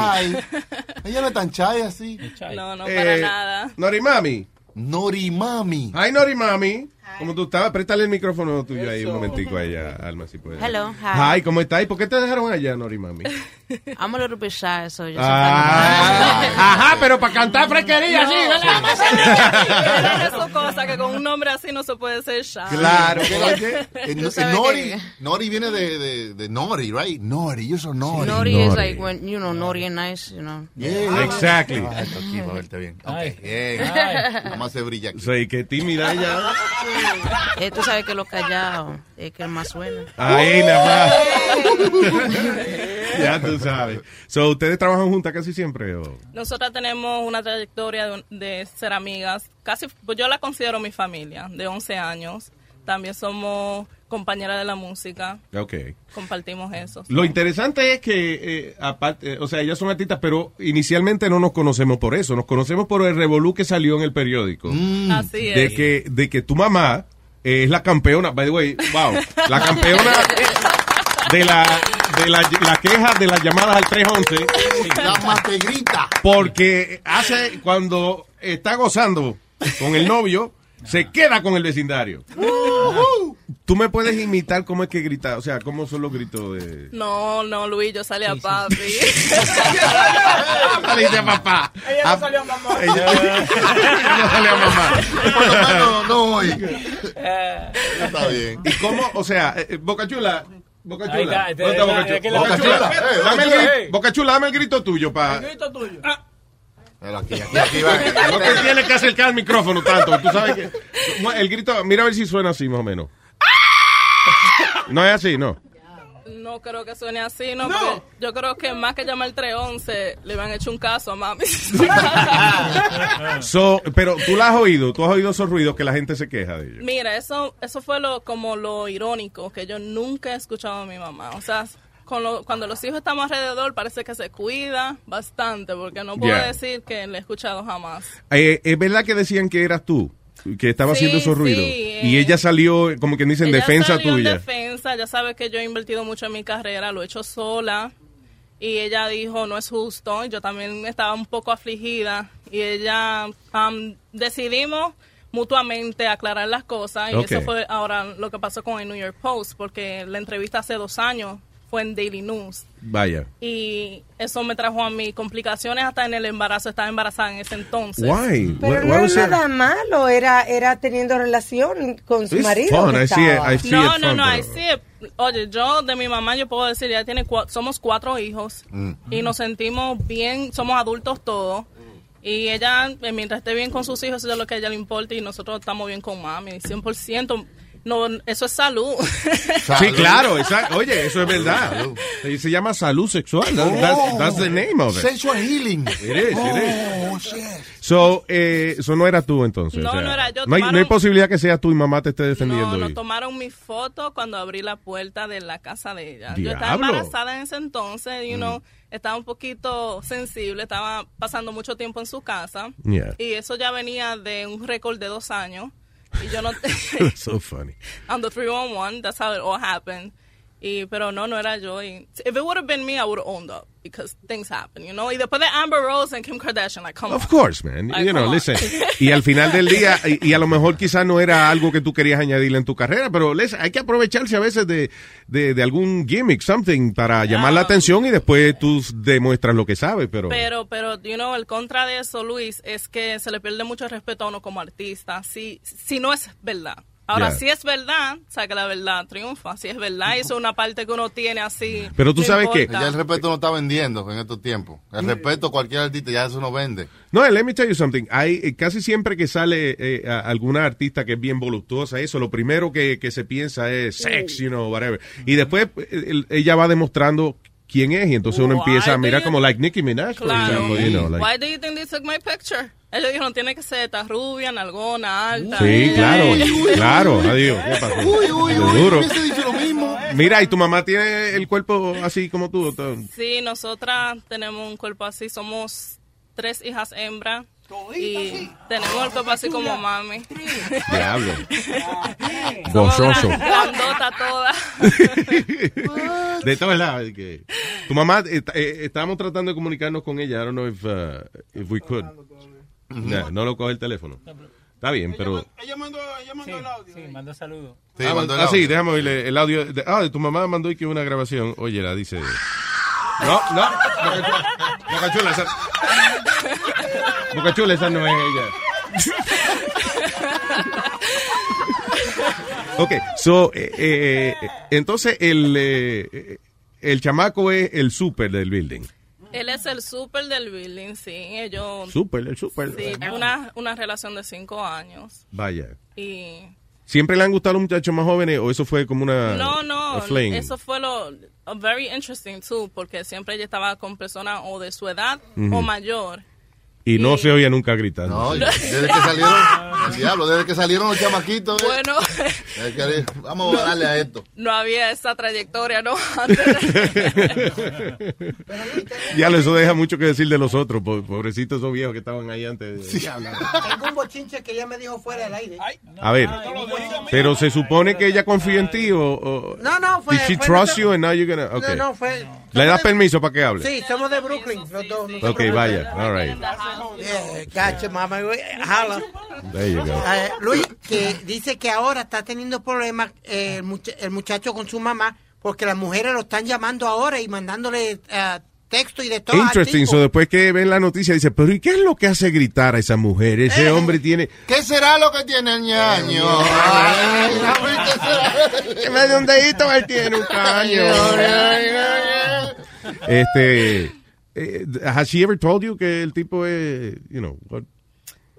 Ella no es tan chai así.
No, no,
Eh,
para nada.
Norimami. Norimami. Ay, Norimami. ¿Cómo tú estabas? Préstale el micrófono tuyo ahí un momentico a ella, Alma, si puedes.
Hello, hi.
Ay, ¿cómo estás? ¿Y por qué te dejaron allá, Norimami?
Amo los rupichas, soy yo.
Ajá, Ah, pero para cantar fresquería,
No.
sí, ¿verdad?
Esa es su cosa, que con un nombre así no se puede ser shy.
Claro, que la que-
Tú
el- el
sabes
Nori,
que-
Nori viene de, de, de Nori, right? Nori, yo soy Nori.
Nori is like when, you know, Nori is nice, you know.
Yeah.
Exactly.
Ah, esto
Mm.
aquí para verte bien. Ok, bien.
Ay.
Nada más se brilla aquí.
Soy que tímida ella.
Eh, tú sabes que los callados es que el más suena.
Ahí nada más. ya tú sabes. So, ¿Ustedes trabajan juntas casi siempre? o?
Nosotras tenemos una trayectoria de, de ser amigas, casi, pues yo la considero mi familia, de 11 años. También somos compañeras de la música,
Ok.
compartimos eso.
Lo interesante es que, eh, aparte, eh, o sea, ellas son artistas, pero inicialmente no nos conocemos por eso. Nos conocemos por el revolú que salió en el periódico.
Así
de
es.
que de que tu mamá eh, es la campeona by the way wow la campeona de la de la, la queja de las llamadas al 311
La mategrita.
porque hace cuando está gozando con el novio se queda con el vecindario tú me puedes imitar cómo es que grita o sea cómo son los gritos de
No, no, Luis, yo salí a papi.
Saliste a papá.
Ah.
Ella
no
salió a mamá.
no salió mamá
No, no hoy.
está bien y cómo o sea eh, eh, Boca Chula Boca
Ahí
Chula.
está,
¿Dónde está Boca
aquí
Chula?
la-
Boca
aquí
Chula,
la-
eh,
Boca
dame el
Chula,
gri- Boca Chula, dame el grito tuyo para
Grito tuyo.
Ah.
Pero aquí, aquí, aquí va.
No te tienes que acercar al micrófono tanto. Tú sabes que. El grito, mira a ver si suena así más o menos.
¡Ah!
No es así, no.
No creo que suene así, no, porque yo creo que más que llamar el 311, le han hecho un caso a mami.
Ah.
So, pero tú la has oído, tú has oído esos ruidos que la gente se queja de ellos.
Mira, eso eso fue lo como lo irónico, que yo nunca he escuchado a mi mamá. O sea, con lo- cuando los hijos estamos alrededor, parece que se cuida bastante, porque no puedo
Yeah.
decir que le he escuchado jamás.
Eh, ¿Es verdad que decían que eras tú? Que estaba
Sí,
haciendo esos
sí,
ruidos.
eh.
y ella salió, como quien dice, en
Ella
defensa
salió en
tuya.
defensa, ya sabes que yo he invertido mucho en mi carrera, lo he hecho sola. Y ella dijo, no es justo. y Yo también estaba un poco afligida. Y ella, am, decidimos mutuamente aclarar las cosas. Y
Ok.
eso fue ahora lo que pasó con el New York Post, porque la entrevista hace dos años fue en Daily News.
Vaya.
Y eso me trajo a mí complicaciones hasta en el embarazo. Estaba embarazada en ese entonces.
Why?
Pero
Why-
no
why
era
was that-
nada malo, era, era teniendo relación con su
It's
marido.
fun,
que
I see it,
estaba.
I see
Ah, No,
it
no,
fun, pero-
no, ahí sí. Oye, yo de mi mamá yo puedo decir, ella tiene cua- somos cuatro hijos
Mm.
y nos sentimos bien, somos adultos todos. Y ella, eh, mientras esté bien con sus hijos, eso es lo que a ella le importa y nosotros estamos bien con mami, 100%. No, eso es salud.
Sí, claro, exacto. Oye, eso es verdad. Eh, Se llama salud sexual. That-
Oh.
that's, that's the name of it.
Sexual healing.
It is, it is.
Oh, shit.
So, eh, so no era tú entonces.
No,
o sea,
no era yo,
No hay, no hay
tomaron-
posibilidad que sea tú y mamá te esté defendiendo.
No, no
hoy.
tomaron mi foto cuando abrí la puerta de la casa de ella. Yo estaba
Diablo. Mm.
embarazada en ese entonces, you know, estaba un poquito sensible, estaba pasando mucho tiempo en su casa.
Yeah.
Y eso ya venía de un récord de dos años. Y yo no...
That's so funny.
on the 311, that's how it all happened. Y, pero no, no era yo. Y, if it would have been me, I would have owned up. Because things happen, you know. Y después de Amber Rose and Kim Kardashian, like, come
Of
on.
course, man.
Ay,
you know,
come on.
listen. Y al final del día, y, y a lo mejor quizás no era algo que tú querías añadirle en tu carrera, pero listen, hay que aprovecharse a veces de, de, de algún gimmick, something, para llamar la atención y después tú demuestras lo que sabes, pero...
Pero, pero, you know, el contra de eso, Luis, es que se le pierde mucho el respeto a uno como artista. Si, si no es verdad. Ahora,
Ya.
si es verdad, o sea, que la verdad triunfa. Si es verdad, eso es una parte que uno tiene así. no importa.
Ya el respeto no está vendiendo en estos tiempos. El respeto a cualquier artista ya eso no vende.
No, eh, let me tell you something. Hay, eh, casi siempre que sale eh, a- alguna artista que es bien voluptuosa, eso, lo primero que, que se piensa es sex, you know, whatever.
Mm-hmm.
Y después eh, el- ella va demostrando quién es y entonces uno empieza a mirar como like Nicki Minaj, por
Claro.
ejemplo, you know, like-
Why do you think they took my picture? Ellos dijeron, tiene que ser tan rubia, nalgona, alta.
Sí,
Ella
claro,
es-
claro, adiós. ¿Qué pasó?
Uy, uy,
uy,
Duro.
hubiese dicho lo mismo.
Mira, y tu mamá tiene el cuerpo así como tú. todo?
Sí, nosotras tenemos un cuerpo así. Somos tres hijas hembras. Y tenemos el cuerpo así como mami.
Diablo.
Somos
Gozoso.
gran- Grandota toda.
De todos lados. que- Tu mamá, eh, ta- eh, estábamos tratando de comunicarnos con ella. I don't know if, uh, if we could. No, no lo coge el teléfono. Está bien, pero...
Ella mandó, ella mandó el audio. Sí, mandó saludos.
ah, ah, sí, déjame oírle el audio. de- ah, de tu mamá mandó aquí una grabación. Oye, la dice... No, no. Bocachula, Bocachula, esa, Bocachula, esa no es ella. Ok, so, eh, eh, eh, entonces el, eh, eh, el chamaco es el super del building.
Él es el súper del building, sí. Ellos.
Súper, el súper.
Sí, una, una relación de cinco años.
Vaya.
Y
¿Siempre le han gustado los muchachos más jóvenes o eso fue como una...
No,
Ah, a
no,
fling?
eso fue lo uh, very interesting too, porque siempre ella estaba con personas o de su edad
Ujú.
o mayor.
Y no se oía nunca gritando.
No, desde que salieron, el diablo, desde que salieron los chamaquitos. eh,
Bueno,
desde que- vamos a darle a esto.
no había esa trayectoria, ¿no? Antes de-
Ya, eso deja mucho que decir de los otros, po- pobrecitos esos viejos que estaban ahí antes. de-
Tengo un bochinche que ella me dijo fuera del aire.
A ver, pero se supone que ella confía en ti o... o-
No, no, fue-
Did she
fue
trust
nuestro-
you and now you're gonna...
No,
okay.
no, fue.
¿Le das permiso para que hable?
Sí, somos de Brooklyn, los dos. no se
Ok,
preocupen.
vaya, all right.
Yeah, gotcha, mama. eh, Jala.
There you go.
Eh, Luis, que dice que ahora está teniendo problemas eh, el, much- el muchacho con su mamá porque las mujeres lo están llamando ahora y mandándole eh, texto y de todo. al
Interesting,
tipo.
so después que ven la noticia dice, pero ¿y qué es lo que hace gritar a esa mujer? Ese hombre tiene...
¿Qué será lo que tiene el ñaño? Ay, a ver, ¿qué será?
Que me dé un dedito, él tiene un caño. Este... eh, has she ever told you que el tipo es, you know, what-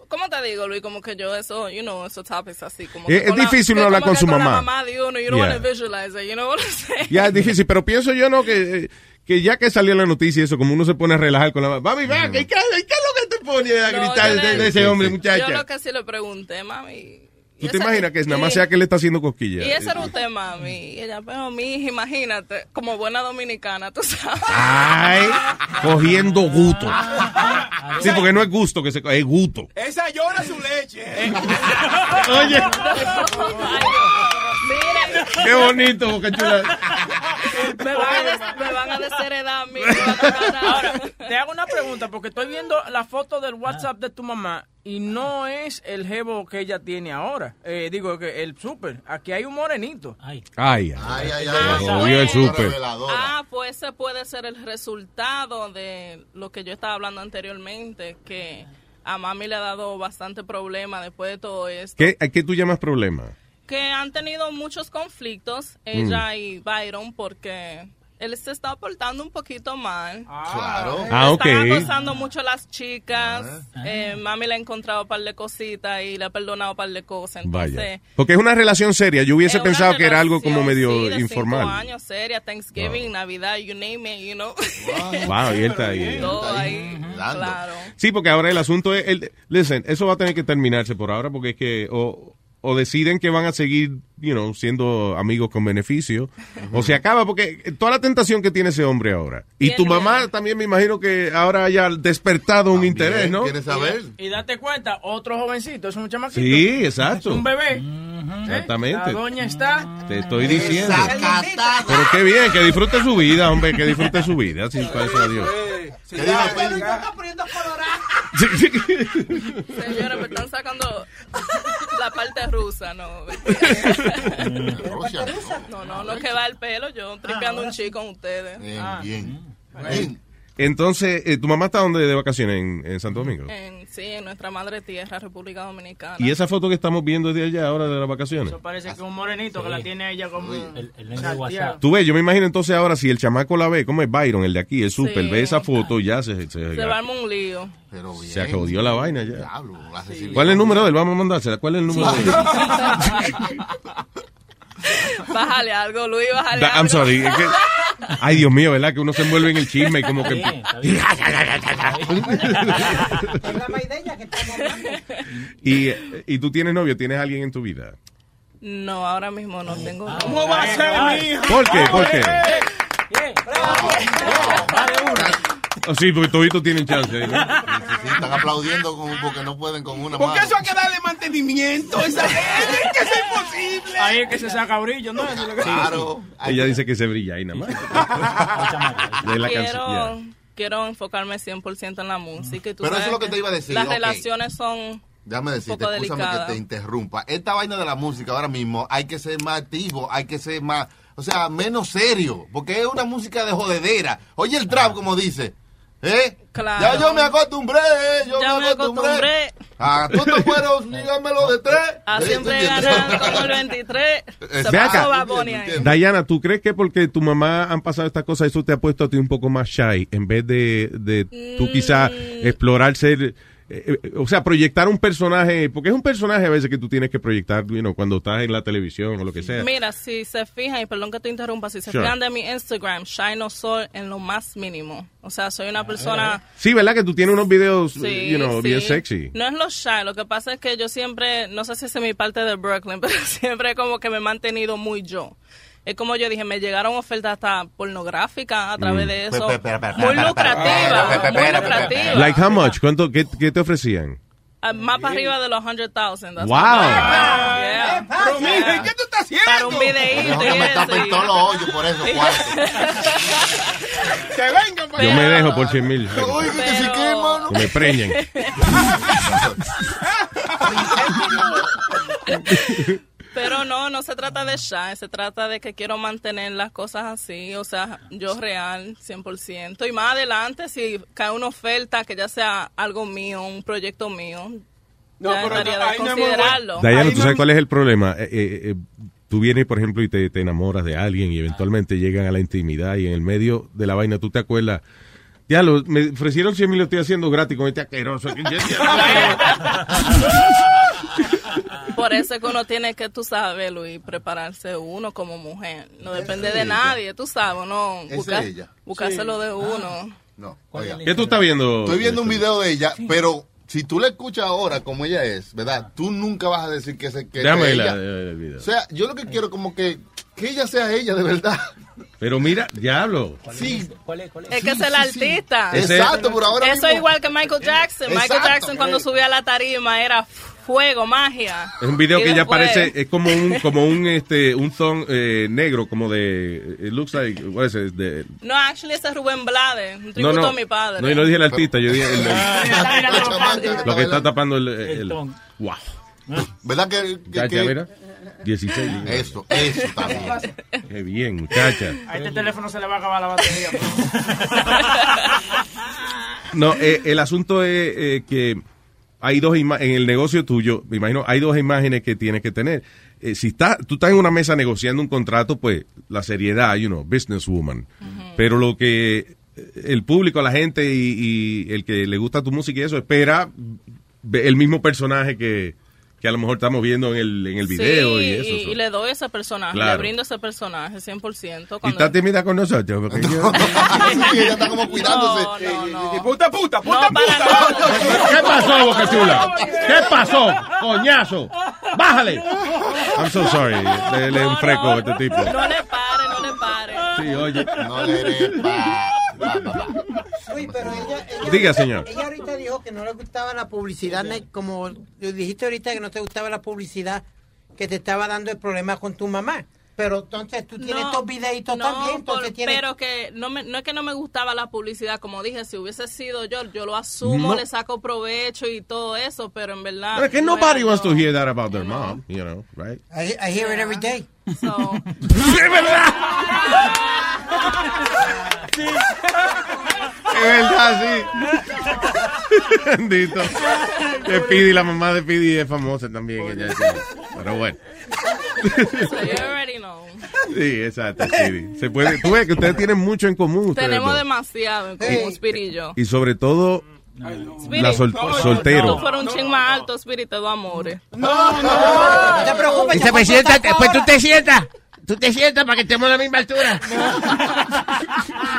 ¿Cómo te digo, Luis? Como que yo eso, you know, esos topics así como
Es-
que
es
con la-
difícil
que
uno hablar
como
con
que
su
la
mamá.
mamá de uno, you don't
Yeah.
wanna visualize it, you know what I'm saying?
Ya es difícil, pero pienso yo no que, que ya que salió la noticia y eso, como uno se pone a relajar con la mamá. Mami, vea, ¿qué, qué, qué es lo que te pone a
No,
gritar
yo le-
de, de ese hombre,
Yo
muchacha?
lo que sí le pregunté, mami,
¿Tú
Y
te
esa-
imaginas que nada más
sí.
sea que le está haciendo cosquillas?
Y ese era usted, mami. Y ella, pero mija, imagínate, como buena dominicana, tú sabes.
Ay, cogiendo gusto.
Ah.
Sí, porque no es gusto que se co- es gusto.
Esa llora su leche. eh.
Oye.
Mira,
Qué bonito, Boca Chula.
me van a, des- me van a desheredar, mira.
Ahora, te hago una pregunta, porque estoy viendo la foto del WhatsApp de tu mamá y no es el jevo que ella tiene ahora. Eh, digo, que el súper. Aquí hay un morenito.
Ay, ay,
Ay, ay, ay.
Me jodió el súper.
Ah, pues ese puede ser el resultado de lo que yo estaba hablando anteriormente, que a mami le ha dado bastante problema después de todo esto.
¿Qué, a ¿Qué tú llamas problema?
que han tenido muchos conflictos,
Mm.
ella y Byron, porque él se está portando un poquito mal.
Claro.
Ah,
Están
ok. Ah.
acosando mucho a las chicas. Eh, mami le ha encontrado un par de cositas y le ha perdonado un par de cosas. Entonces,
Vaya. Porque es una relación seria. Yo hubiese pensado que era algo como medio
sí, de cinco
informal.
años, seria, Thanksgiving, Navidad, you name it, you know.
Wow, y él está ahí. eh.
Todo ahí, claro.
Sí, porque ahora el asunto es, el, listen, eso va a tener que terminarse por ahora porque es que o, o deciden que van a seguir, you know, siendo amigos con beneficio, o se acaba porque toda la tentación que tiene ese hombre ahora. Y tu mamá también me imagino que ahora haya despertado un interés, ¿no?
¿Quieres saber?
Y date cuenta, otro jovencito, es un chamaquito.
Sí, exacto.
Es un bebé. La
Exactamente.
doña está.
Te estoy diciendo.
Desacatada.
Pero qué bien, que disfrute su vida, hombre, que disfrute su vida, sin para eso, adiós.
Señora, me están sacando la parte rusa, ¿no?
Mm,
No, no, no que va el pelo, yo tripeando un chico con ustedes. Ah.
Entonces, eh, ¿tu mamá está donde de vacaciones? ¿En, en Santo Domingo?
En- sí, en nuestra madre tierra, República Dominicana.
¿Y esa foto que estamos viendo de allá ahora de las vacaciones?
Parece que un morenito que la tiene ella como. El,
WhatsApp.
Tú ves, yo me imagino entonces ahora si el chamaco la ve, ¿cómo es Byron, el de aquí, el super,
Sí.
ve esa foto ya se, se,
Se va a armar un lío. Pero
se acodió la vaina ya.
Ah,
¿Cuál es el número de él? Vamos a mandársela. ¿Cuál es el número de él?
Bájale algo, Luis, bájale
Da-
algo.
I'm sorry. es que- ay, Dios mío, ¿verdad? Que uno se envuelve en el chisme y como que... y, eh, y tú tienes novio, tienes alguien en tu vida.
No, ahora mismo no tengo.
Ah, ¿Cómo va a ser, mija?
¿Por qué? ¿Por qué? Oh, sí, porque toditos tienen chance. ¿no?
Están aplaudiendo con- porque no pueden con una
Porque
mano.
eso hay que darle mantenimiento. Esa es que es imposible.
Ahí es que se saca brillo, ¿no?
Claro.
Ella dice que se brilla ahí nada más. De la canción. ya.
Quiero, quiero enfocarme 100% en la música. y tú
Pero eso
sabes
es lo que te iba a decir,
Las
ok.
relaciones son.
Déjame decirte,
poco
escúchame
delicada.
que te interrumpa. Esta vaina de la música ahora mismo hay que ser más activo, hay que ser más, o sea, menos serio, porque es una música de jodedera. Oye el trap como dice, ¿eh?
Claro.
Ya yo me acostumbré, eh, yo
Ya
me
me acostumbré.
acostumbré. A todos los fueron, dígamelo de tres.
A
¿Eh?
Ah, siempre
¿Tú entiendes?
ganar como el 23. Se
Ve
pasó
acá.
Bad Bunny ahí.
Dayana, ¿tú crees que porque tu mamá han pasado estas cosas, eso te ha puesto a ti un poco más shy en vez de, de
Mm.
tú quizás explorar ser, eh, eh, o sea, proyectar un personaje, porque es un personaje a veces que tú tienes que proyectar you know, cuando estás en la televisión o lo que sea.
Mira, si se fijan, y perdón que te interrumpa, si se
Sure.
fijan de mi Instagram, Shine Sol en lo más mínimo. O sea, soy una persona.
Sí, ¿verdad? Que tú tienes unos videos,
Sí,
Ah, you know,
sí.
bien sexy.
No es lo shy, lo que pasa es que yo siempre, no sé si es en mi parte de Brooklyn, pero siempre como que me he mantenido muy yo. Es como yo dije, me llegaron ofertas hasta pornográficas a
Mm.
través de eso.
Pe- pe- pe- pe-
Muy
pe- pe- pe-
lucrativa,
pe-
muy
pe-
lucrativa.
Like how much? ¿Cuánto, qué, qué te ofrecían?
Ah, Más para arriba de los 100,000.
Wow.
that's what I'm saying. Yeah.
Pero, mija, ¿qué tú estás haciendo?
Para un videíto y
Mejor que me
eso,
tapen
y-
todos los hoyos por eso, cuarto.
Que vengan para
Yo me
acá.
dejo por 100 mil.
Oye, que se quede, mano.
Que me preñen.
Pero no, no se trata de shy, se trata de que quiero mantener las cosas así, o sea, yo real, 100%. Y más adelante, si cae una oferta que ya sea algo mío, un proyecto mío,
No,
ya
pero
estaría
no,
de
ahí no es muy
considerarlo.
Dayana, ¿tú sabes cuál es el problema? Eh, eh, eh, tú vienes, por ejemplo, y te, te enamoras de alguien y eventualmente llegan a la intimidad y en el medio de la vaina tú te acuerdas. Ya, lo, me ofrecieron 100 mil, lo estoy haciendo gratis con este asqueroso.
Por eso es que uno tiene que, tú sabes, Luis, prepararse uno como mujer. No depende de
ella.
nadie, tú sabes, no.
Esa es ella.
Buscárselo de uno.
Oiga.
¿Qué tú estás viendo?
Estoy viendo un video de ella, pero si tú la escuchas ahora como ella es, ¿verdad? Tú nunca vas a decir que es que
Déjame
que
ver la- eh,
ella.
el video.
O sea, yo lo que quiero como que que ella sea ella de verdad.
Pero mira, diablo.
Sí.
Es que es el artista.
Ese- Exacto,
por ahora
Eso
mismo.
igual que Michael Jackson. Michael
Exacto,
Jackson cuando subía a la tarima era fuego, magia.
Es un video
Y
que ya
después-
parece, es como un, como un, este, un thong eh, negro, como de, eh, it looks like, what is it, de-
No, actually ese es Rubén Blades, un tributo
no, no,
a mi padre.
no, yo no dije el artista, yo dije el- el- lo que está
bailando.
tapando el, el-
El thong.
wow.
¿Verdad que, que-
Muchacha,
que-
mira, 16.
Eso, eso está bien.
Qué bien, muchacha.
A este teléfono se le va a acabar la batería.
No, eh, el asunto es eh, que hay dos ima- en el negocio tuyo, me imagino, hay dos imágenes que tienes que tener. Eh, si está, tú estás en una mesa negociando un contrato, pues la seriedad, you know, businesswoman. Pero lo que eh, el público, la gente y, y el que le gusta tu música y eso espera ve- el mismo personaje que, que a lo mejor estamos viendo en el, en el video
Sí,
y eso. so.
y le doy ese personaje, le
Claro.
brindo ese personaje 100%.
Y
Cuando...
está tímida con nosotros. porque yo-
ella está como cuidándose. Eh,
Puta, puta,
puta, puta.
¿Qué pasó, Boquechula? ¿Qué pasó, coñazo? ¡Bájale! I'm so sorry. Le, le enfreco a este tipo.
No le pare, no le pare.
Sí, oye.
No le
Uy, pero ella, ella-
Diga, señor.
Ella ahorita dijo que no le gustaba la publicidad, ne- como dijiste ahorita que no te gustaba la publicidad que te estaba dando el problema con tu mamá. Pero entonces tú tienes
No,
estos videitos
no,
también, entonces
por-
tienes...
pero que no, me- no es que no me gustaba la publicidad, como dije, si hubiese sido yo, yo lo asumo,
No.
le saco provecho y todo eso, pero en verdad...
Pero es que
no
nobody
era
wants
yo.
to hear that about their mom, you know, right?
I, I hear it every day.
¡Es verdad! ¡Es verdad, sí! Bendito. Que Pidi, la mamá de Pidi es famosa también. que ella es- pero bueno.
So you already know.
Sí, exacto, Pidi. Se puede, tú ves que ustedes tienen mucho en común. ustedes
Tenemos
dos.
demasiado en común, Spirit y yo.
Y sobre todo,
Spirit,
la sol-
tú-
soltero.
Tú fueras un ching más alto, Spirit, te doy amores.
No,
no,
te preocupes.
Vicepresidenta, pues tú te sientas. Tú te sientas para que estemos a la misma altura.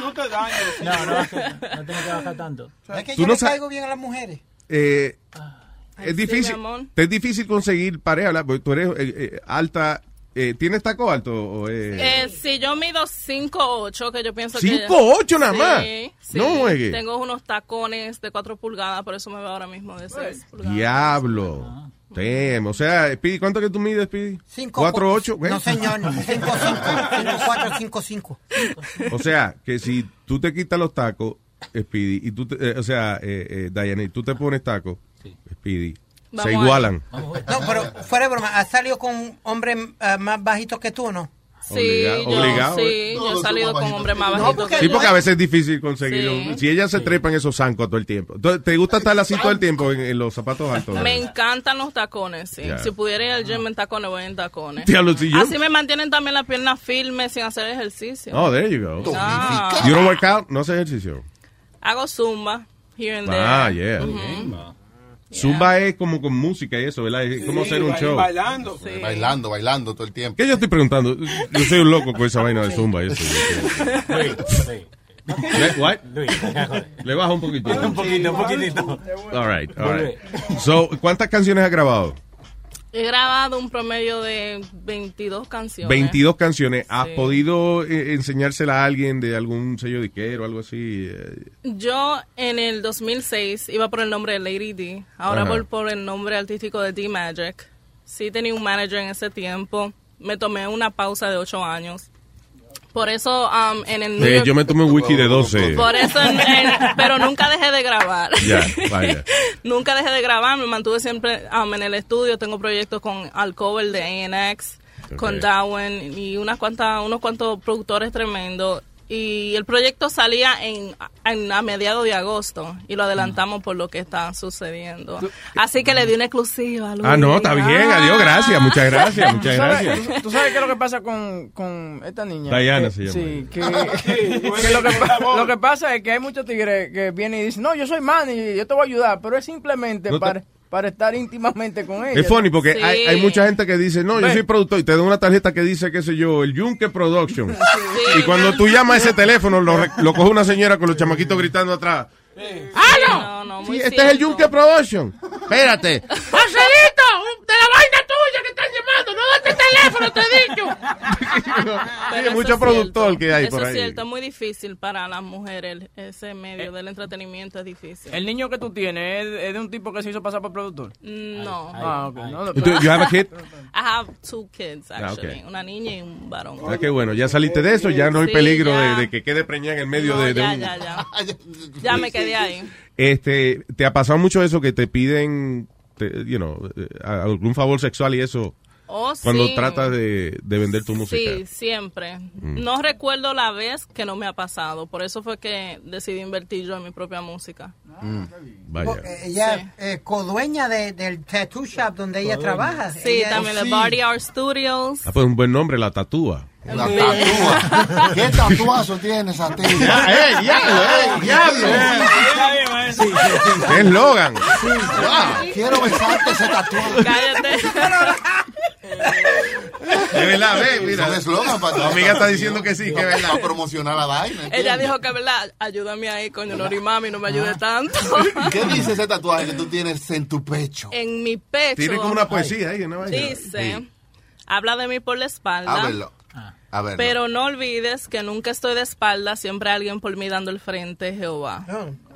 No te dañes. No, no, no tengo que bajar tanto.
Es que
Tú
yo
no
no le
sa-
caigo bien a las mujeres.
Eh, es
Ay, sí,
difícil,
mi amor.
te es difícil conseguir pareja, ¿verdad? porque tú eres eh, eh, alta. Eh, ¿Tienes taco alto? O, eh?
Eh, si yo mido 5'8", que yo pienso que...
5'8" nada más.
Sí, sí.
No juegue.
Tengo unos tacones de 4 pulgadas, por eso me veo ahora mismo de 6
Pues,
pulgadas.
Diablo. Damn, O sea, Speedy, ¿cuánto que tú mides, Speedy?
Cinco, pues.
¿Cuatro, ocho?
No, señor. Cinco, cinco, cinco, cuatro, cinco, cinco.
O sea, que si tú te quitas los tacos, Speedy, y tú, te- eh, o sea, eh, eh, Diane, y tú te pones tacos, Speedy,
Vamos
se
a-
igualan.
No, pero fuera de broma, ¿has salido con hombres eh, más bajitos que tú o no?
Sí, yo,
obligado,
sí, yo he salido con hombres más bajitos. que
Sí,
yo.
porque a veces es difícil conseguirlo.
Sí.
Si ella se trepa en esos zancos todo el tiempo. Entonces, ¿Te gusta estar así todo el tiempo en, en los zapatos altos?
Me encantan los tacones, sí.
Ya.
Si pudiera ir al gym en tacones, voy en tacones.
Diablo, si yo-
Así me mantienen también las piernas firmes sin hacer ejercicio.
Oh, there you go.
Ah.
You don't work out, no hace ejercicio.
Hago zumba, here and there.
Ah, yeah.
Ujú.
Zumba es como con música y eso, ¿verdad? Es como hacer un show.
Bailando.
Bailando, bailando todo el tiempo.
¿Qué yo estoy preguntando? Yo soy un loco con esa vaina de zumba. y Eso. Le- what? Le bajo un poquito.
Un poquito, un poquitito.
All right, all right. So, ¿cuántas canciones has grabado?
He grabado un promedio de 22 canciones.
22 canciones. ¿Has
Sí.
podido eh, enseñársela a alguien de algún sello disquero o algo así? eh?
Yo en el 2006 iba por el nombre de Lady D, ahora
Ajá.
voy por el nombre artístico de D-Magic. Sí tenía un manager en ese tiempo, me tomé una pausa de 8 años. Por eso um, en el... New
Eh,
York-
yo me tomé un wiki de 12.
Por eso, en- en- pero nunca dejé de grabar.
Ya, vaya.
nunca dejé de grabar, me mantuve siempre um, en el estudio. Tengo proyectos con Alcover de ANX, con
Ok.
Darwin y unas cuantas, unos cuantos productores tremendos. Y el proyecto salía en, en- a mediados de agosto y lo adelantamos por lo que está sucediendo. Así que le di una exclusiva. Luis.
Ah, no, está bien. Adiós, gracias. Muchas gracias, muchas
¿Tú sabes-
gracias.
¿Tú sabes qué es lo que pasa con, con esta niña?
Diana
Que-
se llama
Sí,
ella.
que,
Ah,
que lo, que pa- lo que pasa es que hay muchos tigres que vienen y dicen, no, yo soy man y yo te voy a ayudar, pero es simplemente
No te-
para, para estar íntimamente con ella.
Es funny porque hay, hay mucha gente que dice, no, yo
Ve.
soy productor y te dan una tarjeta que dice, qué sé yo, el Yunque Production. Y cuando tú llamas a ese teléfono, lo, re- lo coge una señora con los chamaquitos gritando atrás.
¡Ah, ¡Halo!
Sí, este es el Yunque Production. Espérate.
¡Marcelito! un- ¡De la vaina tuya que están llamando! ¡No date el teléfono, te he dicho!
Tiene
eso
mucho
es
productor
cierto.
que hay
Eso
por
es
ahí.
cierto, es muy difícil para las mujeres el- ese medio del entretenimiento es difícil.
El niño que tú tienes ¿es, es de un tipo que se hizo pasar por productor.
Mm, No.
Ah, ok. No, no,
Do you have a kid?
I have two kids
Ah, ok.
actually, una niña y un varón.
Ah, qué bueno, ya saliste de eso, ya no hay
Sí,
peligro
ya.
de, de que quede preñada en el medio
No,
de, de
ya,
un-
ya, ya. Ya me quedé ahí.
Este, ¿Te ha pasado mucho eso que te piden, te- you know, eh, algún favor sexual y eso?
Oh,
cuando
sí.
tratas de, de vender tu música.
Sí, siempre.
Mm.
No recuerdo la vez que no me ha pasado. Por eso fue que decidí invertir yo en mi propia música.
Mm, Vaya.
eh, Ella es codueña de- del tattoo shop donde ella trabaja.
Sí,
Ella-
también la Body Art Studios.
Ah, pues un buen nombre, la tatúa.
La Sí. tatúa.
¿Qué tatuazo tienes a ti?
Ya, eh, diablo, eh, diablo.
Es Logan. eh.
Quiero besarte ese tatuaje.
Es verdad, ve, mira.
Son eslogan para-
Tu amiga está diciendo que sí, que es verdad.
Para promocionar la vaina.
Ella dijo que, verdad, ayúdame ahí, coño, Lori Mami, no me
Ah.
ayude tanto.
¿Qué dice ese tatuaje que tú tienes en tu pecho?
en mi pecho.
Tiene como una poesía ahí, una vaina.
Dice,
Sí.
habla de mí por la espalda.
A verlo.
Ah.
A verlo.
Pero no olvides que nunca estoy de espalda, siempre hay alguien por mí dando el frente, Jehová.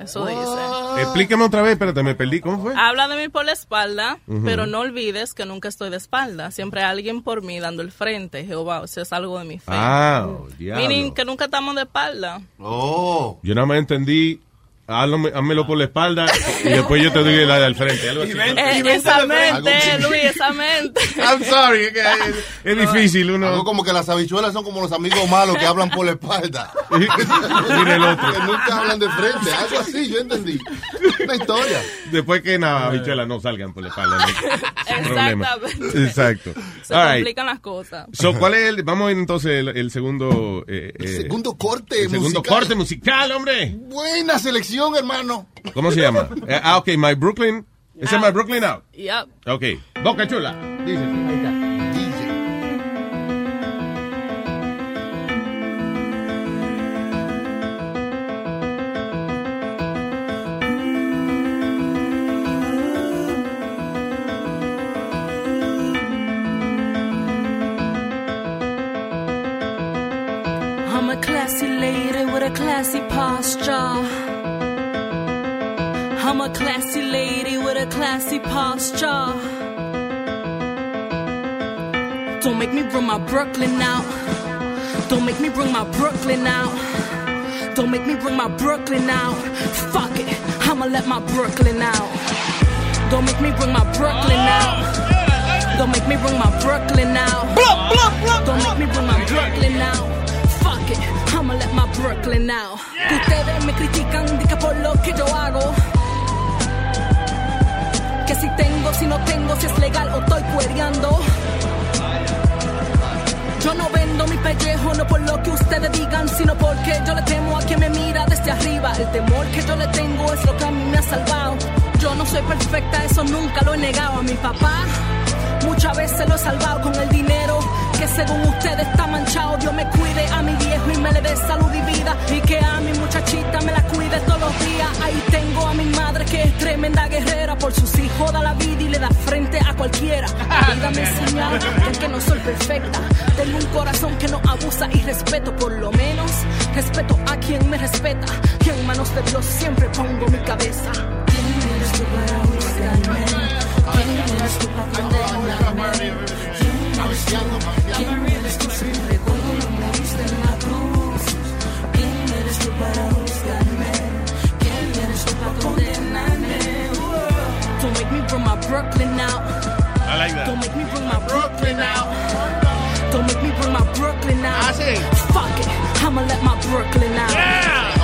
Eso dice.
Explícame otra vez, espérate, me perdí. ¿Cómo fue?
Habla de mí por la espalda,
Ujú.
pero no olvides que nunca estoy de espalda, siempre hay alguien por mí dando el frente, Jehová. O sea, es algo de mi fe.
Ah, oh, diablo.
Miren que nunca estamos de espalda.
Oh.
Yo nada más entendí, házmelo házmelo por la espalda y después yo te doy la de al frente. Algo así.
Eh, esa mente, Luis, esa mente.
I'm sorry.
Es difícil, uno.
Algo como que las habichuelas son como los amigos malos que hablan por la espalda.
Mira el otro.
Que nunca hablan de frente. Algo así, yo entendí. Una historia.
Después que nada, bichuelas no salgan por la espalda. no- sin problema.
Exactamente.
Exacto.
Se
All right.
complican las cosas.
So, ¿cuál es el, vamos a ir entonces el, el segundo... eh,
segundo corte
El segundo
musical.
corte musical, hombre.
Buena selección, hermano.
¿Cómo se llama? Eh, ah, ok, My Brooklyn. ¿Ese es
Ah.
My Brooklyn Out?
Yep.
Ok. Boca Chula. Dice. Ahí está.
I'm a classy lady with a classy posture. I'm a classy lady with a classy posture. Don't make me bring my Brooklyn out. Don't make me bring my Brooklyn out. Don't make me bring my Brooklyn out. Fuck it, I'ma let my Brooklyn out. Don't make me bring my Brooklyn out. Don't make me bring my Brooklyn out. Don't make me bring my Brooklyn out. Fuck it, I'ma let my Brooklyn out. Que ustedes me critican, diga por lo que yo hago. Que si tengo, si no tengo, si es legal o estoy cuereando. Yo no vendo mi pellejo, no por lo que ustedes digan, sino porque yo le temo a quien me mira desde arriba. El temor que yo le tengo es lo que a mí me ha salvado. Yo no soy perfecta, eso nunca lo he negado a mi papá. Muchas veces lo he salvado con el dinero que según ustedes está manchado. Dios me cuide a mi viejo y me le dé salud y vida. Y que a mi muchachita me la cuide todos los días. Ahí tengo a mi madre que es tremenda guerrera. Por sus hijos da la vida y le da frente a cualquiera. La vida me enseñó que, que no soy perfecta. Tengo un corazón que no abusa y respeto. Por lo menos respeto a quien me respeta. Y en manos de Dios siempre pongo mi cabeza. ¿Quién eres tú si recuerdo no me viste en la cruz? ¿Quién eres tú para juzgarme? ¿Quién eres tú para condenarme? Don't make me bring my Brooklyn out.
I like that.
Don't make me bring my Brooklyn out. Don't make me bring my Brooklyn out. Fuck it, I'ma let my Brooklyn out.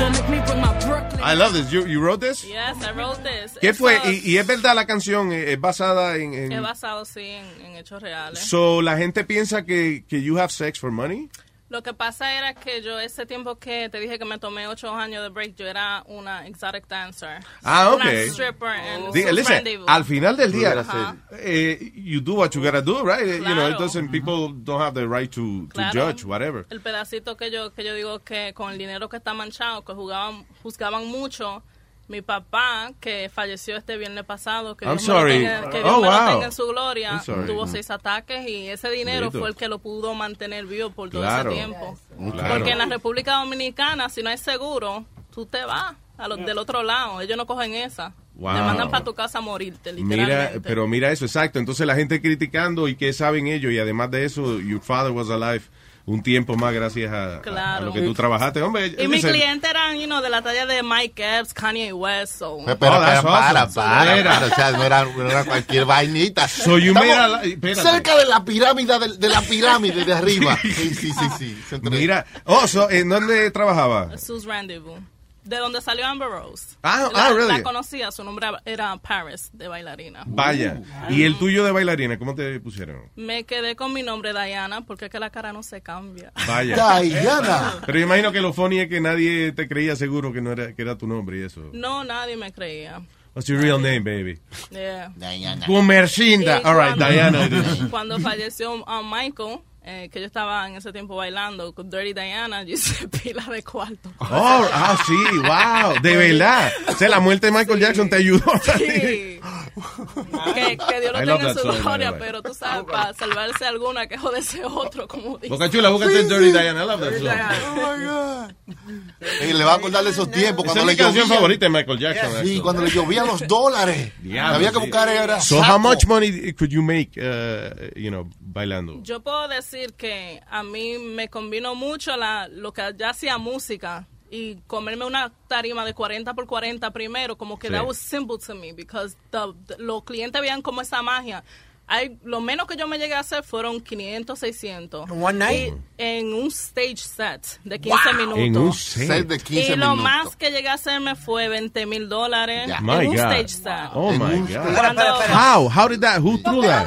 Don't make me bring my Brooklyn.
I love this. You, you wrote this?
Yes, I wrote this.
¿Qué fue?
Eso
Y, y es verdad la canción, eh, es basada en... en-
Es basado, sí, en, en hechos reales.
So, la gente piensa que, que you have sex for money.
Lo que pasa era que yo ese tiempo que te dije que me tomé ocho años de break, yo era una exotic dancer.
Ah, ok.
Una stripper and
Diga, listen,
rendezvous.
al final del día,
Ajá.
eh, you do what you gotta do, right? Eh, You know,
Claro.
it doesn't, people don't have the right to, to
Claro.
judge, whatever.
El pedacito que yo que yo digo que con el dinero que está manchado, que jugaban, juzgaban mucho. Mi papá, que falleció este viernes pasado, que
I'm
Dios me lo
sorry.
tenga- que Dios
Oh,
me lo
wow.
tenga en su gloria,
I'm sorry.
tuvo
Mm.
seis ataques y ese dinero
Bendito.
fue el que lo pudo mantener vivo por todo
Claro.
ese tiempo.
Claro.
Porque en la República Dominicana, si no hay seguro, tú te vas a los, del otro lado. Ellos no cogen esa.
Wow.
Te mandan para tu casa a morirte,
Mira,
literalmente.
pero mira eso, exacto. Entonces la gente criticando y qué saben ellos. Y además de eso, your father was alive un tiempo más gracias a, a- a
Claro.
lo que tú trabajaste. Hombre,
y mis
eh, listen.
clientes eran, you know, de la talla de Mike Epps, Kanye West. so-
Pero, pero,
Oh, that's
para,
awesome.
para,
Era.
para, o sea, no era, no era cualquier vainita.
So you made a li- espérate.
cerca de la pirámide, de, de la pirámide de arriba. Sí, sí, sí, sí.
Mira, Oso, ¿en dónde trabajaba?
Sus Rendezvous. De donde salió Amber Rose.
Ah,
la,
ah, really?
la conocía, su nombre era Paris, de bailarina. Uh.
Vaya.
Uh.
¿Y el tuyo de bailarina? ¿Cómo te pusieron?
Me quedé con mi nombre Diana, porque es que la cara no se cambia.
Vaya.
Diana.
Pero yo imagino que lo funny es que nadie te creía seguro que no era que era tu nombre y eso.
No, nadie me creía.
What's your real name, baby?
Yeah.
Gumercinda.
Y
All right,
cuando-
Diana. it is.
Cuando falleció a Michael, eh, que yo estaba en ese tiempo bailando con Dirty Diana, yo hice pila de cuarto.
Oh, ah, sí, wow, de verdad. O sea, la muerte de Michael Jackson te ayudó.
Sí. que, que Dios lo
I love
tenga en
that
su
song, by the
gloria,
way.
pero tú sabes, para salvarse alguna que joderse otro, como dice.
Boca Chula, búscate Dirty Diana, I love that
Dirty
song.
Diana.
Y le va a acordar de esos tiempos.
Esa
Cuando
es
le
mi canción
llovían-
favorita de Michael Jackson.
Sí,
actually.
cuando le llovían los dólares.
Diablo,
había que
sí.
buscar era
So
saco.
how much money could you make, uh, you know, bailando?
Yo puedo decir que a mí me combinó mucho la, lo que ya hacía música y comerme una tarima de 40 por 40 primero, como que
Sí.
that was simple to me, because the- the- los clientes veían como esa magia. Hay, lo menos que yo me llegué a hacer fueron 500, 600.
In one night?
Y en un stage set de 15 minutos.
En un set. Set de 15
Y lo
minutos.
más que llegué a hacerme fue 20 mil dólares
Yeah.
en
My
un
God.
stage set.
Oh my God.
Cuando-
How? How did that? Who threw that?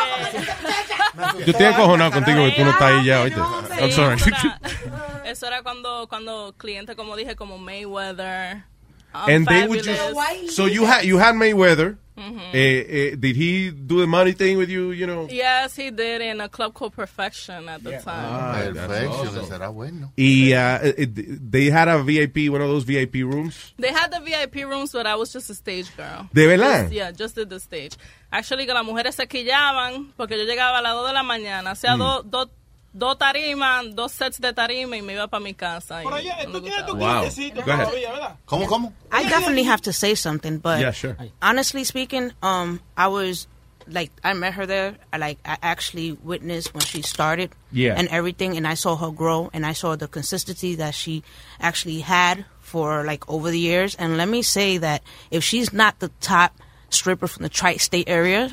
Yo estoy acojonado contigo que tú no estás ahí ya, oíste. I'm
Sí,
sorry.
Eso era, eso era cuando, cuando clientes, como dije, como Mayweather. um,
And they would
Fabulous.
just. So you had you had Mayweather.
Mhm.
Eh, eh, did he do the money thing with you? You know.
Yes, he did in a club called Perfection at the time.
Ah,
Perfecto,
that's awesome.
será bueno.
Y uh, it- they had a VIP, one of those VIP rooms.
They had the VIP rooms, but I was just a stage girl.
¿De verdad?
Just- yeah, just did the stage. Actually, que las mujeres se quillaban porque yo llegaba a las 2 de la mañana, hacía
Mm.
dos dos dos tarimas, dos sets de tarima y me iba para mi casa. Por allá, tú tienes
tu Wow. clientecito Go ahead. todavía,
¿verdad?
¿Cómo, cómo?
I definitely have to say something, but
Yeah, sure.
honestly speaking, um, I was like I met her there. I like I actually witnessed when she started,
Yeah.
and everything, and I saw her grow, and I saw the consistency that she actually had for like over the years. And let me say that if she's not the top stripper from the tri-state area,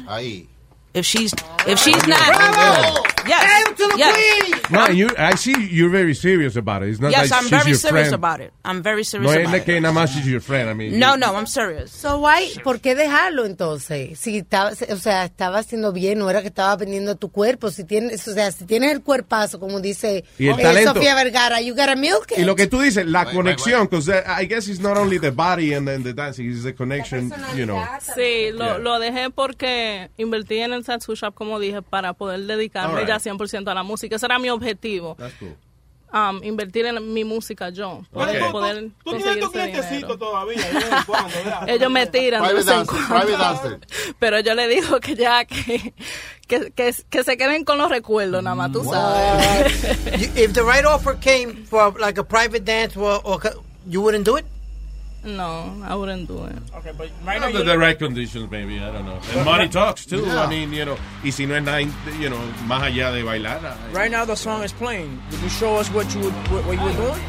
if she's if she's not,
Bravo!
yes, yes.
No, you. I see you're very serious about it. It's not
Ah. Yes,
like
I'm
she's
very
your
serious
friend.
about it. I'm very serious
No es
about it.
que nada más she's your friend. I mean.
No, no, I'm serious.
So why, ¿por qué dejarlo entonces? Si estaba, o sea, estaba haciendo bien, no era que estaba vendiendo tu cuerpo, si tienes, o sea, si tienes el cuerpazo, como dice
Y el
eh,
talento.
Sofía Vergara, you gotta milk it.
Y lo que tú dices, la conexión, because I guess it's not only the body and then the dancing, it's the connection, you know.
Sí, lo, lo dejé porque invertí en el tattoo shop, como dije, para poder dedicarme
All right.
ya 100% a la música. Ese era mi objetivo,
That's cool.
um, invertir en mi música yo, para
Okay.
poder
Tú tienes
conseguir
tu
ese dinero.
clientecito todavía. de vez en cuando, ¿verdad?
Ellos me tiran de vez en
dancer,
cuando.
private dancer.
Pero yo le digo que ya, que, que, que, que se queden con los recuerdos nada más, tú sabes.
You- if the right offer came for like a private dance, or, or co- you wouldn't do it.
No, I wouldn't do it.
Okay, but
right
Under the right conditions, maybe, I don't know. And money talks, too. I mean, you know, y si no es nada, you know, más allá de bailar. eh. I-
Right now the song is playing. Would you show us what you would, what, what you were doing?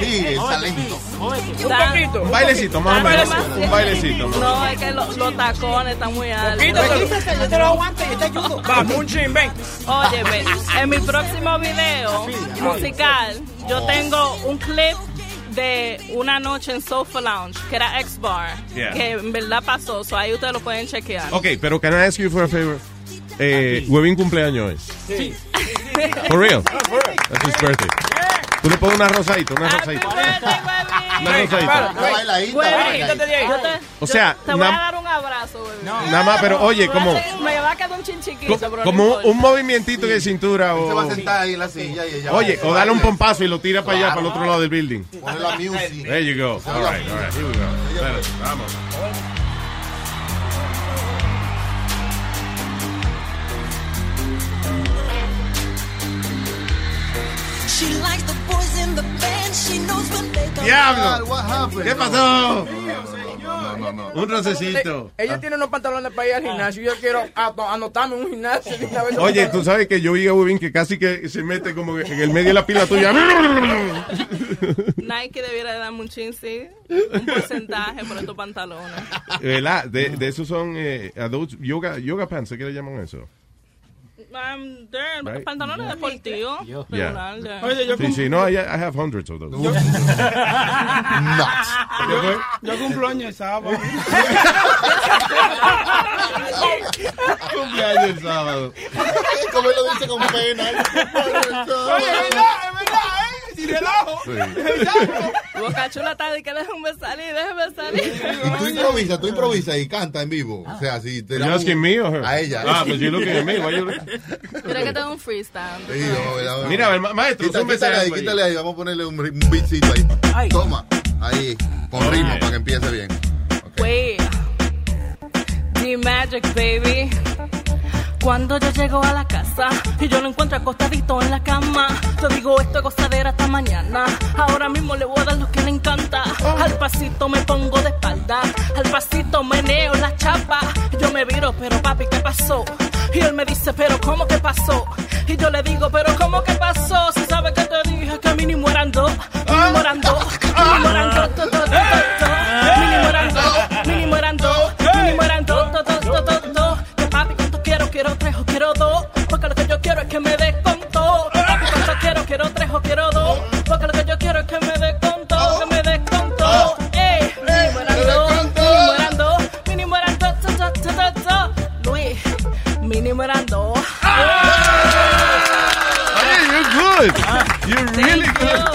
Sí, el
talento. Un
Dan-
poquito.
Un bailecito, más o menos.
Demasiado.
Un bailecito. más o
Ah, No, es que lo- los tacones están muy altos.
Quítate, Pues yo te lo aguanto, yo te ayudo. Vamos, un chin, ven.
Óyeme, en mi próximo video musical, yo tengo un clip de una noche en Sofa Lounge, que era X-Bar,
Yeah.
que en verdad pasó, so ahí ustedes lo pueden chequear.
menos. Ok, pero can I ask you for a favor? Eh, Huevín cumpleaños es.
Sí.
For real.
Ah,
That's his birthday. Tú le pones una rosadita, una rosadita. Una rosadita. O sea,
te voy a
na-
dar un abrazo, bebé.
Nada más, pero oye,
Me va a
como-
hacer- Me va a quedar un chin chiquito,
co-
pero no
como
importa.
un movimientito de cintura
Se va a
o...
sentar ahí en la silla y ella.
Oh. Oye, o dale un pompazo y lo tira para allá, para el otro lado del building.
Pone la music.
There you go. All right, all right, here we go. Espérate, vamos.
She likes the boys in the band, she knows when they come
Diablo.
out. What happened?
¿Qué pasó? Un
Ella
rocecito. Ah.
ella tiene unos pantalones para ir al gimnasio. Yo quiero ato- anotarme en un gimnasio. de una vez.
Oye, tú sabes que yo vi a Webin que casi que se mete como que en el medio de la pila tuya.
Nike debiera de darme un chin, sí. Un porcentaje por estos pantalones.
¿Verdad? Eh, De, de esos son eh, adult yoga, yoga pants, ¿qué le llaman eso?
Um, they're
Right.
Pantalones deportivos.
Yeah.
regular, yeah.
Sí, sí, no, I, I have hundreds of those.
Yo, yo cumplo año el sábado.
Cumpleaños el sábado.
Como él lo dice con pena.
¿eh? Sin relajo.
Sí.
Boca Chula está de que déjame salir, déjame salir.
Tú improvisas, tú improvisas y canta en vivo. O sea, si te
You asking me or her?
A ella.
Ah, but you're looking at me. Why you look-
Mira que tengo un freestyle.
Mira, el ma- maestro,
Quita-
súmese
quítale ahí, quítale ahí.
algo ahí.
Vamos a ponerle un, ri- un beatcito ahí. Toma, ahí, con ritmo para que empiece bien.
Wait. The Magic Baby. Cuando yo llego a la casa y yo lo encuentro acostadito en la cama, te digo esto es gozadera hasta mañana. Ahora mismo le voy a dar lo que le encanta. Al pasito me pongo de espalda, al pasito meneo la chapa. Yo me viro, pero papi, ¿qué pasó? Y él me dice, pero ¿cómo que pasó? Y yo le digo, pero ¿cómo que pasó? Si sabes que te dije que mínimo eran dos, mínimo eran dos, mínimo eran dos, dos, dos, dos, dos, mínimo eran dos, mínimo eran dos, mínimo eran dos, dos, dos, dos, dos, dos. Que papi, ¿cuánto quiero? Quiero tres o quiero dos, porque lo que yo quiero es que me des con todo. Que papi, ¿cuánto quiero? Quiero tres o quiero dos, porque lo que yo quiero es que me des con todo, que me des con todo. Ey, mínimo eran dos,
Ah.
mínimo eran dos, mínimo eran dos, dos, dos, dos, dos, dos. Luis, mínimo eran dos.
Hey, you're good. You're really good.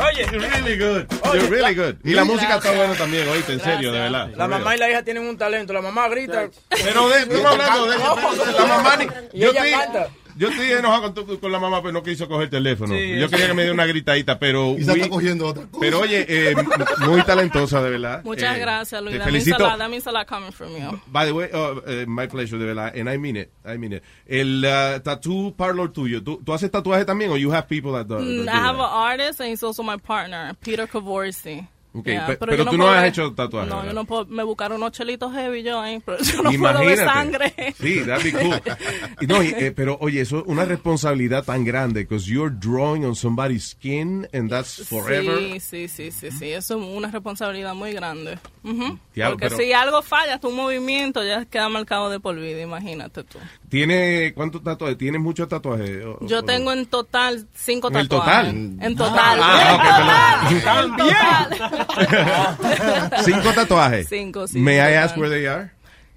Oye,
You're really good. You're really good. Y la música está buena también, oíste, en serio, de verdad.
La mamá y la hija tienen un talento. La mamá grita.
Pero de- estamos hablando de eso, pero la mamá ni-
Y
yo
ella
estoy-
canta.
Yo estoy enojado con, tu- con la mamá, pero no quiso coger el teléfono.
Sí,
yo
sí.
quería que me diera una gritadita, pero...
Quizá
we-
está cogiendo otra cosa.
Pero oye, eh, muy talentosa, de verdad.
Muchas
Eh,
gracias, Luis.
Te
That means a
felicito.
lot. That means a lot coming from you.
By the way, oh, eh, my pleasure, de verdad. And I mean it, I mean it. El uh, tattoo parlor tuyo, ¿tú, tú haces tatuaje también o you have people that, do- that do
Mm, I
that?
have an artist and he's also my partner, Peter Cavorsi.
Ok,
Yeah,
pe-
yo
pero tú no
puedo
has
ver-
hecho tatuaje,
No,
¿verdad?
yo no puedo. Me buscaron unos chelitos heavy yo ahí, pero yo no puedo ver
Imagínate.
sangre.
Sí, that'd be cool. Y No, y, eh, pero oye, eso es una responsabilidad tan grande because you're drawing on somebody's skin and that's forever.
Sí, sí, sí, sí, sí. Eso es una responsabilidad muy grande. Ujú.
Mm, Diablo,
Porque
pero-
si algo falla, tu movimiento ya queda marcado de por vida, imagínate tú.
¿Tiene cuántos tatuajes? ¿Tienes muchos tatuajes? O-
Yo
o-
tengo en total cinco
Oh, ¿En el
tatuajes.
total?
En total.
Ah,
En
ok, perdón.
total. En total.
Cinco tatuajes.
Cinco, sí.
May I
total.
ask where they are?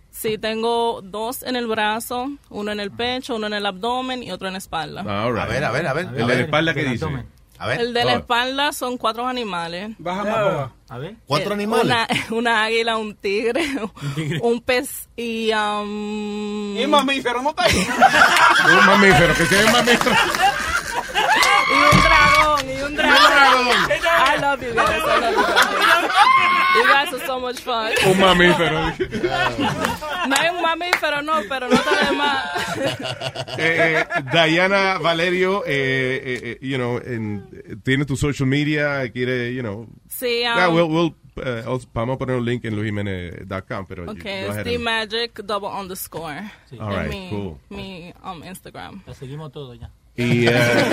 Sí, tengo dos en el brazo, uno en el pecho, uno en el abdomen y otro en la espalda.
Ah, all right.
A ver, a ver, a ver.
El de la espalda que dice.
A
Pues,
ver.
El de
oh.
la espalda son cuatro animales. Baja
más, baja.
A ver.
Eh,
¿Cuatro animales?
Una, una águila, un tigre, un, pez y... um,
Y mamífero, no está ahí.
Un mamífero, que tiene un mamífero.
y un dragón, y un dragón. I love you guys, I love you guys. You guys are so much fun.
Un mamífero.
No hay un mamífero, no, pero no está de más.
Eh, eh, Diana Valerio, eh, eh, eh, you know, en- eh, tiene tu social media, quiere, you know.
Sí,
Yeah,
um,
we'll- we'll, eh, also- vamos a poner un link en luisjimenez.com, pero you-
Ok,
go
es
ahead
The
and-
Magic Double Underscore.
Sí.
en
All right,
mi,
cool.
Mi um, Instagram.
La seguimos todo ya.
Y, eh,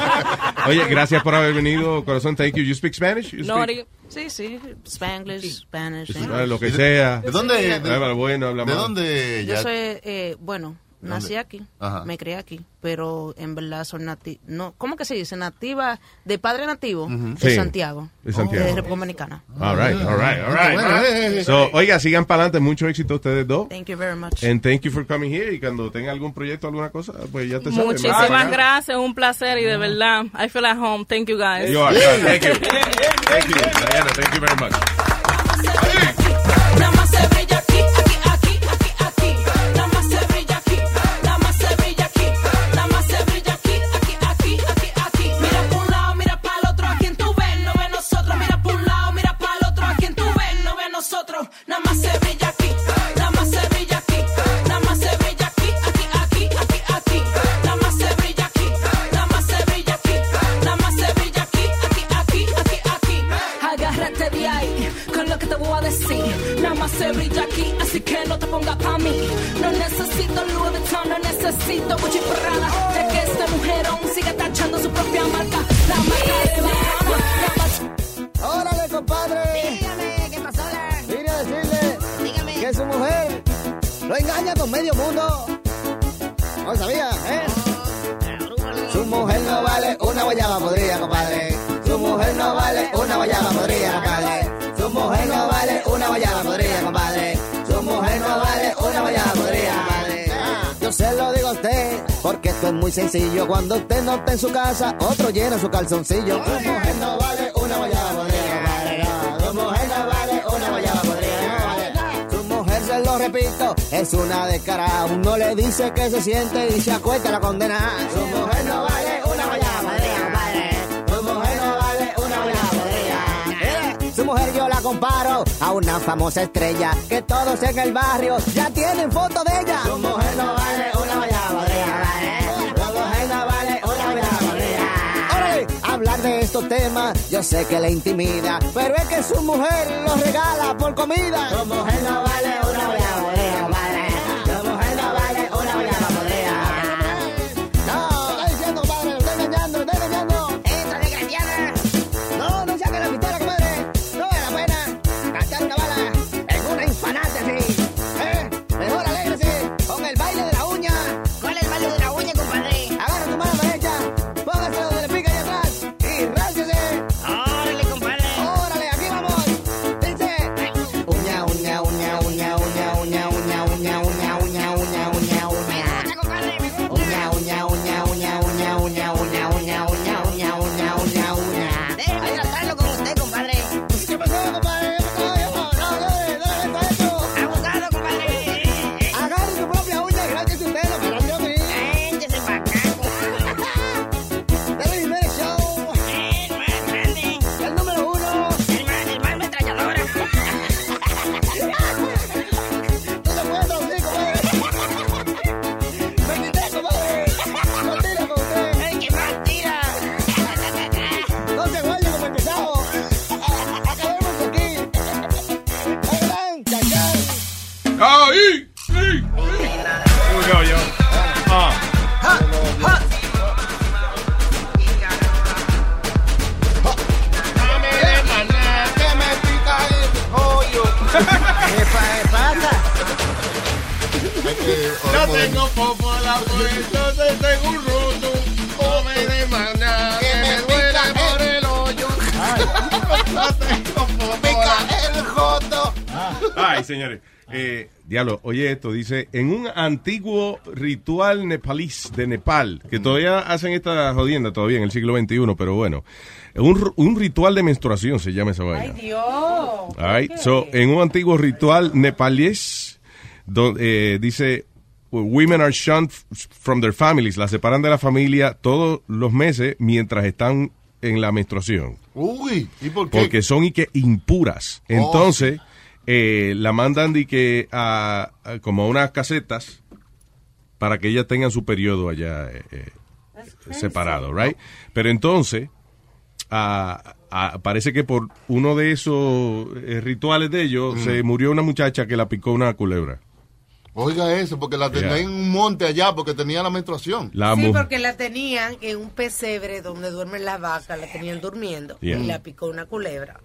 oye, gracias por haber venido, corazón. Thank you. You speak Spanish? You
No,
speak-
ahorita- sí, sí, Spanglish, Spanish.
Ah, lo que sea.
¿De dónde-
Habla bueno, habla
¿De
mal.
dónde
Yo soy, eh, bueno,
¿Dónde?
Nací aquí,
Ajá.
me crié aquí, pero en verdad soy nativa, no, ¿cómo que se dice? Nativa, de padre nativo,
Ujú.
de
Sí,
Santiago,
de Santiago. Ah,
de República Dominicana.
All right, all right, all right.
Bueno, eh, eh.
So, oiga, sigan para adelante. Mucho éxito a ustedes dos.
Thank you very much.
And thank you for coming here. Y cuando tenga algún proyecto, alguna cosa, pues ya te saben. ven para
Muchísimas
acá.
gracias, un placer y de verdad, I feel at home. Thank you guys.
You are. Thank you. Thank you, Diana. Thank you very much.
Nada más se brilla aquí, aquí, aquí, aquí, aquí. Nada más se brilla aquí, nada más se brilla aquí, nada más se brilla aquí, aquí, aquí, aquí, aquí. Mira por un lado, mira para el otro, a quien tú ves, no ve nosotros. Mira por un lado, mira para el otro, a quien tú ves, no ve nosotros. Nada más se brilla aquí, nada más se brilla aquí, nada más se brilla aquí, aquí, aquí, aquí, aquí. Nada más se brilla aquí, nada más se brilla aquí, nada más se brilla aquí, aquí, aquí, aquí, aquí. Agárrate de ahí con lo que te voy a decir. Nada más se brilla aquí, así que no te pongas pa' mí. No necesito Louis Vuitton, no necesito Gucci Prada. Ya que este mujerón sigue tachando su propia marca. La marca de Bahama, la
¡Órale, compadre! Dígame, ¿qué pasó? Vine a decirle que su mujer lo engaña con medio mundo. No sabía, ¿eh? Su mujer no vale una guayaba podrida, compadre. Su mujer no vale una guayaba podrida, compadre. Su mujer no vale una guayaba podrida, compadre. Su mujer no vale una guayaba podrida, compadre. Yo se lo digo a usted, porque esto es muy sencillo. Cuando usted no está en su casa, otro llena su calzoncillo. Su mujer no vale una guayaba podrida, compadre. No, Su mujer no vale una guayaba podrida, no vale. Su mujer, se lo repito, es una descarada. Uno le dice que se siente y se acuesta la condena. Su mujer no vale una guayaba podrida, compadre. Su mujer no vale una guayaba podrida. Eh, Su mujer yo la comparo a una famosa estrella que todos en el barrio ya tienen foto de ella. Su mujer no vale una guayaba podrida, compadre. Su mujer no vale una guayaba podrida. Órale, Hablar de estos temas yo sé que le intimida, pero es que su mujer los regala por comida. Su mujer no vale una guayaba podrida, compadre. Su mujer no vale una guayaba podrida. No, está diciendo, compadre, lo está engañando, lo está engañando. Entra, desgraciada. No, no saque la pistola, compadre. No es la buena. Gastar una bala en una infanata, sí. ¿Eh? Mejor alégrese con el baile de la uña. ¿Cuál es el baile de la uña, compadre? Agarra tu mano derecha, póngase donde le pica ahí atrás y ráchese. Órale, compadre. Órale, aquí vamos. Dice. Uña, uña, uña, uña, uña, uña, uña, uña, uña, uña, uña, uña, uña. Uña, uña, uña, uña, uña, uña, uña, uña, uña, uña, uña, uña, uña. Déjame tratarlo con usted, compadre. ¿Qué pasó, compadre? ¿Qué pasó? ¿Qué pasó? No, dale, dale, dale, esto. Abusado, compadre. Agarre su propia uña, gracias a usted, lo que rompió, mi. Échese pa' acá. Dale, Jiménez Show. El más grande. El número uno. El más, el más metralladora. Tú te puedes traducir, compadre. Me quité, compadre. No tira con usted. El que más tira. No se guarde como el pesado. Acabemos aquí. Ahí van, chachán.
¡Ahí! ¡Sí! Here we go, yo. Ah.
No tengo popola, por eso te tengo un roto. Come de maná, que me duela por el hoyo. No tengo popola. el joto.
Ay, señores. Eh, diablo, oye esto, dice, en un antiguo ritual nepalís de Nepal, que todavía hacen esta jodienda todavía en el siglo XXI, pero bueno, un, ru- un ritual de menstruación se llama esa vaina.
Dios.
All right, so, en un antiguo ritual nepalés, do- eh, dice, women are shunned f- from their families, las separan de la familia todos los meses mientras están en la menstruación.
Uy, ¿y por qué?
Porque son y que impuras.
Oh.
Entonces, eh, la mandan de que a, a- como a unas casetas para que ellas tengan su periodo allá eh, eh, separado, right? Pero entonces, ah, ah, parece que por uno de esos eh, rituales de
Mm.
ellos se murió una muchacha que la picó una culebra.
Oiga eso, porque la tenía
Yeah.
en un monte allá porque tenía la menstruación.
La
Sí,
mu-
porque la tenían en un pesebre donde duermen las vacas, la tenían durmiendo
Yeah.
y la picó una culebra.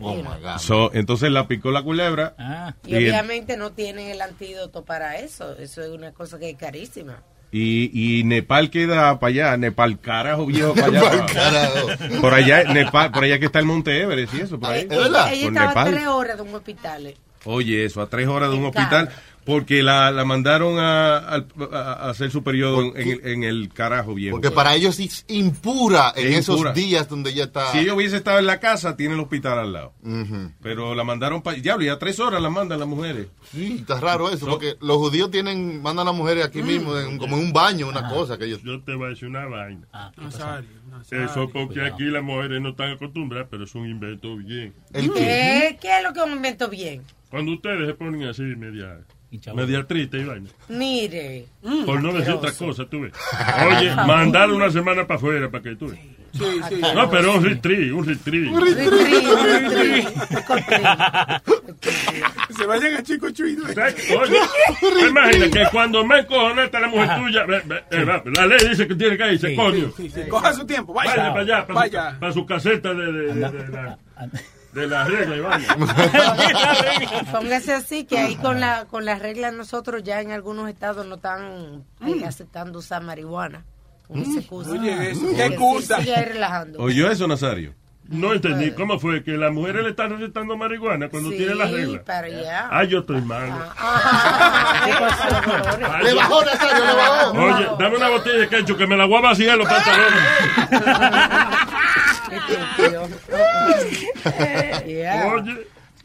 Oh, my God. Ah.
So, entonces la picó la culebra.
Y
el-
obviamente no tienen el antídoto para eso. Eso es una cosa que es carísima.
Y, y Nepal queda para allá, Nepal carajo viejo para allá.
Nepal,
pa-
carajo.
Por allá, Nepal, por allá que está el Monte Everest y eso, por ahí.
Ella- Ella
Por
estaba a
Nepal.
tres horas de un hospital. eh.
Oye, eso, a tres horas de un hospital, porque la, la mandaron a, al- a- a hacer su periodo en, en el, en el carajo viejo.
Porque para ellos es impura en
Es
esos
impura.
días donde ella está.
Si ella hubiese estado en la casa, tiene el hospital al lado.
Ujú.
Pero la mandaron para... Diablo, y a tres horas la mandan las mujeres.
Sí, está raro eso, porque los judíos tienen, mandan a las mujeres aquí mismo, en- como en un baño, una cosa que ellos...
Yo te voy a decir una vaina.
Nazario,
Eso porque
Cuidado.
aquí las mujeres no están acostumbradas, pero es un invento bien.
¿Qué? ¿Qué es lo que es un invento bien?
Cuando ustedes se ponen así media, media triste y vaina.
Mire.
Por no decir otra
asqueroso.
cosa, tú ves. Oye, mandar una semana para afuera para que tú ves.
sí.
No, pero un retreat, un retreat.
Un retreat, un retreat.
Se vayan a Chico Chuido. Oye, imagina que cuando me encojoné está la mujer tuya. ve, ve, eh, va, La ley dice que tiene que irse, coño.
Coja su tiempo, vaya.
Vaya para allá, para,
Vaya.
Su, para su caseta de, de, de, de la, de la regla y vaya.
Póngase así, que ahí con la con las reglas nosotros ya en algunos estados no están eh, aceptando usar marihuana. Una excusa.
Oye, eso,
Porque
qué
sí,
excusa.
sigue ahí relajando.
¿Oyó eso, Nazario?
No entendí cómo fue que las mujeres le están recetando marihuana cuando tiene las reglas.
para allá.
Ah, yo estoy malo. Ay,
Le
yo-
bajó, Nazario, le bajó.
Oye, dame una botella de ketchup que me la voy a vaciar en los pantalones.
Yeah.
Oye.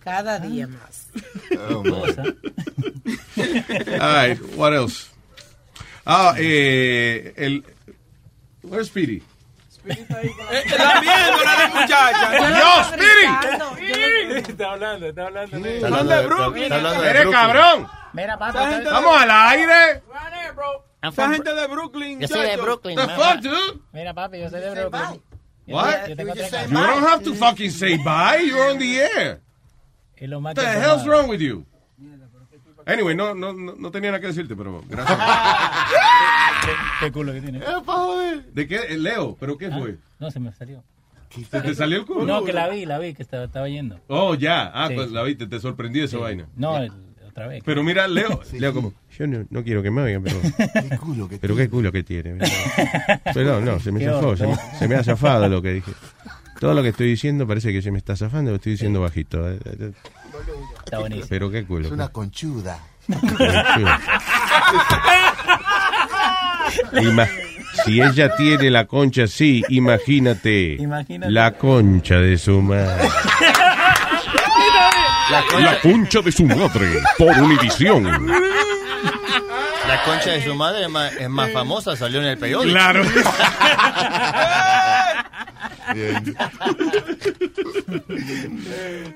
Cada día más.
Oh,
Oh,
All right, what else? Ah, eh, el... Where's Speedy?
Está viendo la muchacha.
Yo lo
Dios,
estaba
Spirit. Está hablando, está hablando.
Está hablando de- está hablando de Brooklyn.
Mira,
Esa gente de-
Esa gente de Brooklyn.
Yo soy de
chacho.
Brooklyn.
The
man.
fuck, dude?
Mira, papi, yo soy de Brooklyn.
What?
Yo
You
tengo tres casas.
don't have to fucking say bye. You're on the air. What the hell's wrong with you? Anyway, no, no, no no tenía nada que decirte, pero gracias.
Qué culo que tiene. Ah,
¿De qué? Eh, Leo, ¿pero qué fue?
No, se me salió.
¿Se te salió el culo?
No, que la vi, la vi, que estaba, estaba yendo.
Oh, ya. Ah,
Sí,
pues la viste, te sorprendió esa vaina.
No, el- otra vez.
Pero mira, Ah, Leo, Leo como, yo no, no quiero que me oigan, pero... ¿Qué culo que pero qué culo que tiene. Perdón, no, se me
Qué
zafó,
orto.
se me, se me ha zafado lo que dije. Todo lo que estoy diciendo parece que se me está zafando, lo estoy diciendo bajito. Está
buenísimo.
Pero qué culo.
Es una conchuda.
Ima- si ella tiene la concha así, imagínate,
Imagínate.
la concha de su madre. La concha de su madre por Univisión.
La concha de su madre es más, es más famosa, salió en el periódico.
Claro.
Bien.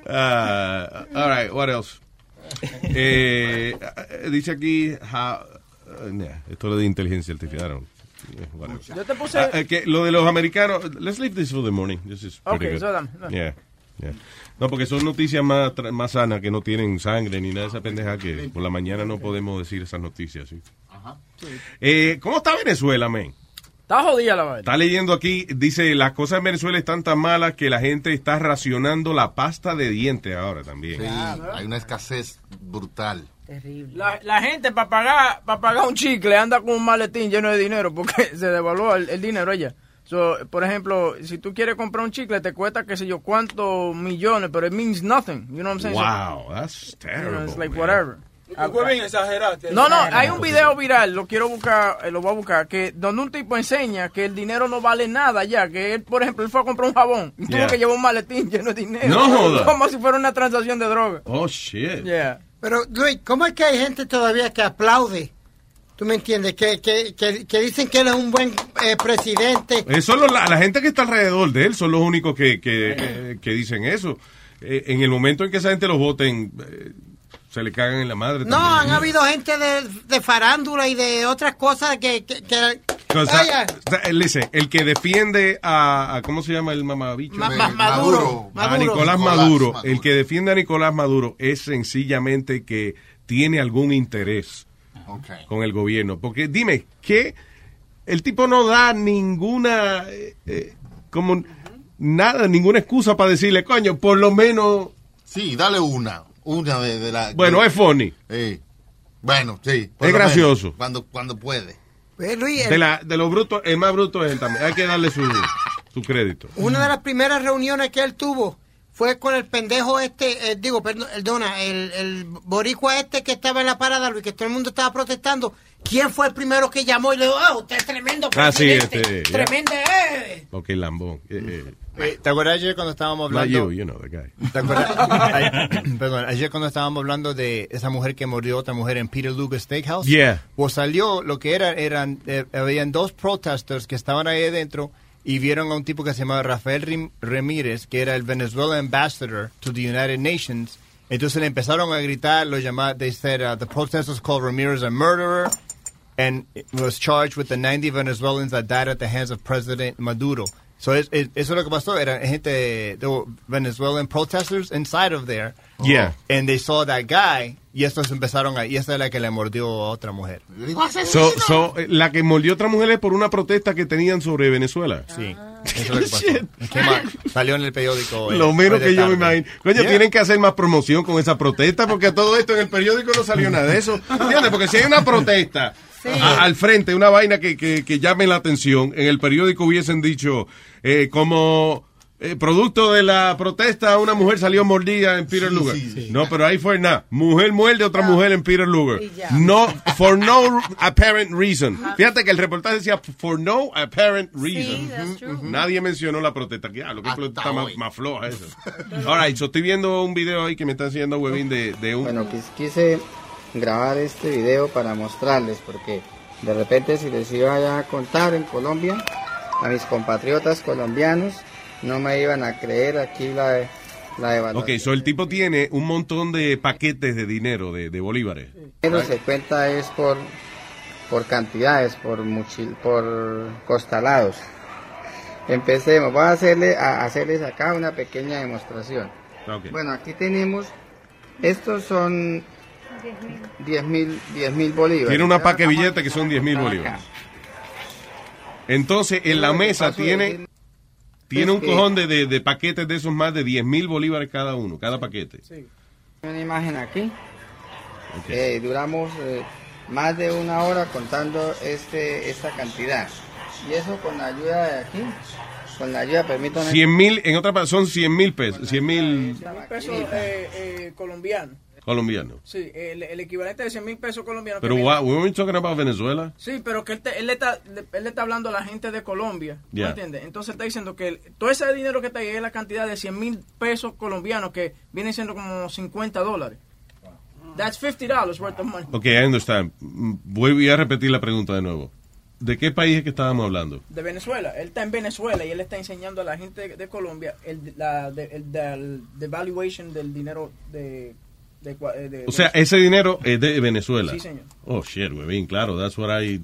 Ah, all right, what else? Eh, dice aquí, ja- nah, esto lo de inteligencia artificial. I don't- eh, whatever.
Yo te puse-
Ah, eh, que lo de los americanos. Let's leave this for the morning. This is pretty
Okay,
good.
so dame, dame.
Yeah, yeah. No, porque son noticias más, tra- más sanas que no tienen sangre ni nada de esa pendeja que por la mañana no podemos decir esas noticias. ¿sí? Eh, ¿Cómo está Venezuela, men?
Está jodida la vaina.
Está leyendo aquí, dice, las cosas en Venezuela están tan malas que la gente está racionando la pasta de dientes ahora también.
Sí, hay una escasez brutal.
La, la gente para pagar para pagar un chicle anda con un maletín lleno de dinero porque se devaluó el, el dinero allá. So, por ejemplo, si tú quieres comprar un chicle te cuesta qué sé yo cuántos millones, pero it means nothing. You know what I'm saying? So,
Wow, that's
you know,
terrible.
it's like
man.
whatever.
Ah, fue bien exageraste.
No, no, hay un video viral, lo quiero buscar, eh, lo voy a buscar, que donde un tipo enseña que el dinero no vale nada ya, que él, por ejemplo, él fue a comprar un jabón y tuvo
Yeah.
que llevar un maletín lleno de dinero.
No joda.
Como si fuera una transacción de droga.
Oh, shit.
Yeah.
Pero, Luis, ¿cómo es que hay gente todavía que aplaude? ¿Tú me entiendes? Que, que, que, que dicen que él es un buen eh, presidente.
Eh, solo la, la gente que está alrededor de él son los únicos que, que, eh, que dicen eso. Eh, en el momento en que esa gente los voten, eh, se le cagan en la madre.
No, han
también. ¿eh?
habido gente de, de farándula y de otras cosas que... que, que-
Entonces,
Vaya.
eh, listen, el que defiende a, a- ¿cómo se llama el mamabicho? Eh,
Ma- ma- Maduro.
A
Maduro.
Nicolás
Nicolás
Maduro.
Maduro.
El que defiende a Nicolás Maduro es sencillamente que tiene algún interés con el gobierno. Porque dime, ¿qué? El tipo no da ninguna, eh, eh, como, nada, ninguna excusa para decirle, coño, por lo menos.
Sí, dale una. Una de, de la.
Bueno,
de-
es funny.
Sí. Bueno, sí. por
Es
lo menos,
gracioso.
Cuando, cuando puede.
Eh, Luis, el-
De, la, de lo bruto, el más bruto es él también. Hay que darle su, su crédito.
Una de las primeras reuniones que él tuvo fue con el pendejo este, eh, digo, perdón, perdona, el, el boricua este que estaba en la parada, Luis, que todo el mundo estaba protestando. ¿Quién fue el primero que llamó y le dijo, ah, usted es tremendo
Ah, sí,
presidente,
este, ya.
tremendo, eh"?
Ok, lambón. Eh, eh,
¿Te acuerdas ayer cuando estábamos
not
hablando?
you, you know the guy.
¿Te acuerdas? Ay, Perdón, ayer cuando estábamos hablando de esa mujer que murió, otra mujer en Peter Luger Steakhouse,
Yeah.
pues salió lo que era, eran, eh, habían dos protesters que estaban ahí adentro y vieron a un tipo que se llamaba Rafael Rim- Ramírez, que era el Venezuela Ambassador to the United Nations. Entonces le empezaron a gritar, lo llamaban, they said, uh, the protesters called Ramirez a murderer and was charged with the 90 Venezuelans that died at the hands of President Maduro. So es- es- eso es lo que pasó, era gente, there were Venezuelan protesters inside of there.
Yeah.
And they saw that guy, y estos empezaron a, y esa es la que le mordió a otra mujer.
So, so, eh, la que molió otra mujer es por una protesta que tenían sobre Venezuela.
Sí. Eso es lo que pasó. Qué mal. Salió en el periódico. eh,
Lo menos
hoy de
que yo me
tarde.
imagino. Coño,
Yeah.
tienen que hacer más promoción con esa protesta porque todo esto en el periódico no salió nada de eso. ¿Entiendes? Porque si hay una protesta a- al frente, una vaina que, que, que llame la atención, en el periódico hubiesen dicho eh, como eh, producto de la protesta una mujer salió mordida en Peter Lugar. No, pero ahí fue nada. Mujer muerde a otra mujer en Peter Lugar.
Y ya.
No, for no apparent reason. Fíjate que el reportaje decía for no apparent reason.
that's true.
Nadie mencionó la protesta. Que, ah, lo que
Hasta
protesta más,
hoy.
más floja esa. All right, so estoy viendo un video ahí que me está enseñando Webin de, de un...
Bueno, quis- quise grabar este video para mostrarles, porque de repente si les iba ya a contar en Colombia, a mis compatriotas colombianos, no me iban a creer aquí la, la
Ok,
evaluación.
so el tipo tiene un montón de paquetes de dinero, de, de bolívares.
Pero se cuenta es por, por cantidades, por, mochil- por costalados. Empecemos, voy a, hacerle, a hacerles acá una pequeña demostración.
Ok.
Bueno, aquí tenemos, estos son 10 mil 10.000 bolívares.
Tiene una
Ya
paque de billetes que son 10 mil bolívares. Entonces, en la mesa tiene... Tiene un
que-
cojón de, de- de paquetes de esos más de 10 mil bolívares cada uno, cada paquete.
Una imagen aquí. Eh, duramos eh, más de una hora contando este esta cantidad. Y eso con la ayuda de aquí, con la ayuda, permítame.
100 mil, en otra parte, son 100 mil pesos, 100 mil
Aquí,
Peso eh, eh, colombiano.
colombianos.
Sí, el, el equivalente de 100 mil pesos colombianos.
Pero,
Que-
wow, we weren't talking about Venezuela.
Sí, pero que él, te- él le está, él le está hablando a la gente de Colombia. ¿Me
Ya.
entiendes? Entonces está diciendo que el- todo ese dinero que está ahí es la cantidad de 100 mil pesos colombianos que vienen siendo como 50 dólares. That's 50 dollars worth of money.
Ok, I understand. Mm, Voy a repetir la pregunta de nuevo. ¿De qué país es que estábamos hablando?
De Venezuela. Él está en Venezuela y él está enseñando a la gente de, de Colombia el, la, de, el, del- the valuation del dinero de. de, cua- eh, de-
O sea, ese dinero es de Venezuela.
Sí, señor.
Oh, shit, bien claro. That's what, I,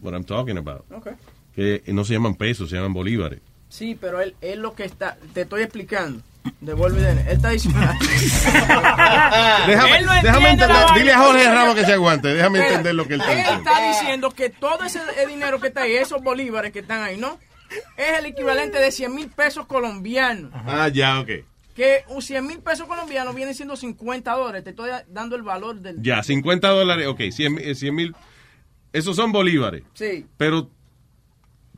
what I'm talking about.
Ok.
Que no se llaman pesos, se llaman bolívares.
Sí, pero él es lo que está. Te estoy explicando. Devuelve dinero. Él está diciendo.
Déjame,
Ah, Él no
déjame
entiende la
entender.
vaina.
Dile a Jorge Ramos que se aguante. Déjame
Espera,
entender lo que él está
Él
diciendo.
está diciendo que todo ese el dinero que está ahí, esos bolívares que están ahí, ¿no? Es el equivalente de 100 mil pesos colombianos.
Ah, ya, ok.
Que un 100 mil pesos colombianos vienen siendo 50 dólares. Te estoy dando el valor del.
Ya, 50 dólares. Ok, 100 mil. Esos son bolívares.
Sí,
Pero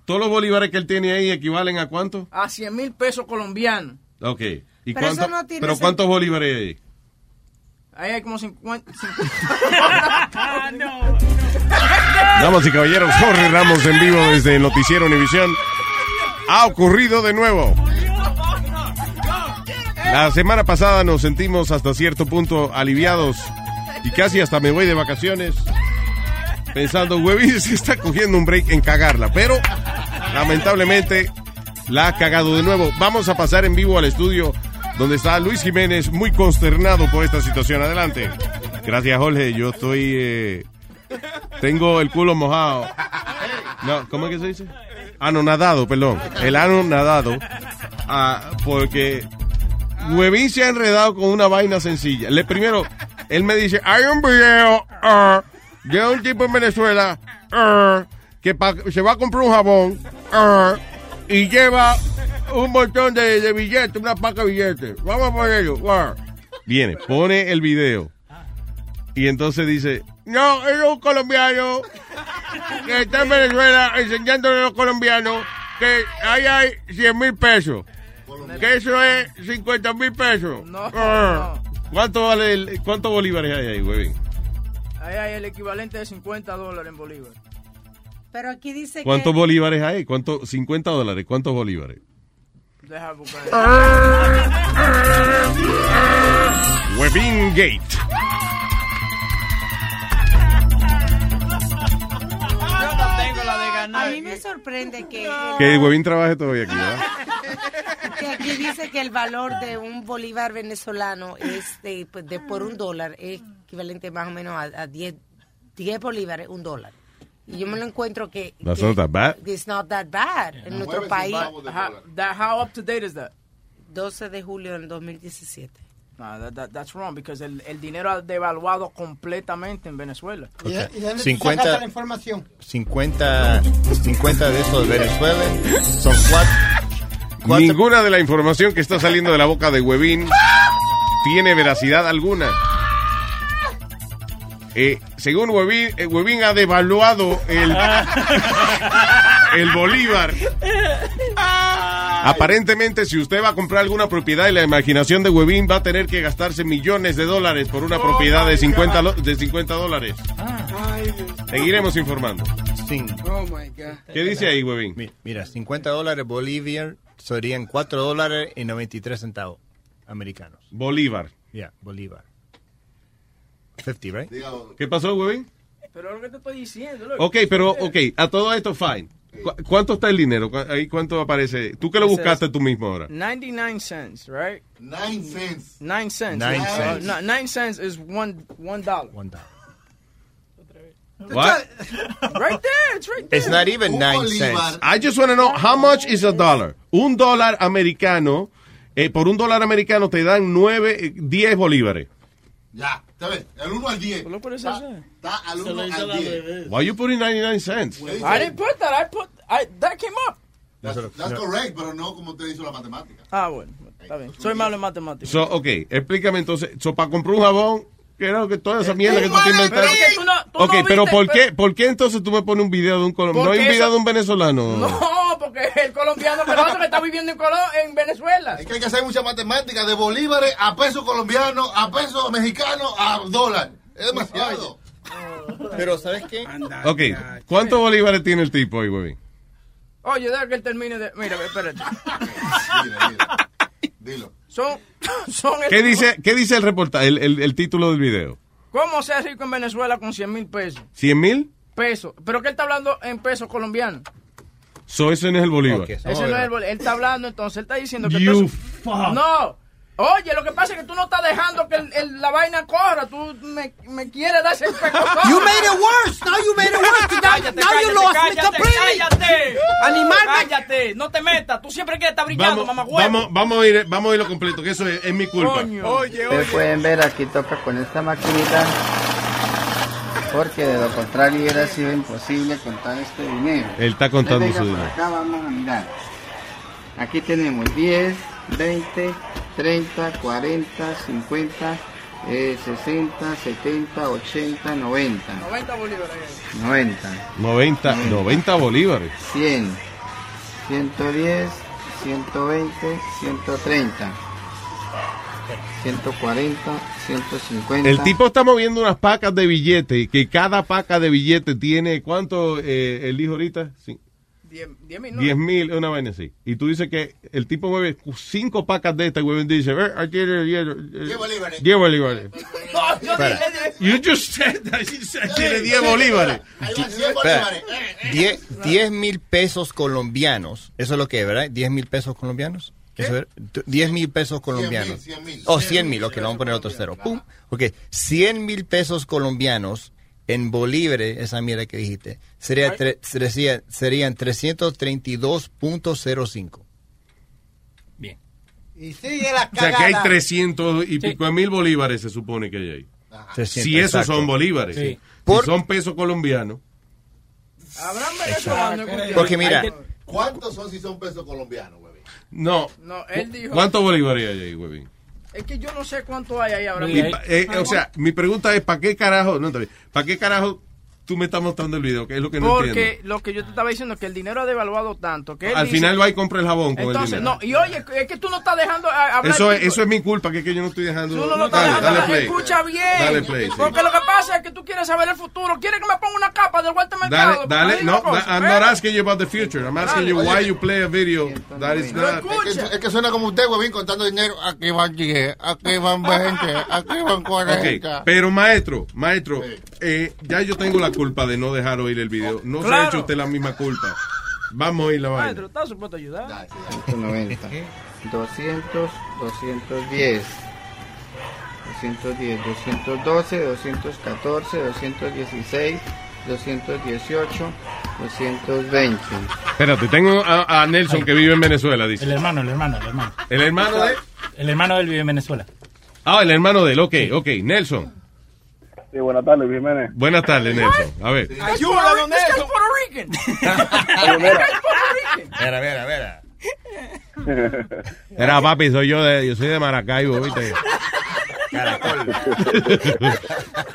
todos los bolívares que él tiene ahí equivalen a cuánto?
a 100 mil pesos colombianos.
Ok. ¿Y
Pero eso
cuánto-
no tiene
pero
sen-
cuántos bolívares hay ahí?
Ahí hay como 50.
Damas y caballeros, Jorge Ramos en vivo desde el Noticiero Univisión. Ha ocurrido de nuevo. La semana pasada nos sentimos hasta cierto punto aliviados y casi hasta me voy de vacaciones pensando, huevín, se está cogiendo un break en cagarla. Pero lamentablemente la ha cagado de nuevo. Vamos a pasar en vivo al estudio donde está Luis Jiménez muy consternado por esta situación. Adelante. Gracias, Jorge. Yo estoy... eh, tengo el culo mojado. No, ¿cómo es que se dice? Anonadado, perdón. El ano nadado. Ah, porque Huevín se ha enredado con una vaina sencilla. Le, primero, él me dice, hay un video ah, de un tipo en Venezuela ah, que pa- se va a comprar un jabón ah, y lleva
un montón de, de billetes, una paca de billetes. Vamos a ponerlo. va.
Viene, pone el video. Y entonces dice,
No, es un colombiano que está en Venezuela enseñándole a los colombianos que ahí hay 100 mil pesos. Que eso es 50 mil pesos. Ah.
¿cuánto vale el, cuántos bolívares hay ahí, huevín?
Ahí hay el equivalente de 50 dólares en Bolívar.
Pero aquí dice
¿Cuántos bolívares hay? ¿Cuánto, 50 dólares, ¿cuántos bolívares?
Deja buscar.
Huevín Gate.
A mí me sorprende que,
Que Huevín trabaje todavía aquí, ¿verdad?
que aquí dice que el valor de un bolívar venezolano es de, pues, de por un dólar, es equivalente más o menos a, a 10, 10 bolívares, un dólar. Y yo me lo encuentro que...
That's
que
not that bad.
It's not that bad. en nuestro país.
How, that- how up to date is that?
12 de julio del 2017.
No, that, that- that's wrong, because el, el dinero ha devaluado completamente en Venezuela.
¿Y de- y de dónde tú 50 sacaste la
información?
50, 50 de esos de Venezuela son cuatro.
Ninguna de la información que está saliendo de la boca de Huevín tiene veracidad alguna. Eh, según Huevín, eh, Huevín ha devaluado el, el bolívar. Aparentemente, si usted va a comprar alguna propiedad y la imaginación de Huevín va a tener que gastarse millones de dólares por una propiedad de 50, lo- de 50 dólares. Seguiremos informando.
Oh my God.
¿Qué dice ahí, Huevín?
Mira, 50 dólares Bolívar serían 4 dólares y 93 centavos americanos.
Bolívar.
Yeah, Bolívar. 50, right?
¿Qué pasó, Huevín?
Pero lo que te estoy diciendo. loco.
Ok, pero, ok, a todo esto, fine. ¿Cu- ¿Cuánto está el dinero? ¿Cu- Ahí cuánto aparece. Tú que lo
Ese es-
buscaste tú mismo ahora.
99 cents, right? 9 cents. 9 cents.
Nine
Uh,
cents.
no, nine cents is one, one dollar.
One dollar.
What?
right there, it's right there.
It's not even nine cents. I just want to know how much is a dollar. Un dólar americano, eh, por un dólar americano te dan nueve, eh, diez bolívares.
Ya, está bien. El 1 al 10. Está, está al 1
hizo
al
la
10.
Why you putting 99 cents?
I didn't put that. I put I, that came up.
That's, that's correct, pero no como te hizo la matemática.
Ah, bueno, está bien. Soy malo en matemáticas.
So, ok, explícame entonces. So, para comprar un jabón, que era lo que toda esa mierda que tú te
Pero
inventaste.
que tú no, tú
Ok,
no
pero
viste,
¿por qué, ¿por qué entonces tú me pones un video de un colombiano? ¿No hay un
Porque
video
eso-
de un venezolano?
No, porque el colombiano peruano que está viviendo en, Colo- en Venezuela.
Es que hay que hacer mucha matemática de bolívares a peso colombiano, a peso mexicano, a dólar. Es demasiado.
Pero ¿sabes qué?
Ok, ¿cuántos bolívares tiene el tipo ahí, huevín?
Oye, deja que él termine de. Mira, espérate. Dilo. Son. son
¿Qué dice, ¿Qué dice el reportaje, el, el- el título del video?
¿Cómo ser rico en Venezuela con 100 mil pesos?
¿Cien mil?
Pesos. Pero que él está hablando en pesos colombianos.
So, ese no es el bolívar.
Ese no es el bol- Él está hablando, entonces él está diciendo que.
You
entonces- No. Oye, lo que pasa es que tú no estás dejando que el- el- la vaina corra. Tú me, me quieres dar ese pecozón.
You made it
worse. Now you
made it worse.
Cállate,
Now you
cállate,
lost me
cállate,
completely.
cállate.
Animal, me-
Cállate. No te metas. Tú siempre quieres estar brillando,
Vamos,
mamá
vamos, vamos a ir, vamos a ir lo completo, que eso es, es mi culpa.
Ustedes pueden ver, aquí toca con esta maquinita, porque de lo contrario hubiera sido imposible contar este dinero.
Él está contando
Entonces,
su
venga,
dinero.
por Acá vamos a mirar. Aquí tenemos 10, 20, 30, 40, 50, eh, 60, 70, 80, 90.
90 bolívares.
90.
90, 90 bolívares.
100, 110, 120, 130, 140, 150.
El tipo está moviendo unas pacas de billetes, que cada paca de billete tiene, ¿cuánto eh, el hijo ahorita? Sí.
10
10 mil, una vaina así. Y tú dices que el tipo mueve cinco pacas de estas, güey, y dice, eh, aquí tiene 10 bolívares. 10 bolívares.
No, yo
Espera.
dije-
You just said that. She said, tiene 10 bolívares.
Espera, 10 10 mil pesos colombianos. Eso es lo que es, ¿verdad? 10 mil pesos colombianos. Eso era- t- 10 mil pesos colombianos. O 100 mil, ok, le vamos a poner otro cero. Pum. Ok, 100 mil pesos colombianos en bolívares, esa mierda que dijiste, sería tre- sería- serían 332.05.
Y sigue la
O sea, que
cagada.
hay 300 y pico de mil bolívares, se supone que hay ahí.
300,
si esos
exacto.
son bolívares.
Sí.
Si son pesos colombianos.
Habrán venezolanos.
Porque mira-
¿Cuántos son si son pesos colombianos, güey?
No.
No, él dijo-
¿Cuántos bolívares hay ahí, huevín?
Es que yo no sé cuánto hay ahí ahora.
Mi
mismo.
pa- eh, o sea, mi pregunta es, ¿para qué carajo? No, ¿Para qué carajo tú me estás mostrando el video? Que es lo que no
porque
entiendo.
lo que yo te estaba diciendo es que el dinero ha devaluado tanto. Que él
Al
dice-
final va y compra el jabón con
Entonces,
el dinero.
no, y oye, es que tú no estás dejando a- hablar.
eso, es,
tipo-
eso es mi culpa, que es que yo no estoy dejando...
Tú no lo estás
Dale,
dejando
dale
hablar.
play.
Escucha bien.
Dale play, sí.
Porque lo que pasa es que tú quieres saber el futuro. Quieres que me ponga una capa del Walter
Dale,
Mercado.
dale,
Porque
no,
hay una cosa,
I'm not
espérate.
asking you about the future. I'm asking you
Dale.
why
Oye.
you play a video that is not...
Es que, es que suena como usted, huevín, contando dinero. Aquí van 10, aquí van 20, aquí van 40.
Ok, pero maestro, maestro, eh, ya yo tengo la culpa de no dejar oír el video. No se ha
Claro.
hecho usted la misma culpa. Vamos a oír la vaina.
Maestro, estás supuesto a ayudar.
190, 200, 210, 210, 212, 214, 216, 218, 220.
Espérate, tengo a, a Nelson que vive en Venezuela, dice.
El hermano, el hermano, el hermano.
¿El hermano de?
El hermano del vive en Venezuela.
Ah, el hermano de él, ok, ok. Nelson,
Sí, buenas tardes, Jiménez.
buenas tardes, Nelson. A ver.
Ayuda, don Nelson. This guy's Puerto Rican. This guy's Puerto Rican.
Mira, mira, mira. Era papi, soy yo, de, yo soy de Maracaibo, ¿viste?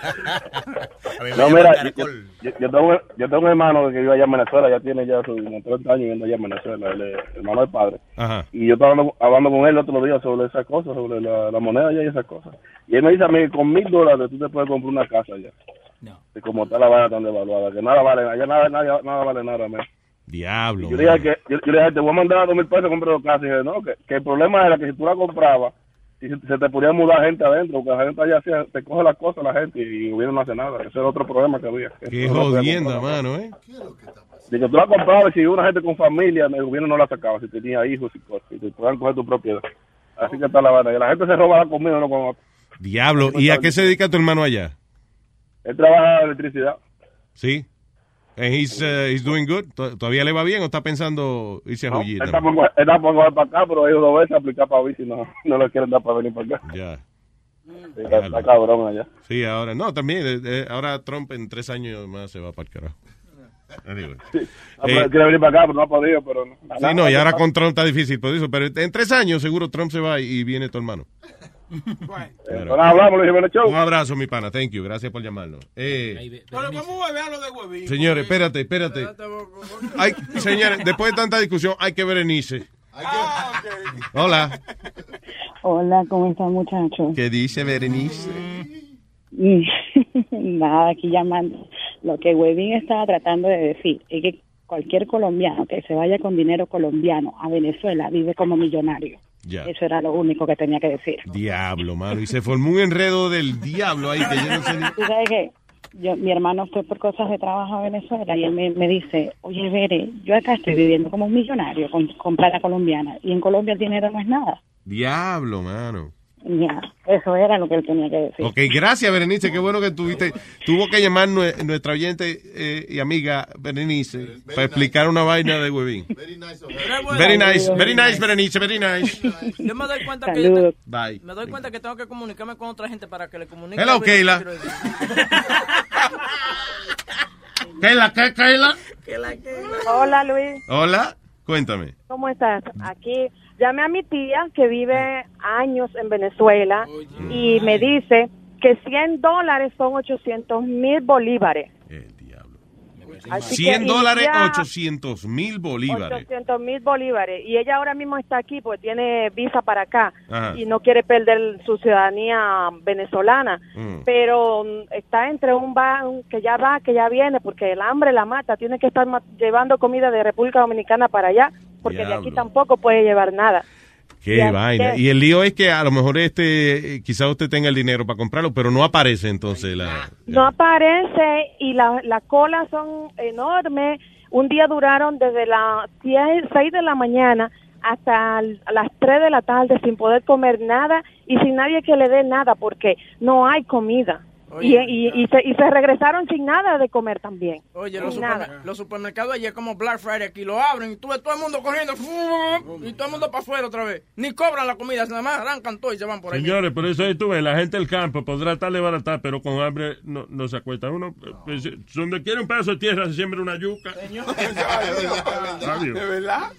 No, mira, yo, yo- yo tengo, yo tengo un hermano que vive allá en Venezuela, ya tiene ya sus como 30 años viviendo allá en Venezuela, el hermano del padre.
Ajá.
Y yo estaba hablando, hablando con él el otro día sobre esas cosas, sobre la, la moneda allá y esas cosas. Y él me dice a mí, con mil dólares tú te puedes comprar una casa allá. Y como está la vara tan devaluada, que nada vale, allá nada, nada, nada vale nada, man.
Diablo.
Yo le dije, que, yo, yo le dije, te voy a mandar dos mil pesos a comprar dos casas. Y dije, no, que, que el problema era que si tú la comprabas, si se, se te podía mudar gente adentro, porque la gente allá hacía- te coge las cosas la gente y el gobierno no hace nada. Ese era otro problema que había.
Qué
Eso no podía
jodienda,
comprar.
mano, ¿eh?
De que tú la comprabas, si una gente con familia, el gobierno no la sacaba, si tenía hijos y cosas, y te podían coger tu propiedad. Así que está la vaina. Y la gente se roba la comida, no como.
Diablo. ¿Y a qué se dedica tu hermano allá?
Él trabaja en electricidad.
¿Sí? And he's, uh, he's doing good? ¿Tod- ¿Todavía le va bien o está pensando irse a
¿no?
Jullita?
Él está por coger- él está por coger para acá, pero ellos dos veces aplicar para bici, no, no le quieren dar para venir para acá.
Ya.
Sí, está, está cabrón allá.
Sí, ahora. No, también. eh, eh, ahora Trump en tres años más se va para el carajo. Anyway.
Ah, pero
Eh,
él quiere venir para acá, pero no ha podido, pero no.
Sí, no, y ahora con Trump está difícil por eso. Pero en tres años seguro Trump se va y, y viene tu hermano. Pero-
Bueno, hablamos, Luis Jiménez, chau.
Un abrazo, mi pana. Thank you. Gracias por llamarnos. Eh,
Pero vamos a ver a lo de huevín.
señores, espérate, espérate. Ay, señores, después de tanta discusión, hay que ver Berenice.
Ah,
Hola.
Hola, ¿cómo están muchachos?
¿Qué dice Berenice?
Mm, Nada, aquí llamando. Lo que Webin estaba tratando de decir es que cualquier colombiano que se vaya con dinero colombiano a Venezuela vive como millonario.
Ya.
Eso era lo único que tenía que decir.
Diablo, mano. Y se formó un enredo del diablo ahí que yo no sé ni-
Tú sabes que yo, mi hermano fue por cosas de trabajo a Venezuela y él me, me dice, oye, Bere, yo acá estoy viviendo como un millonario con, con plata colombiana y en Colombia el dinero no es nada.
Diablo, mano.
Ya, eso era lo que él tenía que decir.
Ok, gracias Berenice, qué bueno que tuviste. Tuvo que llamar nue- nuestra oyente eh, y amiga Berenice para explicar una vaina de huevín. Very nice, very nice, Berenice, very nice.
Yo me doy cuenta que. yo
Saludos.
te-
Bye.
Me doy cuenta que tengo que comunicarme con otra gente para que le comunique.
Hello, Keila. Keila, ¿qué, Keila?
Hola Luis,
Hola, cuéntame.
¿cómo estás? Aquí llamé a mi tía que vive años en Venezuela y me dice que 100 dólares son 800 mil bolívares. Así que
100 dólares,
ella-
800 mil bolívares.
800 mil bolívares. Y ella ahora mismo está aquí porque tiene visa para acá
Ajá.
y no quiere perder su ciudadanía venezolana.
Mm.
Pero mm, está entre un van que ya va, que ya viene, porque el hambre la mata. Tiene que estar ma- llevando comida de República Dominicana para allá, porque de aquí
Diablo.
tampoco puede llevar nada.
Qué
Ya,
vaina.
ya.
Y el lío es que a lo mejor este, eh, quizá usted tenga el dinero para comprarlo, pero no aparece entonces la...
No aparece y la- las colas son enormes. Un día duraron desde las 10, 6 de la mañana hasta l- las 3 de la tarde sin poder comer nada y sin nadie que le dé nada porque no hay comida. Y, y, y, se, y se regresaron sin nada de comer también.
Oye,
Sin
los,
nada.
supermer- los supermercados ayer como Black Friday aquí lo abren y tú ves todo el mundo corriendo ¡fum! y todo el mundo para afuera otra vez. Ni cobran la comida, nada más arrancan todo y se van por ahí.
Señores, por eso ahí tú ves, la gente del campo podrá estar de barata, pero con hambre no, no se acuesta. Uno, pues, donde quiere un pedazo de tierra, se siembra una yuca. Adiós.
verdad?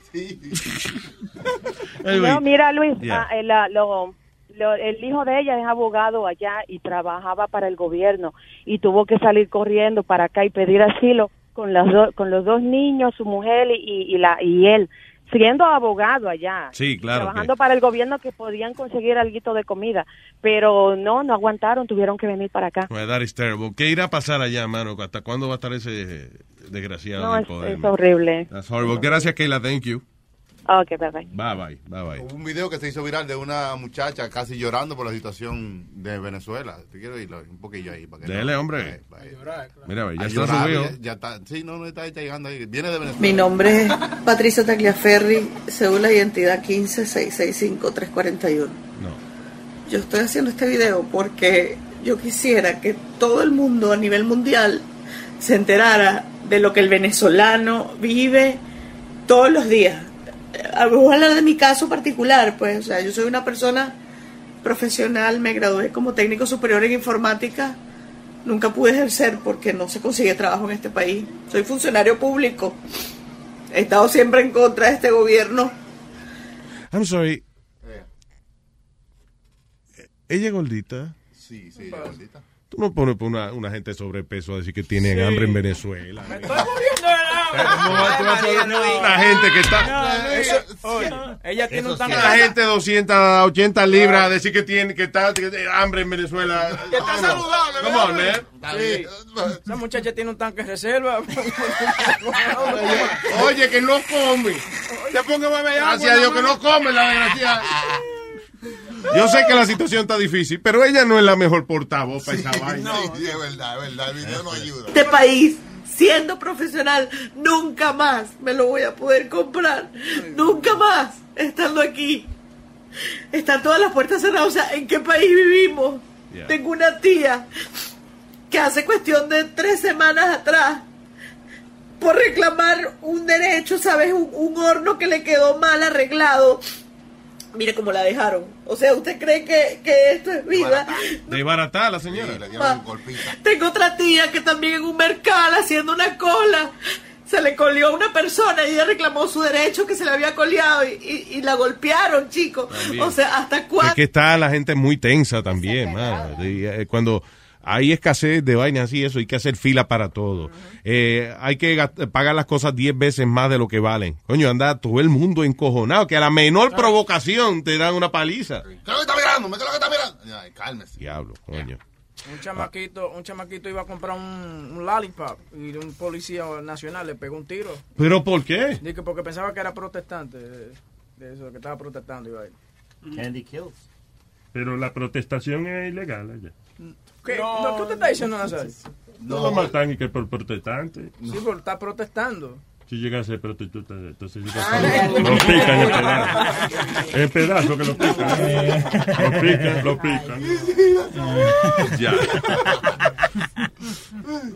Hey,
No,
Luis.
mira, Luis,
Yeah.
ah, el, ah, lo- lo- el hijo de ella es abogado allá y trabajaba para el gobierno y tuvo que salir corriendo para acá y pedir asilo con, las do- con los dos niños, su mujer y, y, la, y él, siendo abogado allá.
Sí, claro que-
Trabajando para el gobierno que podían conseguir algo de comida, pero no, no aguantaron, tuvieron que venir para acá.
Well, that is terrible. ¿Qué irá a pasar allá, mano? ¿Hasta cuándo va a estar ese eh, desgraciado
No,
en el
es-
poder?
es
man?
horrible.
That's horrible. Gracias, Keila. Thank you.
Ok, bye bye.
Bye, bye. Bye, bye.
Hubo un video que se hizo viral de una muchacha casi llorando por la situación de Venezuela. Te quiero ir un poquillo ahí. Para que
Dele,
no-
hombre.
Va- va-
Mira, ve, ya
a
está
llorar,
subido.
Ya, ya está. Sí, no, no está, está llegando ahí. Viene de Venezuela.
Mi nombre es Patricia Tagliaferri, según la identidad 15665-341. Yo estoy haciendo este video porque yo quisiera que todo el mundo a nivel mundial se enterara de lo que el venezolano vive todos los días. Eh, Voy a hablar de mi caso particular, pues, o sea, yo soy una persona profesional, me gradué como técnico superior en informática, nunca pude ejercer porque no se consigue trabajo en este país. Soy funcionario público, he estado siempre en contra de este gobierno.
I'm sorry.
Eh.
Ella es gordita.
Sí, sí, gordita.
Tú no pones por una, una gente de sobrepeso a decir que tiene
Sí.
hambre en Venezuela.
La
gente que está-
ella tiene un
La
tamaño.
gente de 280 libras a decir que tiene que está que tiene hambre en Venezuela.
Que está saludable,
Come on, man.
Sí. Esa muchacha tiene un tanque de reserva.
Oye, que no come.
Se ponga a beber agua.
Gracias a Dios que no come la desgracia. Yo sé que la situación está difícil, pero ella no es la mejor portavoz para esa vaina.
Sí, es verdad, es verdad. El video no ayuda.
este país siendo profesional nunca más me lo voy a poder comprar nunca más estando aquí están todas las puertas cerradas o sea en qué país vivimos
Yeah.
tengo una tía que hace cuestión de tres semanas atrás por reclamar un derecho sabes un, un horno que le quedó mal arreglado mire cómo la dejaron o sea usted cree que, que esto es vida
De baratá la señora.
dieron un tengo otra tía que también en un mercado haciendo una cola se le colió a una persona y ella reclamó su derecho que se le había coleado y, y- y la golpearon, chicos.
También.
O sea, ¿hasta
Es
cuándo?
que está la gente muy tensa también, mano. Y, eh, Cuando hay escasez de vainas así, eso, hay que hacer fila para todo. Eh, hay que gast- pagar las cosas 10 veces más de lo que valen. Coño, anda todo el mundo encojonado, que a la menor provocación te dan una paliza.
¿Qué es lo que está mirando? ¿Qué es lo que está mirando? Ay, cálmese.
Diablo, coño.
Un chamaquito, un chamaquito iba a comprar un, un lollipop y un policía nacional le pegó un tiro.
¿Pero por qué?
Dije porque pensaba que era protestante. eh, De eso, que estaba protestando. Iba a ir.
Candy kills. Pero la protestación es ilegal allá.
¿Qué? No, ¿Qué usted está diciendo, Nazario?
No lo matan y que por protestante.
Sí, porque está protestando.
Si llega a ser prostituta, entonces llega
Ah, ya.
lo pican en pedazos. En pedazos que lo pican. Lo pican, lo pican.
Ya.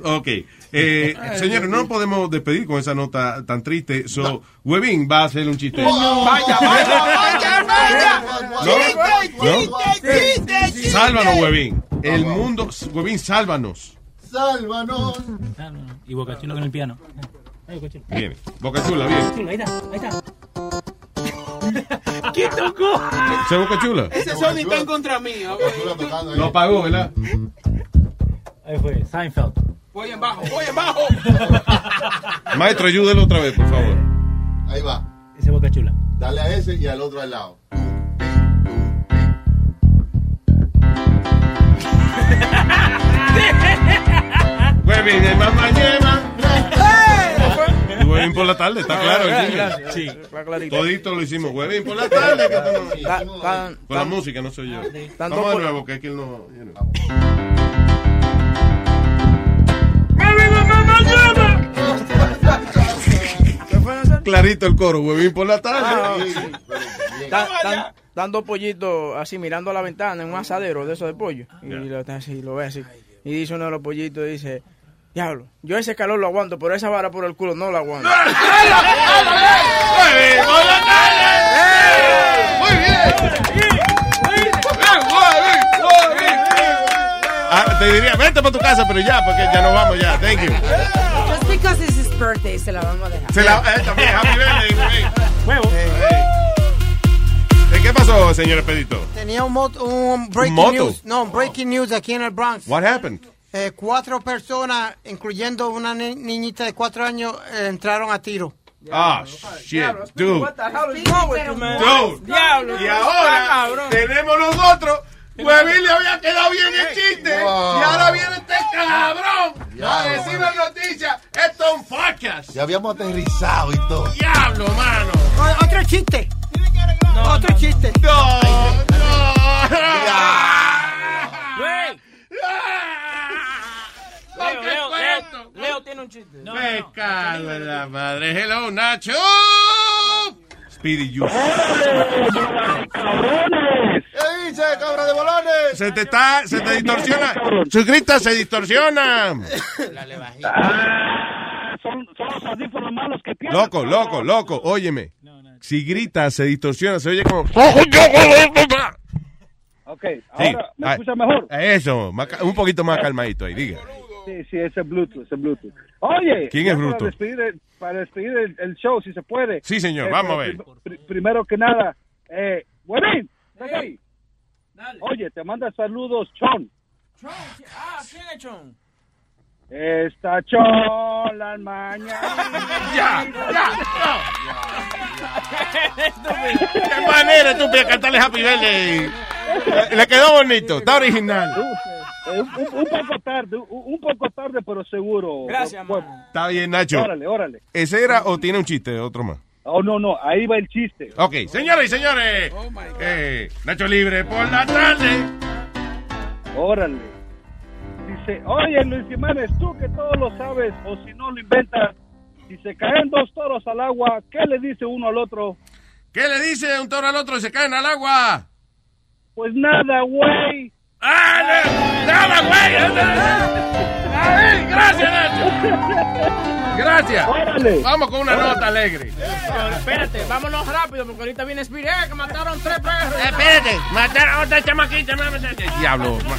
Ok. Eh, señores, no nos podemos despedir con esa nota tan triste. So, Webin va a hacer un chiste.
Vaya, vaya, vaya, vaya.
No. Sálvanos, Webin. El mundo, Webin, sálvanos.
Sálvanos.
Y Boca Chula con el piano. Ahí, Boca Chula.
Bien. Boca Chula, bien.
Chula, Ahí está, ahí está. ¿Qué tocó?
¿Se Boca Chula?
Ese Sony está en contra mí.
Lo apagó, ¿verdad?
Ahí fue, Seinfeld.
Voy en bajo, voy en bajo.
Maestro, ayúdelo otra vez, por favor.
Ahí va.
Ese Boca Chula.
Dale a ese y al otro al lado.
Webin, el mamá lleva.
¡Eh,
Webin por la tarde, está claro. el jingle.
Sí.
Todito lo hicimos, Webin por la tarde. que estamos-
Tan-
Con la
tan-
música, no soy yo.
Tanto
Vamos de
por-
nuevo, que aquí él no. you know. Clarito el coro, huevín por la
Ah,
tarde.
sí. Tan- tan- Tan dos pollitos así mirando a la ventana en un asadero de esos de pollo. Y lo, están así, lo ven así. Y dice uno de los pollitos, dice, diablo, yo ese calor lo aguanto, pero esa vara por el culo no la aguanto.
¡Eh, ¡Eh,
Ah, te diría, vete para tu casa, pero ya, porque ya nos vamos ya. Thank you.
Just because it's his birthday, se la vamos a dejar.
Se la, eh, también, happy birthday, güey. Eh, ¿Qué pasó, señor Pedito?
Tenía un, mot- un breaking
moto?
news. No, un breaking news aquí en el Bronx.
What happened?
Eh, cuatro personas, incluyendo una ni- niñita de cuatro años, eh, entraron a tiro.
Ah, shit, dude.
What the hell is wrong with you,
eh!
man?
Dude.
Diablo.
Y ahora
Cabrón.
tenemos nosotros. Huevín Pues le había quedado bien el chiste. ¿eh?
Wow.
Y ahora viene este cabrón a
Diablo.
decir la noticia. Esto es un podcast.
Ya habíamos aterrizado y todo.
Diablo, mano.
Otro chiste. Otro chiste.
No,
Luis.
Leo,
Leo, Leo,
fue
Leo, Leo tiene un chiste.
Me cago en la madre. Hello, Nacho. Speedy you.
¿Qué dice, cabra de bolones?
Se te está, se te distorsiona. Su grita se distorsiona. Loco, loco, loco, óyeme. Si gritas, se distorsiona, se oye
Oh,
como...
Ok,
Sí,
ahora me
ah,
escucha mejor.
Eso, más ca- un poquito más calmadito ahí, diga.
Sí, sí, ese es Bluetooth, ese es Bluetooth. Oye,
¿Quién es
ya
Bruto?
Para despedir, el, para despedir el, el
Oh,
show, si se puede.
Sí, señor,
Eh,
vamos a
pero
ver.
prim- pri- primero que nada, eh, Huevín, ven ahí. Oye, te manda saludos, Chon.
Ah, ¿quién es Chon?
Está Chon las mañanas.
ya, Qué manera estúpida cantarle Happy Birthday. Le- Le quedó bonito, está original.
Eh, un, un- un poco tarde, un, un poco tarde, pero seguro.
Gracias,
Bueno,
Está bien, Nacho.
Órale, órale.
¿Ese era o tiene un chiste, otro más?
Oh, no, no, ahí va el chiste.
Ok, señores y señores. eh, Nacho Libre por la tarde.
Órale. Dice, oye Luis Jiménez, tú que todo lo sabes, o si no lo inventas, si se caen dos toros al agua, ¿qué le dice uno al otro?
¿Qué le dice un toro al otro y se caen al agua?
Pues nada, güey.
¡Nada, güey! ¡Gracias, Nacho! Gracias. Vamos con una nota alegre.
Espérate, vámonos rápido porque ahorita viene Spirit. ¡Eh, que mataron tres perros!
Eh, Espérate, mataron a otra chamaquita. Diablo. man.